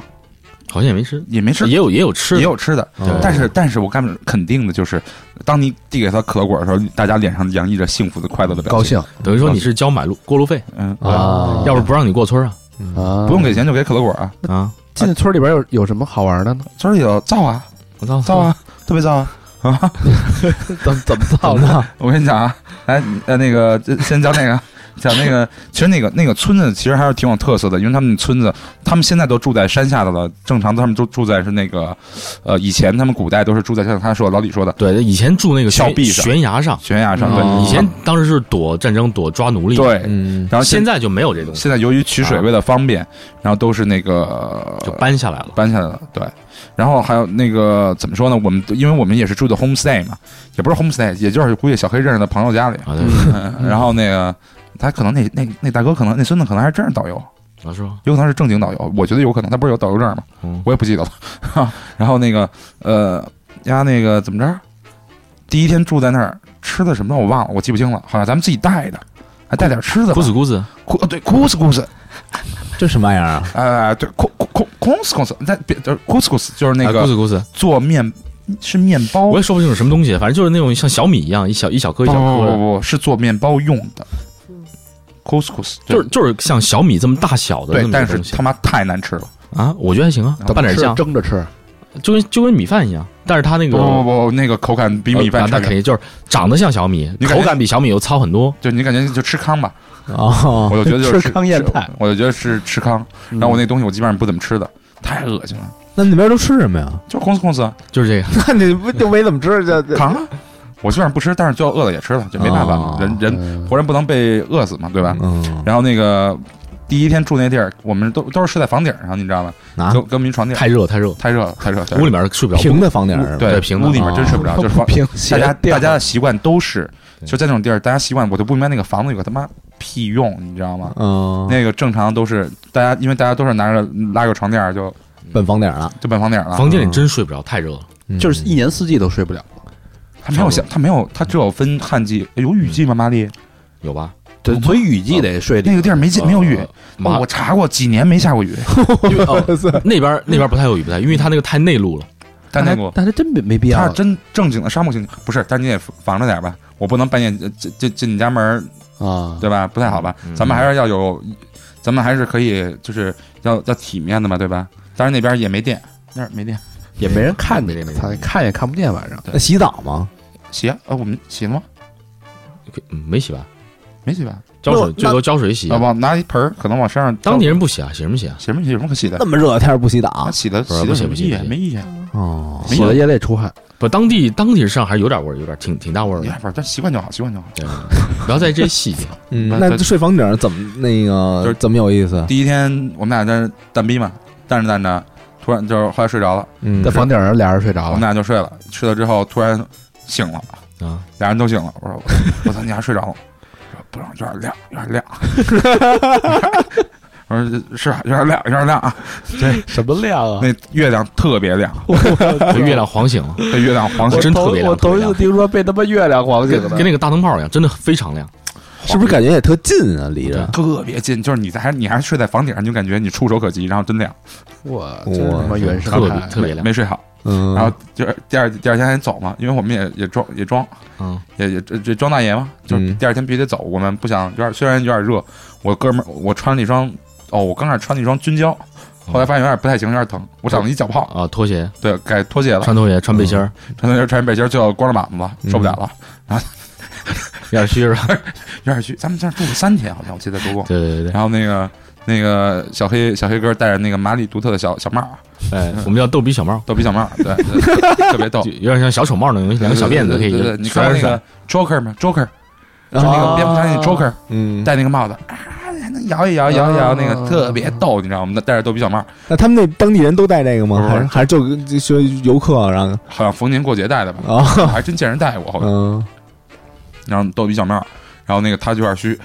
好像也没吃，也没吃，也有也有吃也的，有吃的，哦但是但是我干肯定的就是，当你递给他可乐果的时候，大家脸上洋溢着幸福的快乐的表情，高，兴等于说你是交买路过路费，嗯，啊要不不让你过村啊啊！不用给钱就给可乐果啊，啊，进村里边有有什么好玩的呢？村里有造啊我操造啊，特别造啊。啊！怎么怎么好 <laughs> 造的？的，我跟你讲啊，来，呃，那个这先讲 <laughs> 那个，讲那个，其实那个那个村子其实还是挺有特色的，因为他们村子，他们现在都住在山下的了，正常他们都住在是那个，呃，以前他们古代都是住在像他说的老李说的对，以前住那个峭悬壁上悬崖上，悬崖上，哦对，以前当时是躲战争、躲抓奴隶，，对，嗯然后现在在就没有这东西，现在由于取水啊为了方便，然后都是那个就搬下来了。搬下来了，对。然后还有那个怎么说呢？我们因为我们也是住的 homestay 嘛，也不是 homestay，也就是估计小黑认识的朋友家里。啊，对，嗯，然后那个他可能那那那大哥可能那孙子可能还真是导游，老师说，有可能是正经导游，我觉得有可能他不是有导游证吗？嗯我也不记得了。然后那个呃呀那个怎么着？第一天住在那儿吃的什么我忘了，我记不清了，好像咱们自己带的，还带点吃的吧。咕子咕子，库哦对，库斯库斯，这什么玩意儿啊？呃，对，库库库库斯库斯，但别就是库斯库斯，就是那啊咕个子咕子，做面是面包我，也说不清楚什么东西，反正就是那种像小米一样，一小一小颗不一小颗不的，不，是做面包用的。couscous 就是就是像小米这么大小的对那，么一但个是东西他妈太难吃了。啊，我觉得还行啊，怎么拌点吃酱，蒸着吃，就跟就跟米饭一样，但是它那不个不不，那个口感比米呃饭啊差那远肯定就是长得像小米，你感口觉感比小米又糙很多。就你感觉就吃糠吧，哦，我就觉得就是吃糠咽菜，我就觉得是吃糠。然后我那东西我基本上不怎么吃的，太恶心了， <laughs> 那那边都吃什么呀？就是公司公司就是这个，那你不就没怎么吃，这这扛啊。我基本上不吃，但是最后饿了也吃了，就没办法哦了，人人嗯活人不能被饿死嘛，对吧？嗯然后那个第一天住那地儿，我们都都是睡在房顶上，你知道吗？啊跟跟我们一床垫，太热太热，太热了，太热，太热屋里面睡不着。平的房顶儿，对对平的屋里面真睡不着，就是房哦 <laughs> 平大斜家掉大家的习惯都是，对就在那种地儿，大家习惯，我就不明白那个房子有个他妈屁用，你知道吗？嗯，那个正常都是大家，因为大家都是拿着拉个床垫儿就奔房顶儿了，就奔房顶儿了。房间里真睡不着，太热了。嗯就是一年四季都睡不了。它没有像它没有，它只有分旱季，有雨季吗？玛丽，有吧？对，所以雨季啊得睡那个地儿没见没有雨，呃我哦妈我，查过几年没下过雨，因为哦那边那边不太有雨，不太，因为它那个太内陆了。但那但个但他真没没必它要是。真正经的沙漠性，不是，但你也防着点儿吧，我不能半夜呃进进进你家门儿啊，对吧？不太好吧？嗯咱们还是要有，咱们还是可以，就是要要体面的嘛，对吧？当然那边也没电，那儿没电，也没人看你没没，没操，看也看不见晚上。那洗澡吗？哎洗啊，呃我们洗了吗？嗯没洗吧？没洗吧？浇那水最多浇水洗要。不拿一盆儿，可能往身上当地年人不洗啊，洗什么洗啊？洗什么洗有什么可洗的那？么热的天儿不洗啊，澡？洗的不洗是的不洗什么不洗意不义？洗没意义，哦，没洗了有。也得出汗，不，当地当地上还是有点味儿，有点挺挺大味儿你 <laughs> 的。哎反正习惯就好，习惯就好。对不要在意这些细 <laughs> 节，嗯，那那那睡房顶儿怎么那就个是怎么有意思？第一天我们俩在那儿蛋逼嘛，蛋着蛋着，突然就是后来睡着了，嗯在房顶上俩人睡我着们了。俩就睡了。睡了之后突然醒了，啊，俩人都醒了。我说我操，你还睡着了？我说不是，有点亮，有点亮。 <laughs> 我说是啊，有点亮，有点亮啊！什么亮啊？那月亮特别亮，把月亮晃醒 <laughs> 了，那月亮黄我色，真特别亮我头我头一特别亮次听说被他妈月亮晃醒跟的跟。那个大灯泡一样，真的非常亮。是不是感觉也特近啊？离着特别近，就是你在还你还睡在房顶上，你就感觉你触手可及，然后真亮，我真他妈原生特别态，特别亮没睡好。嗯，然后就是第二第二天还走嘛，因为我们也也装也装嗯，也也这这装大爷嘛，就是嗯第二天必须得走。我们不想有点虽然有点热，我哥们儿我穿了一双哦，我刚开始穿了一双军胶，后来发现有点不太行，有点疼，我长了一脚泡，啊，拖鞋对，改拖鞋了， <laughs> 穿拖鞋穿背心儿，穿拖鞋穿背心儿就要光着膀子，受不了了，有点虚是吧？有点虚。咱们在那儿住了三天，好啊像我记得都过。对对对然后那个那个小黑小黑哥戴着那个马里独特的小小帽儿，对，哎，嗯我们叫逗比小帽，逗比小帽儿，对，对特别逗就。有点像小丑帽那种，两个小辫子可以对对对，对你看过那个 Joker 吗？Joker 就那个蝙蝠侠那 Joker 嗯，戴那个帽子啊，能摇一摇，摇一摇，那个啊特别逗，你知道吗？戴着逗比小帽，那他们那当地人都戴这个不吗？是还是还是就就就游客啊然后好像逢年过节戴的吧？啊， <laughs> 还真见人戴过，好像。嗯，然后逗比小帽，然后那个他就有点虚，跟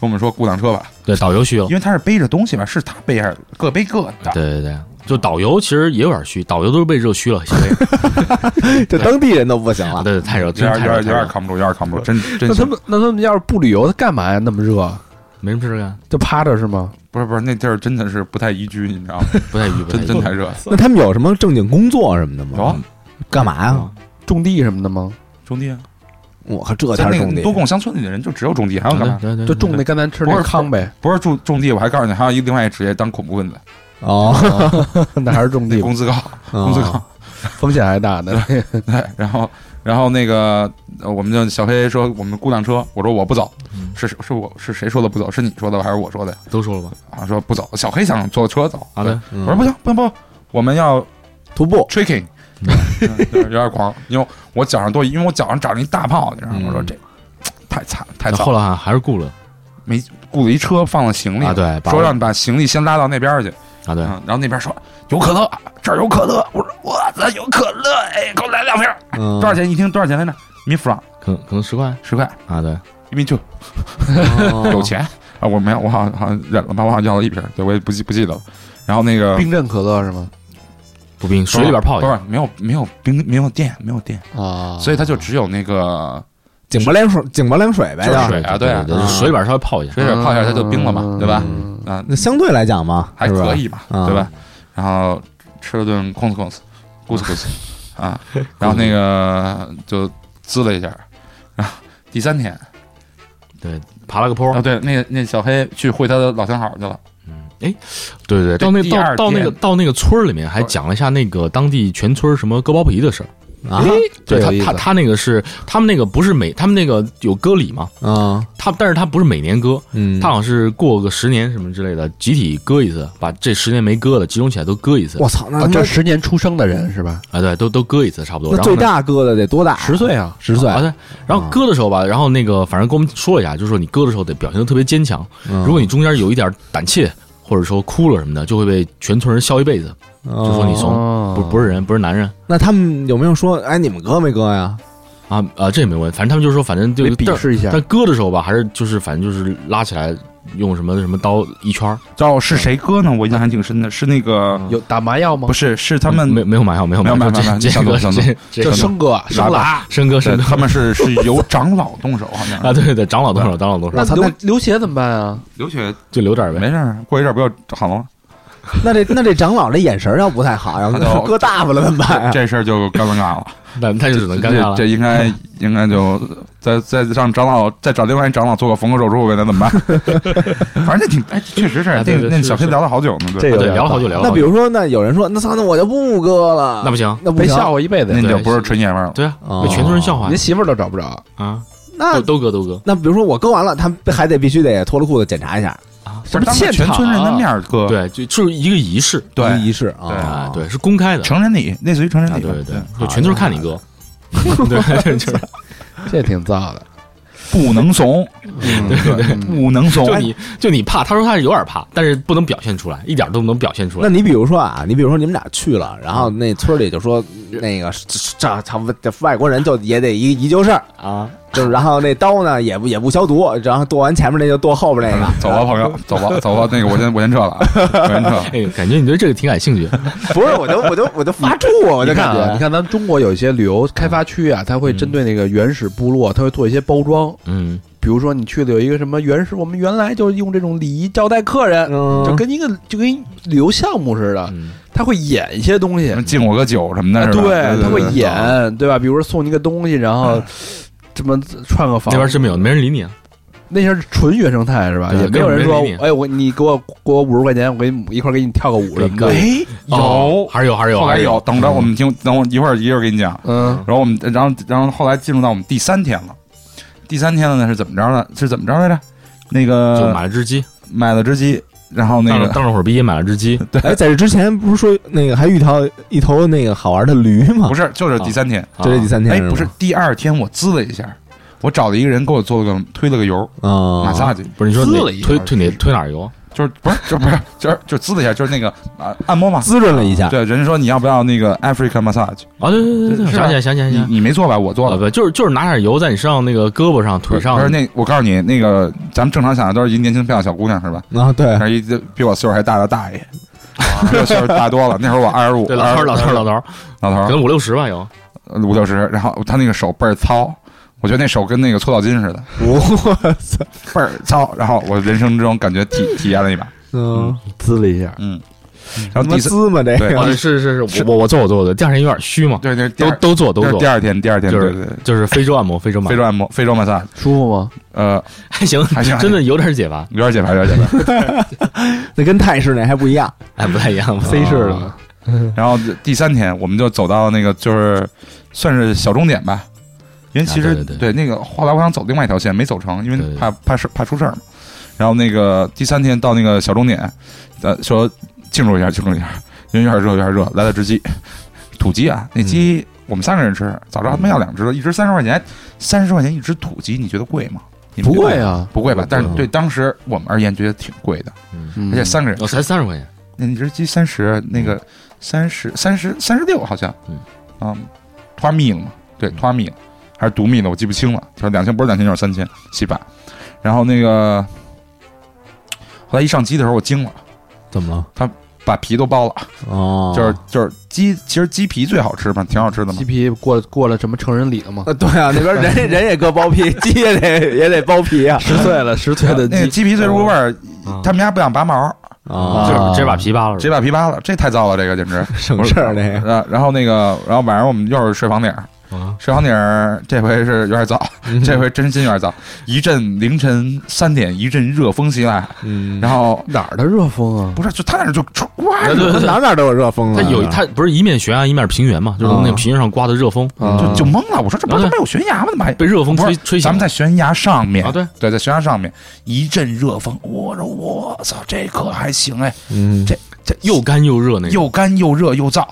我们说雇辆车吧，对，导游需要因，为他是背着东西吧，是他背还是各背各的？嗯对对对，就导游其实也有点虚，导游都是被热虚了，小黑 <laughs> 嗯这当地人都不行啊了。对，对太热，有真点是有太点有热，太点热，嗯扛不住，有点扛不住，真真那他行们那他们要是不旅游，他干嘛呀？那么热，没什么事干，就趴着是吗？不是不是那地儿真的是不太宜居，你知道吗？不太愉，不太嗯真愉真太热了。那他们有什么正经工作什么的吗？有啊，啊干嘛呀？种地什么的吗？种地啊，我靠，这在天儿那种个地多贡乡村里的人就只有种地，还有干嘛？啊对对，对就种那刚才吃那不是糠呗，不是种种地，我还告诉你，还有一个另外一职业当恐怖分子，哦，那还是种那哎地，工资 <laughs> 高，工资高。哦 <laughs> 风险还大呢。对，然后然后那个呃我们就小黑说我们雇辆车，我说我不走，嗯是是我是谁说的不走？是你说的吧还是我说的呀？都说了吧？啊，说不走，小黑想坐车走，啊，对，我说不行，不行不行，我们要嗯徒步 tricking，有 <laughs> 嗯点狂，因为我脚上多，因为我脚上长了一大泡，你知道吗？嗯我说这太惨了太那惨后了，来好像还是雇了雇了一车放了行李，啊，对，把说我让你把行李先拉到那边去，啊，对，嗯，然后那边说有可乐，这儿有可乐，我说我操有可乐，哎，给我来两瓶儿，嗯多多少？钱一听多少钱来着？米弗朗可能可能十块十块，啊，对，一米九。嗯有哦钱啊，我没有，我好像好像忍了吧，我好像要了一瓶，对我也不记不记得了。然后那个冰镇可乐是吗？不冰，水里边泡一哦不下，是没有没有冰没有电没有电，啊，所以它就只有那个井柏凉水，井柏凉水呗。就是吧水啊对对啊对，就啊水里边稍微泡一下，水水泡一下它就冰了嘛，对吧？嗯啊，那相对来讲嘛，还是吧可。以嘛，啊对吧？然后吃了顿 cons cons goose <laughs> goose 啊，然后那个就滋了一下，然后第三天爬了个坡啊，，对，那个那小黑去会他的老相好去了，嗯，哎，对对，对到那第到二到那天个到那个村儿里面还讲了一下那个当地全村儿什么割包皮的事儿。啊，这对哎他有意思他他那个是他们那个不是每他们那个有割礼嘛？嗯他但是他不是每年割，嗯，他好像是过个十年什么之类的，集体割一次，把这十年没割的集中起来都割一次我操，那啊他妈这十年出生的人是吧？啊，对，都都割一次差不多。那然后最呢大哥的得多大？十岁啊，十岁啊，对，然后啊割的时候吧，然后那个反正跟我们说了一下，就是说你割的时候得表现的特别坚强，如果你中间有一点胆怯或者说哭了什么的，就会被全村人笑一辈子，就就说你怂哦不不是人，不是男人。嗯那他们有没有说，哎，你们割没割呀？啊啊，这也没问题，反正他们就是说，反正得对，鄙但视一下但。割的时候吧，还是就是反正就是拉起来，用什么什么刀一圈儿，叫是谁哥呢？我印象还挺深的，是那个有打麻药吗不？是是他们嗯没没有麻药，没有没有麻没有没有这这想多个想多这这就个生哥生拉，生哥对生哥他们是是由长老动手，好像是 <laughs> 啊，对对对，长老动手，长老动那手，操流那流血怎么办啊？流血就留点儿没呗。事儿，过一阵儿不就好了吗？那这那这长老这眼神要不太好，要那就割大发了怎么哎办呀？这事儿就尴尬了，那他就只能尴尬这这了。啊应 <laughs> 该应该就再再让长老再找另外一长老做个缝合手术呗，那怎么办？ <laughs> 反正那挺哎，确实是啊对那对那是小黑是聊了好久呢，这啊有对，点聊了好久，聊了那好比久，如说，那有人说，那操，那我就不割了，那不行，那不被行笑话一辈子那，对就不是纯爷们儿了。对啊，哦被全村人笑话您媳妇儿都找不 <laughs> 着，啊，那都都割都割，那比如说我割完了，他还得必须得脱了裤子检查一下，不是当着全村人的面儿哥，对，就就是一个仪式对一个仪式啊啊，，对，是公开的。哦成人礼，类似于成人啊，礼对吧，对对，就全村看 <laughs> 你哥，对， <laughs> 就是这挺燥的。不能怂，对，不能怂就。你就你怕，他说他是有点怕，但是不能表现出来，一点都不能表现出那来。你比如说啊，你比如说你们俩去了，然后那村里就说那个这这这外国人就也得一一就事儿，啊，就是然后那刀呢也不也不消毒，然后剁完前面那就剁后边那个，走吧，朋友，走吧，走吧，那个我先我先撤了，啊，我先撤了。哎，感觉你对这个挺感兴趣。不是我就我就我就发怵啊，我你就看感啊，你觉看咱们中国有一些旅游开发区啊，它会针对那个原始部落，它会做一些包装。嗯，比如说你去的有一个什么原始，我们原来就是用这种礼仪招待客人，嗯就跟一个就跟旅游项目似的。嗯他会演一些东西哎什么，敬我个酒什么的，是吧啊对，他会对演，对吧？比如说送你个东西，然后这么串个哦嗯那房，边真没有，没人理你啊。那些是纯原生态是吧？对也没有人说根本没理，你哎，我你给我给我五十块钱，我给你一块儿给你跳个舞什么的。哎，哦有，还是有，还是有，后还来是有，等着我们听，等我一会儿一会儿给你讲。嗯，然后我们，然后然后后来进入到我们第三天了，第三天了呢是怎么着呢？是怎么着来着？那就个买了只鸡，买了只鸡，然后那当了个当了会儿逼，买了只 <laughs> 鸡，哎，在这之前不是说那个还遇到一头那个好玩的驴吗不？是，就是第三天。就这第啊三天哎，吗，不是，第二天我滋了一下，我找了一个人给我做了个推了个油，啊，马萨去，不是你说滋哪了一下推推哪推哪儿油？就是不是就不是就是就滋了一下，就是那个啊按摩嘛。滋润了一下，对，人家说你要不要那个 Africa massage？啊，对对对对，是吧想起来想起来你想起你没做吧？我来，做啊了。不就是就是拿点油在你身上那个胳膊上腿上不是，那，我告诉你，那个咱们正常想的都是一年轻漂亮小姑娘是吧？啊，对，还是一比我岁数还大的大 <laughs> 爷，比我岁数大多了。那会儿我二十五，对老头儿老老头儿老头儿，老可头能五六十吧有。儿五六十，然后他那个手倍儿糙，我觉得那手跟那个搓澡巾 <laughs> 似的，我操，倍儿糙。然后我人生中感觉体体验了一把，嗯，滋了一下，嗯。什然后么第四，滋嘛这对啊，个，是是是，我我我做我做我做，第二天有点虚嘛，对对，第都二都做都这是做第，二天，第二天，就对是对，对就是非洲按摩，非洲非按洲摩，按摩，非洲马萨，舒服吗？呃，还行还行还行真的有点解乏，有点解乏，有点解乏。那跟泰式那还不一样，哎，不太一样。啊 C 式的，然后第三天，我们就走到那个就是 <laughs> 算是小终点吧，因为其啊实对对那个后来我想走另外一条线，没走成，因对对为对怕怕事怕出事儿嘛。然后那个第三天到那个小终点，呃，说庆祝一下，庆祝一下， <laughs> 因为有点热，有点热，来了只鸡， <laughs> 土鸡啊，那鸡我们三个人吃，早知道他妈要两只了，一只三十块钱，三十块钱一只土鸡，你觉得贵吗？你们不觉得贵，啊，不贵吧？但是嗯对当时我们而言觉得挺贵的，嗯，嗯而且三个人我才三十块钱，那你这鸡三十，那个三十三十三十六好像，嗯啊，花蜜了嘛？对，嗯花蜜了还是毒蜜了？我记不清了。就是两千，不是两千就是三千，七百。然后那个后来一上鸡的时候，我惊了，怎么了？把皮都剥了，哦，就是就是鸡，其实鸡皮最好吃嘛，挺好吃的嘛鸡。皮过过了什么成人礼了吗？啊，对啊，那边人人也割包皮，鸡也得也得包皮 <laughs> 啊，十岁了，十岁的 <laughs> 那个鸡，鸡皮最入味儿，啊他们家不想拔毛，啊，就是直接把皮扒了直是接吧，把皮扒了，这太糟了，这个简直。省事儿那个，呃，然后那个，然后晚上我们又是睡房顶儿，啊嗯睡房顶儿这回是有点早，这回真心有点早，一阵凌晨三点，一阵热风袭来，嗯，然后哪儿的热风 <laughs> 啊？不是，就他那儿就唰，哇对对对哪哪都有热风它啊，嗯有它不是一面悬啊崖一面平原嘛，就是啊那个平原上刮的热风，啊就就懵了。我说这不是啊对没有悬崖吗？怎么还被热风不吹是吹咱醒们了在悬崖上面啊？对，对，在悬崖上面一阵热风，我说我操，这可还行哎，嗯，这这又干又热那种。又干又热又燥，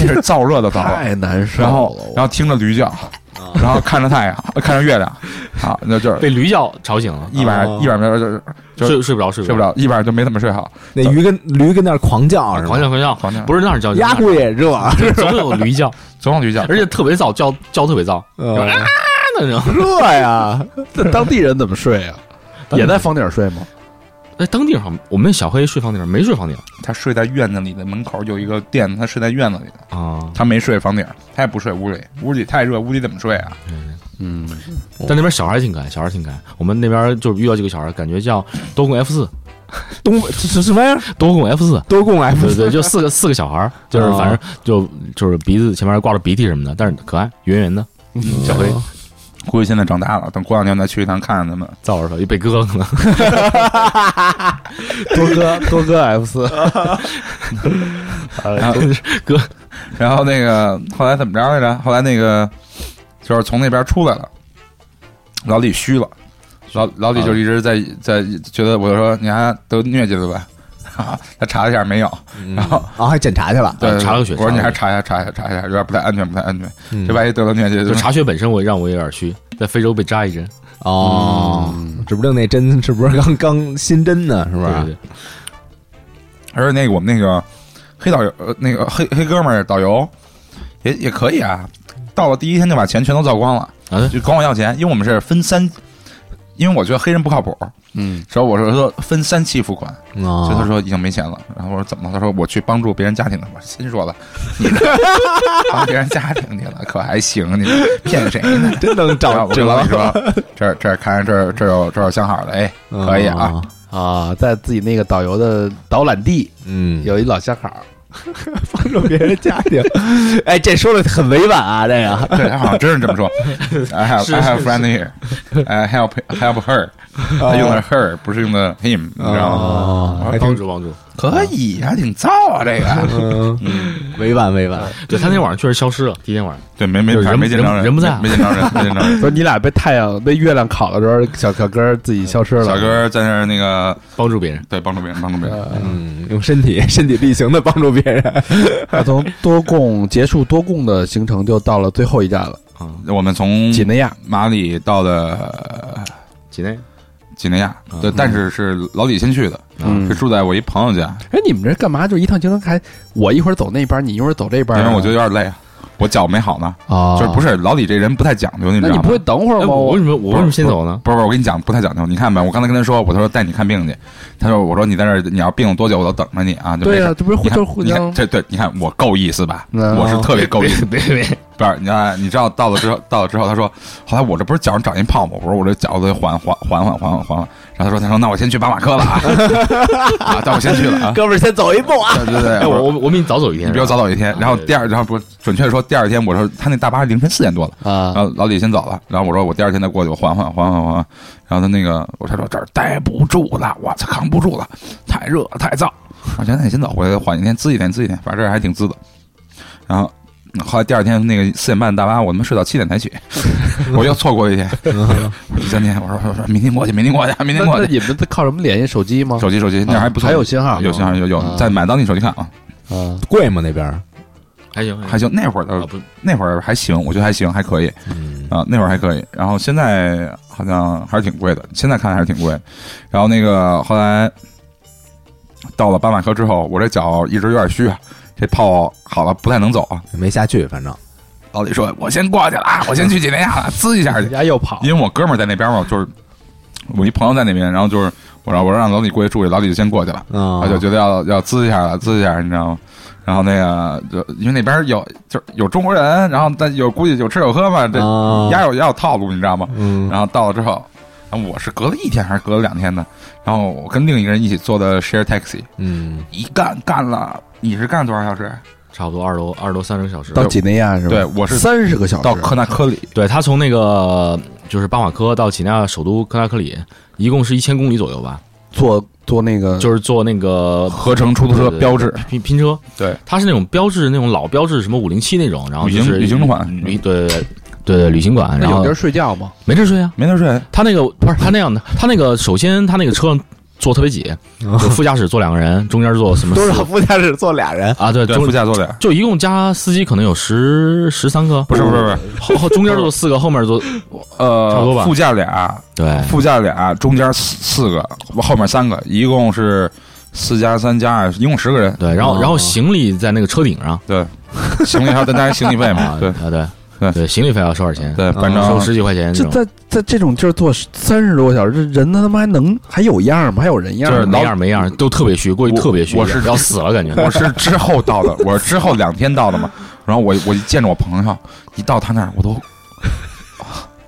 那是燥热的燥。太难受了。然后然后听着驴啊叫，然后看着太阳，看着月亮，啊，那就是被驴叫吵醒了，一晚哦上一晚上就是就睡睡不着，睡睡不着，着，一晚上就没怎么睡好。那鱼跟驴跟那儿狂叫是狂吧？叫狂叫狂叫不是那样叫，鸭就是子也热，那样总有驴叫，总有驴 <laughs> 叫，而且特别燥，叫叫特别燥，呃那种。热呀，这当地人怎么睡啊？当地也人在房顶睡吗？哎，当地上我们那小黑睡房顶儿没睡房啊顶儿他睡在院子里的门口有一个垫，他睡在院子里的，啊，他没睡房顶，他也不睡屋里，屋里太热，屋里怎么睡啊？嗯，但那边小孩儿挺可爱，小孩儿挺可爱。我们那边就是遇到几个小孩儿，感觉叫多贡 F 四，东北这是什么呀？多贡 F 四。多贡对 F 对，就四个四个小孩儿，就是哦反正啊就就是鼻子前面挂着鼻涕什么的，但是可爱，圆圆的，小黑估计现在长大了，等过两年再去一趟看看他们。造耳朵也被割了可能。多哥多哥 F 四，然后哥，然后那个后来怎么着来着？后来那个就是从那边出来了，老李虚了，老老李就一直在在觉得我说你还得疟疾了吧？ <laughs> 啊，他查了一下没有，然后啊，还检查去了，对查了个血我说你查了还个查一下查一下查一下，有点不太安全，不太安全，嗯这万一得了疟疾就查血本身我也让我有点虚，在非洲被扎一针，哦，指不定那针是不是刚刚新针呢？是不对对是？对，而且那个我们那个黑导游，呃，那个黑黑哥们儿导游也也可以啊。到了第一天就把钱全都造光了，啊对就管我要钱，因为我们是分三，因为我觉得黑人不靠谱，嗯，所以我说说分三期付款，所以他啊，说已经没钱了。然后我说怎么了？他说我去帮助别人家庭了。我说心说了，你帮别人家庭去了，可还行？你骗谁呢？真能然后找我就辙老李说，这儿这儿看这儿这儿有这儿有相好的，哎，可以啊。，啊，在自己那个导游的导览地嗯，有一老相好，帮助别人家庭。哎，这说的很委婉啊，这个 <laughs> 对他好像真是这 <laughs> 么说。I have 是 I <laughs> 是哦 have friend here, I help help her。他用的是 her，不是用的 him，你知道吗？哦，还帮挺助帮助。可以啊，挺燥啊，这个。 <laughs> 嗯委婉委婉。对他那天晚上确实消失了，第一天晚上对，没没就是人没见着人不在没没见着 <laughs> 人，没见着人。不是你俩被太阳被月亮烤的时候，小小哥自己消失了。小哥在那儿那个，帮助别人，对，帮助别人，帮助别人。呃嗯，用身体身体力行的帮助别人。那从多贡结束多贡的行程，就到了最后一站了，嗯我们从几内亚。马里到的几内几内亚，嗯对，但是是老李先去的，嗯是住在我一朋友家，哎，你们这干嘛？就一趟行程还我一会儿走那边，你一会儿走这边嗯因啊？为我觉得有点累啊，我脚没好呢，哦啊，就是不是老李这人不太讲究，你那知你道不吗会？等会儿哎，哦吗？我为什么我为什么先走呢？不是不是，我跟你讲不太讲究。你看吧，我刚才跟他说，我他说带你看病去，他说我说你在这儿你要病多久我都等着你啊，就没对事呀，这不是互你看就是互你看相这对，你看我够意思吧？嗯我是特别够意思。别别，不是，你看，你知道到了之后，到了之后，他说，后来我这不是脚上长一泡吗？我说我这脚都得缓缓缓缓缓缓缓缓。然后他说，他说那我先去巴马科了啊，啊，但我先去了啊。哥们儿，先走一步啊！对对对，哎，我我说我我比你早走一哦天，你比我早走一天。然后第二，然后不准确的说，第二天我说他那大巴是凌晨四点多了。啊然，后老李先走了，然后我说我第二天再过去，我缓缓缓缓缓缓。然后他那个，我他说这儿待不住了，我操，扛不住了，太热太燥。我觉得那你先走回来，缓一天滋一天滋一天，反正这还挺滋的。然后嗯后来第二天那个四点半大巴，我他妈睡到七点才起， <laughs> 我又错过一天，第三天我说我说明天过去，明天过去，明那天过嗯那去。你们靠什么联系？手机吗？啊手机手机那儿还不错，还有信号吗，有信号有啊有，再买当地手机看啊，啊，贵吗那边？还嗯行还行。那会儿啊的不那会儿还行，我觉得还行，还可以。嗯，啊，那会儿还可以，然后现在好像还是挺贵的，现在看还是挺贵。然后那个后来到了巴马科之后，我这脚一直有点虚啊，这泡好了不太能走啊。没下去，反正老李说：“我先过去了啊，我先去几内亚了，滋一下去人。家又跑”因为我哥们儿在那边嘛，就是我一朋友在那边，然后就是我让我让老李过去住去，老李就先过去了。啊我就觉得要要滋一下了，滋一下，你知道吗？然后那个就因为那边有就是有中国人，然后但有估计有吃有喝嘛，这啊压有压有套路，你知道吗？嗯然后到了之后，然后我是隔了一天还是隔了两天呢？然后我跟另一个人一起坐的 share taxi，嗯，一干干了，你是干了多少小时？差不多二十多二十多三十个小时。到几内亚是吧？对我是三十个小时到科纳科里，对他从那个就是巴马科到几内亚首都科纳克里，一共是一千公里左右吧，坐坐那嗯个就是坐那 <laughs> 个合成出租车对对对标志，拼拼车，对，它是那种标志那种老标志什么五零七那种，然后旅就行是旅行款旅对对对对旅行馆，那然有后地儿睡觉吗？没地儿睡啊，没得睡，他那个不是他那样的，他那个首先他那个车上坐特别挤，哦就副驾驶坐两个人，中间坐 <laughs> 什么多四少副驾驶坐俩人，啊？对，对，中副驾坐俩，就一共加司机可能有十十三个，不是不是不是，后后中间坐四个，<laughs> 后面坐差不多呃吧，副驾俩，对副驾俩，中间四四个，后面三个，一共是四加三加二，一共十个人，对，然后哦然后行李在那个车顶上对，行李还要再加行李 <laughs> 费嘛，啊，对啊对对对，行李费要收点钱，啊对，反收正十几块钱这这种，在在这种地儿坐三十多个小时，这人他妈还能还有样吗？还有人样就是吗？没样儿没样儿，都特别虚，过去我特别虚，我是要死了感觉。我是之后到的，我是之后两天到的嘛。然后我我一见着我朋友，一到他那儿我都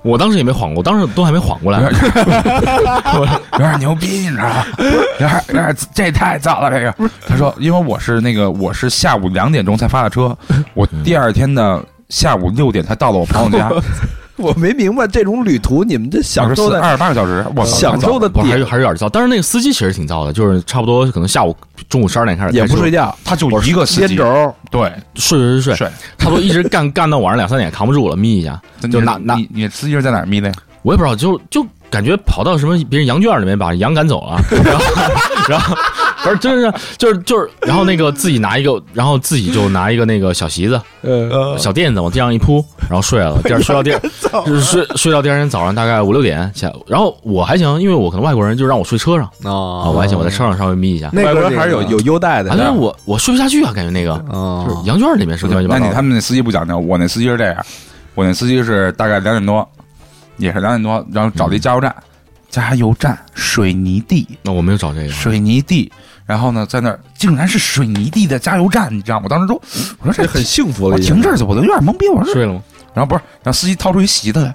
我当时也没缓过，我当时都还没缓过来呢，有点牛逼，你知道 <laughs> 吗？有点有点这太早了，这个。他说，因为我是那个我是下午两点钟才发的车，我第二天的下午六点才到了我朋友家，我没明白这种旅途你们这 <laughs> 享受的二十八个小时，我操享受的不是还是点还是有点燥。但是那个司机其实挺燥的，就是差不多可能下午中午十二点开始也开车不睡觉，他就一个司烟机，轴对，睡睡睡睡睡，差不多一直干干到晚上两三点，扛不住了，眯一下。就拿拿你你司机是在哪儿眯的呀？我也不知道，就就感觉跑到什么别人羊圈里面把羊赶走了， <laughs> 然后然后不是真是就是就是，然后那个自己拿一个，然后自己就拿一个那个小席子、嗯呃小垫子往地上一铺，然后睡 <laughs> 了，第二睡到第二就是睡睡到第二天早上大概五六点起来，然后我还行，因为我可能外国人就让我睡车上啊，哦啊我还行，我在车上稍微眯一下。那外边国人还是有有优嗯待的哎啊，但是我我睡不下去啊，感觉那个就是啊，羊圈里面什么乱七八那糟你的。他们那司机不讲究，我那司机是这样，我那司机是大概两点多，也是两点多，然后找嗯了一加油站，加油站水泥地，那我没有找这个，水泥地，然后呢，在那儿竟然是水泥地的加油站，你知道吗？我当时都我说这这很幸福我了已经，停这儿去，我都有点懵逼，我说这睡了吗？然后不是，然后司机掏出一席子来，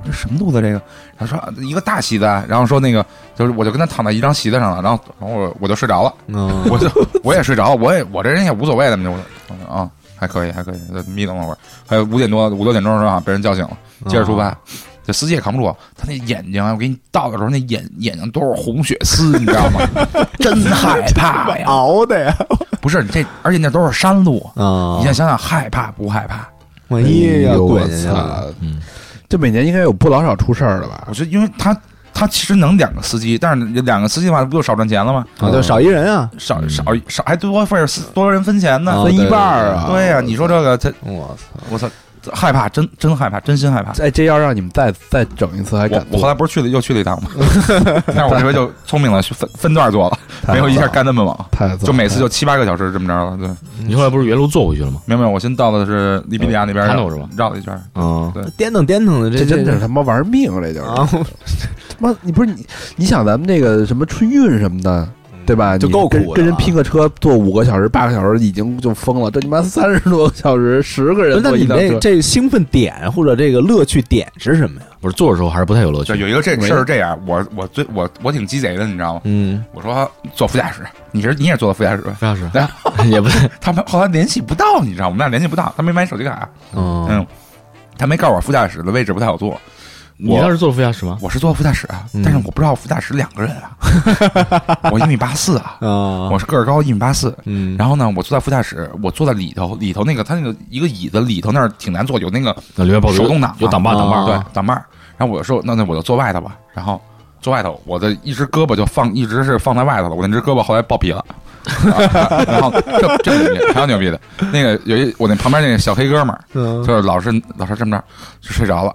我这什么路子这个？他说啊一个大席子，然后说那个就是我就跟他躺在一张席子上了，然后然后我我就睡着了，嗯，我就我也睡着，我也我这人也无所谓的，我我说啊还可以还可以，就眯瞪了会儿，还有五点多五六点钟的时候啊被人叫醒了，接着出发。这司机也扛不住，他那眼睛啊，我给你倒的时候，那眼眼睛都是红血丝，你知道吗？ <laughs> 真害怕呀！熬的呀，不是你这，而且那都是山路，啊你现在想想害怕不害怕？万哎啊一要呦滚我下去了，操！嗯这每年应该有不老少出事儿了吧我？觉得，因为他他其实能两个司机，但是两个司机的话，不就少赚钱了吗？啊，就少一人啊，少嗯少少还多份司多人分钱呢啊，分一对半儿啊！哦对呀、你说这个他我操，我操，害怕真真害怕，真心害怕。哎，这要让你们再再整一次，还哎我敢我后做？来不是去了又去了一趟吗？但是我这回就聪明了，去分分段做了，太没有一下棒了干那么猛，太糟了就每次就七八个小时这么着了。对，你后来不是原路坐回去了吗？明白？我先到的是利比里亚那边看到是吧，绕了一圈。嗯，颠腾颠腾的，这真真的是他妈玩命，这就是啊，他妈你不是你你想咱们这个什么春运什么的，对吧？就你够苦跟的跟人了拼个车坐五个小时、八个小时已经就疯了，这你妈三十多个小时，十个人那坐你一辆这车，这兴奋点或者这个乐趣点是什么呀？不是坐的时候还是不太有乐趣就。有一个这事儿是这样，我我最我我挺鸡贼的，你知道吗？嗯，我说坐副驾驶，你是你也坐的副驾驶吧？不要是来， <laughs> 也不太他们后来联系不到，你知道吗，我们俩联系不到，他没买手机卡，哦，嗯，他没告诉我副驾驶的位置不太好坐。你当时坐副驾驶吗？我是坐副驾驶啊，嗯但是我不知道副驾驶两个人啊，我一米八四啊，啊，我是个儿高一米八四。嗯，然后呢，我坐在副驾驶，我坐在里头，里头那个他那个一个椅子里头那儿挺难坐，有那个那啊里面抱着手动挡嘛有挡把啊挡把，对挡把儿。然后我说那那我就坐外头吧，然后坐外头，我的一只胳膊就放一直是放在外头了，我那只胳膊后来爆皮 <laughs> 了。啊然后这这牛逼，还有牛逼的，那个有一我那旁边那个小黑哥们儿，嗯就是老是老是这么着就睡着了，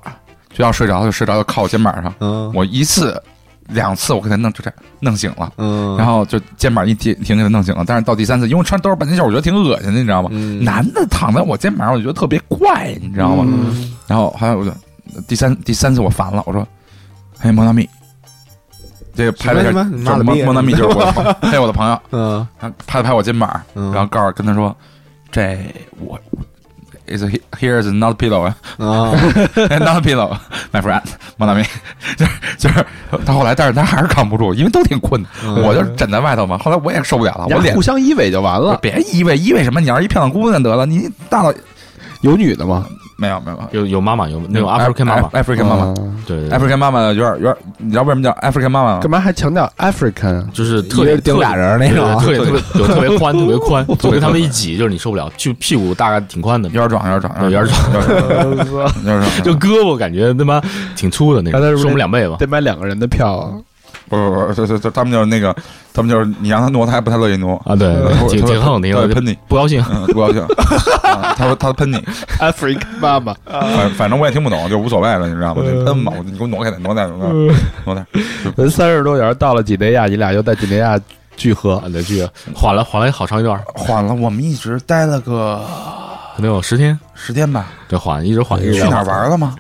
就要睡着了就睡着就靠我肩膀上，嗯我一次两次我给他弄就这样弄醒了。嗯，然后就肩膀一挺挺给他弄醒了，但是到第三次，因为穿都是半截袖，我觉得挺恶心的，你知道吗？嗯男的躺在我肩膀上，我觉得特别怪，你知道吗？嗯然后后来我就第三第三次我烦了，我说：“哎，莫纳米，这个拍了什么拍什么就是妈啊的莫逼莫纳米就是我的朋 <laughs> 友，还有我的朋友，嗯他拍了拍我肩膀，嗯然后告诉跟他说，这我。” Is a- here is another pillow, <laughs> 啊， another pillow, <laughs> my friend，莫纳米， <laughs> 就是就是他后来，但是他还是扛不住，因为都挺困的，嗯我就枕在外头嘛。后来我也受不了了，啊俩我脸互相依偎就完我了。别依偎依偎什么？你要是一漂亮姑娘得了，你大了有女的吗？没有没有有有妈妈，有那种嗯哎 African 嗯妈妈， ，African 妈妈啊对对对，African 妈妈有点有点，你知道为什么叫 African 妈妈吗干？嘛还强调 African？就是特一别人顶俩人儿那啊种，对，特别 <laughs> 特别有特别宽，特别宽，就别跟他们一挤，就是你受不了，就屁股大概挺宽的，有点壮，有点壮，有点壮，有点壮，有点壮。 <laughs> 就胳膊感觉他妈挺粗的那刚才是种，不是是我们两倍吧？得买两个人的票啊！不不不，这这这，他们就是那个，他们就是你让他挪，他还不太乐意挪，啊，对，嗯挺挺横的，挺他会横的，喷你，不高兴。嗯，不高兴。啊他说他喷你， African 妈妈，反反正我也听不懂，就无所谓了，你知道吗？就喷嘛，我你给我挪开点，挪开点，挪开点，挪开点。咱三十多小时到了几内亚，你俩又在几内亚聚合啊，，对，这个缓了缓了好长一段，缓了，我们一直待了个可能有十天，十天吧。对，缓一直缓，一去直哪儿缓玩了吗？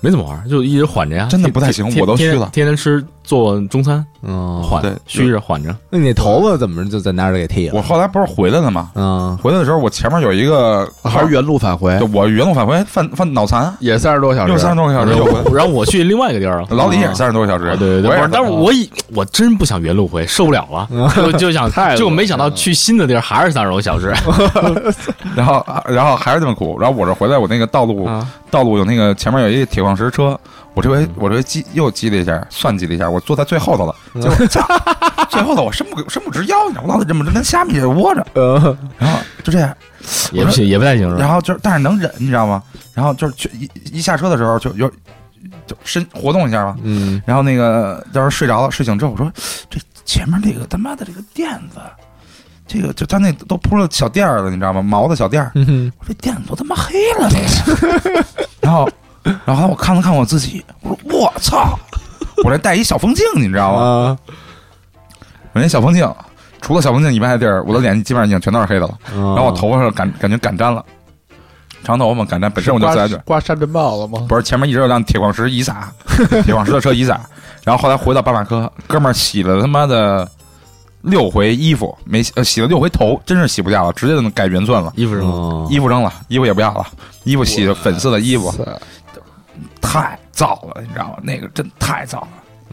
没怎么玩，就一直缓着呀。真的不太行天我都虚了哦天天天吃做中餐，嗯，缓对虚着缓着，那你头发怎么就在那儿给剃了？我后来不是回来了吗？嗯回来的时候，我前面有一个还是原路返回就，我原路返回犯犯脑残，也三十多小时，哦又三十多个小时然又后回来。我然后我去另外一个地儿了。老李也是三十多个小时啊，，对对对，我不也是但是我以我真不想原路回，受不了了，就就想太恶就没心想到去新的地儿还是三十多个小时，然后然后还是这么苦。然后我这回来，我那个道路、道路有那个前面有一个铁矿石车，我这回我这回记又记了一下，算计了一下，我坐在最后头了，结果操，最后头我伸不伸不直腰，你知道吗？我老得这么跟虾米似的窝着，呃，然后就这样，也不行，也不太行，是吧？然后就是但是能忍，你知道吗？然后就是去一一下车的时候就有就伸活动一下嘛，嗯然后那个到时候睡着了，睡醒之后我说这前面这个他妈的这个垫子，这个就他那都铺了小垫儿了，你知道吗？毛的小垫儿，嗯哼我说这垫子都他妈黑了这个。 <laughs> 然后，然后我看了看我自己，我说我操，我这戴一小风镜，你知道吗？啊，我那小风镜。除了小风镜以外的地儿，我的脸基本上已经全都是黑的了。然然后我头发上感感觉感沾了，长头发嘛感沾，本身我就自来卷刮。刮沙尘暴了吗？不是前面一直有辆铁矿石一撒， <laughs> 铁矿石的车一撒，然后后来回到巴马科，哥们儿洗了他妈的六回衣服，没洗呃洗了六回头，真是洗不下了，直接就改原寸了，衣服是吗？哦衣服扔了，衣服也不要了，衣服洗的粉色的衣服，太燥了，你知道吗？那个真太燥了。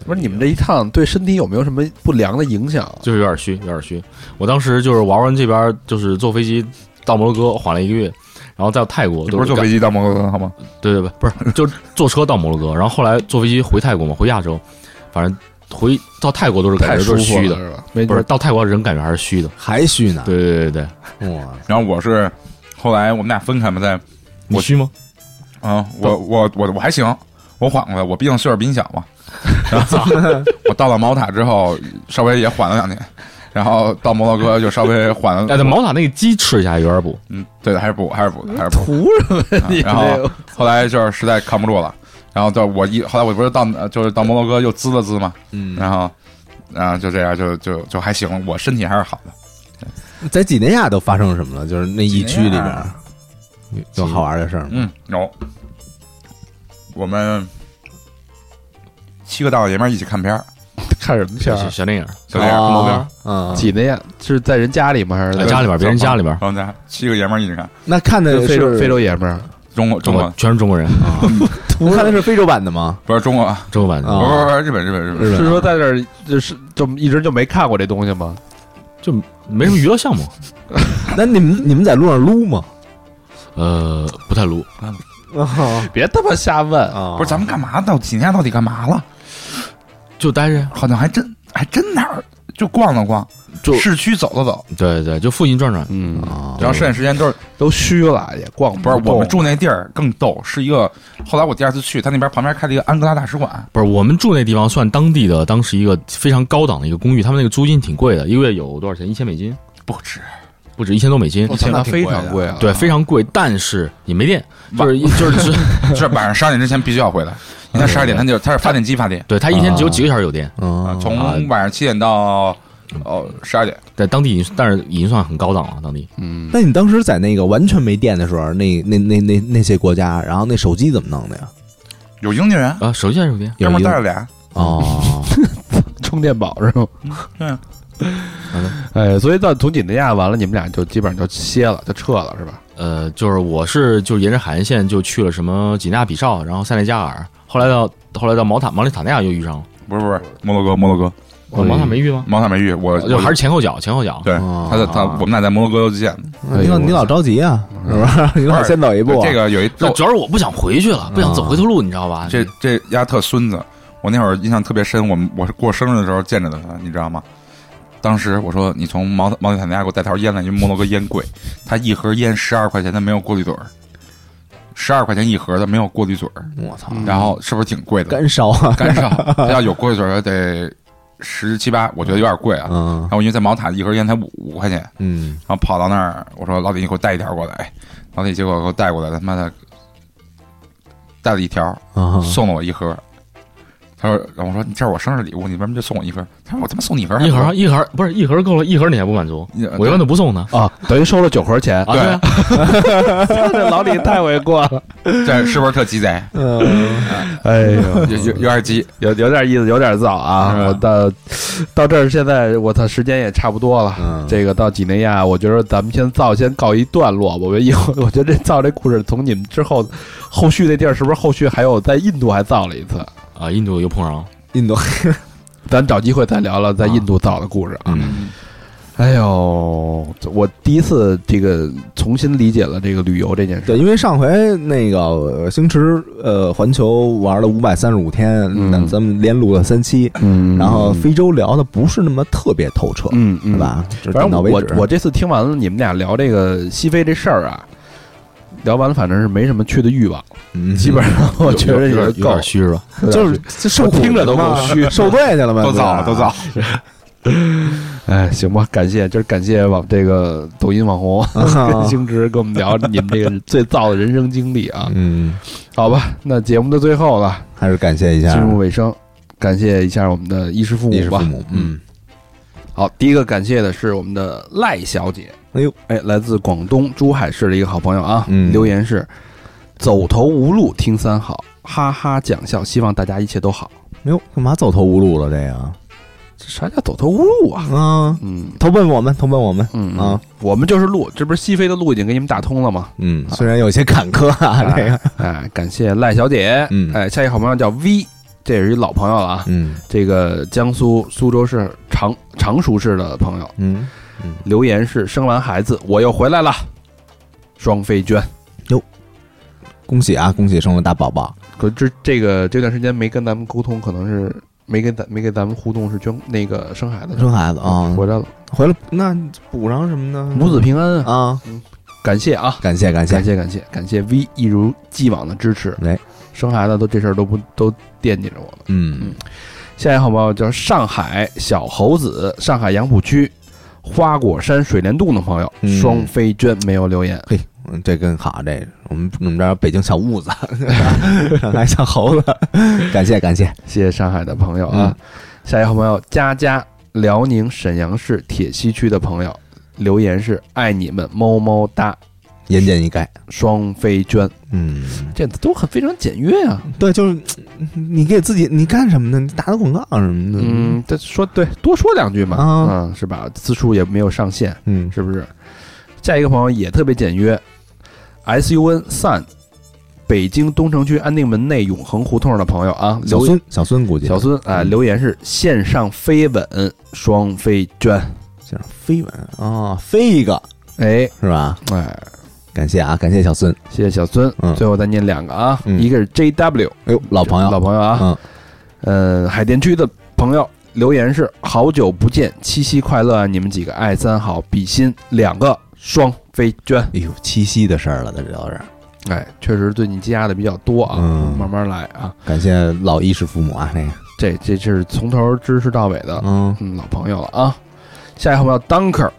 不是你们这一趟对身体有没有什么不良的影响？就是有点虚，有点虚。我当时就是玩完这边，就是坐飞机到摩洛哥缓了一个月，然后到泰国，你不是坐机。飞机到摩洛哥好吗？对对对，不是，就是坐车到摩洛哥，然后后来坐飞机回泰国嘛，回亚洲，反正回到泰国都是感太觉都舒是服虚了的，是吧？没不是到泰国人感觉还是虚的。还虚呢。对对对对，哇，然后我是后来我们俩分开嘛，在你虚吗？啊，我我我我还行，我缓过来，我毕竟岁数比你小嘛。我到了毛塔之后，稍微也缓了两年，然后到摩洛哥就稍微缓了。哎，对，毛塔那个鸡吃一下有点补，嗯，对的，还是补，还是补的，还是补的。图什么呀？你然这后个嗯后来就是实在扛不住了，然后到我一后来我不是到呃就是到摩洛哥又滋了滋嘛，嗯，然后然后就这样就就就还行，我身体还是好的。在几内亚都发生什么了？就是那一区里几内边亚有有好玩的事儿吗？嗯，有。我们七个大老爷们儿一起看片儿，看什么片小儿？小电影，就哦这样，摩洛哥啊，嗯，几内亚是在人家里吗？还是在在哎家里边，别人家里边，然后家七个爷们儿一起看，那看的就是非洲非洲爷们儿？中国中中国国全是中国人，那看的是非洲版的吗？不是中国，中国版不啊的，是不是不是日本日本日本，日是本说在这儿就是就一直就没看过这东西吗？就没什么娱乐项目，那你们你们在路上撸吗？呃，不太撸。啊别他妈瞎问！啊哦不是咱们干嘛到几年到底干嘛了？就待着呀，好像还真还真哪儿就逛了逛，就市区走了走，对对，就附近转转。嗯，啊然后剩下时间都是都虚了，也逛不是动我们住那地儿更逗，是一个后来我第二次去，他那边旁边开了一个安哥拉大使馆，不是，我们住那地方算当地的，当时一个非常高档的一个公寓，他们那个租金挺贵的，一个月有多少钱？一千美金，不止不止一千多美金。我操，那哦那挺非贵的常贵啊！对，非常贵，但是你没电，就是一就是只，就是晚上十二点之前必须要回来。你看十二点，他就他是发电机发电对他一天只有几个小时有电，啊啊，从晚上七点到哦十二点，在当地已经但是已经算很高档了，当地嗯，那你当时在那个完全没电的时候，那那那那那些国家，然后那手机怎么弄的呀？有英国人，啊，手机还是有电，哥有们儿英带着俩，哦，充电宝是吗？对啊哎，所以到从几内亚完了，你们俩就基本上就歇了，就撤了是吧？呃，就是我是就沿着海岸线就去了什么几内亚比绍，然后塞内加尔，后来到后来到毛塔毛里塔那亚又遇上了，不是不是摩洛哥摩洛哥我哦毛塔没遇吗？毛塔没遇我，呃就还是前后脚，前后脚。对哦他的他我们俩在摩洛哥又见，哎呦嗯你老你老着急啊，是吧？你老先走一步，啊这个有一那逗主要是我不想回去了，不想走回头路，你知道吧？这这丫特孙子，我那会儿印象特别深。我们我是过生日的时候见着的他，你知道吗？当时我说你从毛毛里塔尼亚给我带条烟来，因为摩洛哥烟贵，他一盒烟十二块钱，他没有过滤嘴儿，十二块钱一盒，他没有过滤嘴儿，我操，然后是不是挺贵的？干烧啊，干烧，他要有过滤嘴儿得十七八，我觉得有点贵啊。嗯然后因为在毛塔一盒烟才五五块钱，嗯，然后跑到那儿，我说老李，你给我带一条过来。哎老李结果给我带过来，他妈的带了一条，啊嗯送了我一盒。他说，然后我说你这是我生日礼物，你为什么就送我一盒？他说我他妈送你一盒，一盒一盒不是一盒够了，一盒你还不满足，你我一般都不送的。啊，等于收了九盒钱，啊，对啊，这老李太会过了。这是不是特鸡 <laughs> 贼？嗯， <laughs> 哎 <laughs> 呦，有有有点鸡，有有点意思，有点燥啊！是吧我到到这儿，现在我操，时间也差不多了。嗯这个到几内亚，我觉得咱们先造，先告一段落。我们以后，我觉得这造这故事，从你们之后，后续那地儿是不是后续还有在印度还造了一次？啊，印度又碰上了，印度，咱找机会再聊聊在印度造的故事啊。嗯，哎呦，我第一次这个重新理解了这个旅游这件事。对，因为上回那个呃星驰呃环球玩了五百三十五天，嗯咱咱们连录了三期，嗯然后非洲聊的不是那么特别透彻，嗯嗯对吧？就反点到正为我止。我这次听完了你们俩聊这个西非这事儿啊，聊完了反正是没什么去的欲 <laughs> 望，嗯基本上我觉得有点也有够点，虚是吧？ <laughs> 就是这受我苦听着都了嘛够虚 <laughs> 受罪去了嘛，都造了，对都吧 <laughs> 造。。哎，行吧，感谢，就是感谢网这个抖音网啊红 <laughs> 跟星驰跟我们聊你们这个最燥的人生经历啊，嗯，好吧，那节目的最后了，还是感谢一下进入尾声，感谢一下我们的衣食父哎衣母食吧父，母，嗯，好，第一个感谢的是我们的赖小姐，哎呦，哎，来自广东珠海市的一个好朋友啊，嗯留言是：走投无路听三好，哈哈讲笑，希望大家一切都好。嗯哎呦，干嘛走投无路了？这个啥叫走投无路啊？啊，嗯投奔我们，投奔我们，嗯啊，我们就是路，这不是西非的路已经给你们打通了吗？嗯，虽然有些坎坷啊，这个， <laughs> 哎，感谢赖小姐。嗯哎，下一个好朋友叫 V，这也是一老朋友了啊。嗯这个江苏苏州市常常熟市的朋友嗯，留言是：生完孩子我又回来了，双飞娟。恭喜啊，恭喜生了大宝宝，可这这个这段时间没跟咱们沟通，可能是没跟咱没跟咱们互动，是捐那个生孩子生孩子啊，回来了，回来那补上什么呢？母子平安啊！啊，感谢啊，感谢感谢感，谢感谢感谢 V 一如既往的支持。哎，生孩子都这事儿都不都惦记着我们。嗯下一个好朋友叫上海小猴子，上海杨浦区花果山水帘洞的朋友嗯双飞娟没有留言，嗯，这更好，这个我们我们这儿有北京小痦子， <laughs> 上海小猴子，感谢感谢，谢谢上海的朋友啊。嗯下一个好朋友佳佳，辽宁沈阳市铁西区的朋友留言是爱你们么么哒，言简意赅，双飞娟，嗯，这都很非常简约啊。对，就是嗯你给自己你干什么呢？你打打广告什么的，嗯，这说对，多说两句嘛，啊嗯，是吧？字数也没有上限，嗯是不是？下一个朋友也特别简约，S U N 散，北京东城区安定门内永恒胡同的朋友啊，小留孙小孙估计小孙啊、嗯留言是线上飞吻双飞娟，这样飞吻啊，飞一个哎是吧？哎，感谢啊，感谢小孙，谢谢小孙，嗯最后再念两个啊，嗯一个是 J W 哎呦，老朋友，嗯老朋友啊，呃，海淀区的朋友留言是好久不见，七夕快乐啊，你们几个爱三好，比心两个双飞娟，哎呦，七夕的事儿了，这都是，哎，确实最近积压的比较多啊，嗯慢慢来啊。感谢老衣食父母啊，那个，这这这是从头支持到尾的，嗯嗯，老朋友了啊。下一个朋友 Dunker，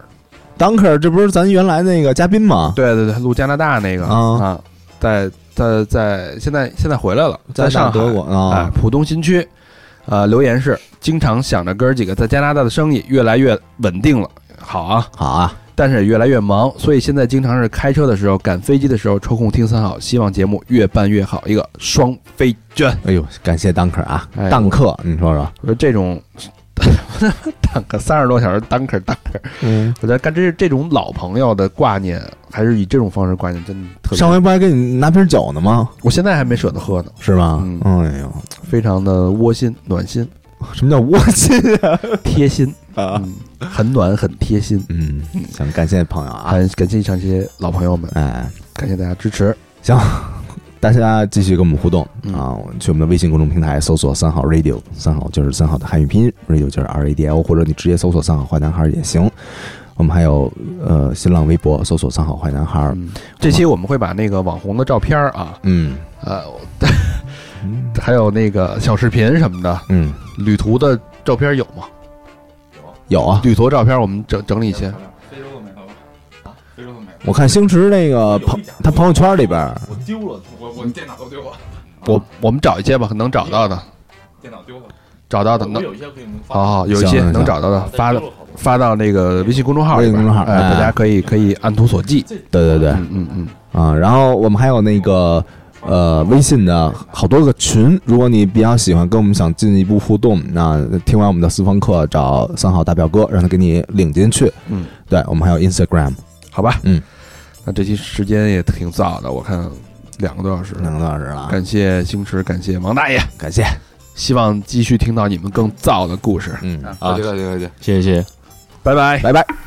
，Dunker，这不是咱原来那个嘉宾吗？对对对，录加拿大那个啊啊，在在在现在现在回来了，在大上海德国啊啊，浦东新区，呃，留言是经常想着哥儿几个在加拿大的生意越来越稳定了，好啊，好啊，但是也越来越忙，所以现在经常是开车的时候、赶飞机的时候抽空听三好，希望节目越办越好，一个双飞娟。哎呦，感谢 Dunker 啊哎，Dunker，你说说，我说这种 <laughs> Dunker 三十多小时 Dunker Dunker。嗯，我觉得干这这种老朋友的挂念，还是以这种方式挂念，真的特别。上回不还给你拿瓶酒呢吗？我现在还没舍得喝呢，是吧？嗯哎呦，非常的窝心、暖心、什么叫窝心啊？贴心，啊嗯，很暖、很贴心。嗯，想感谢朋友啊，感感谢以上这些老朋友们，哎，感谢大家支持。大家继续跟我们互动嗯啊！我去我们的微信公众平台搜索“三好 radio”，三好就是三好的汉语拼音，radio 就是 R A D L，或者你直接搜索“三好坏男孩”也行。我们还有呃新浪微博搜索“三好坏男孩嗯，这期我们会把那个网红的照片儿啊”，，嗯呃，我嗯 <laughs> 还有那个小视频什么的，嗯，旅途的照片有吗？有啊，旅途照片我们整整理一些。非洲都没了吧？非洲都没了，我看星驰那个朋他朋友圈里边儿，我丢了，我我电脑都丢了，我我们找一些吧，能找到的，电脑丢了。找到的能。有一些可以能好好，有一些行能找到的发到发到那个微信公众号里边，微信公众号哎，哎大家可以可以按图索骥。对对对嗯嗯嗯，啊，然后我们还有那个呃微信的好多个群，如果你比较喜欢跟我们想进一步互动，那听完我们的私房课找三好大表哥，让他给你领进去。嗯，对，我们还有 Instagram。好吧，嗯，那这期时间也挺早的，我看两个多小时。两个多小时了啊，感谢星驰，感谢王大爷，感谢，希望继续听到你们更燥的故事。嗯。啊对对对对。谢谢谢谢。拜拜。拜拜。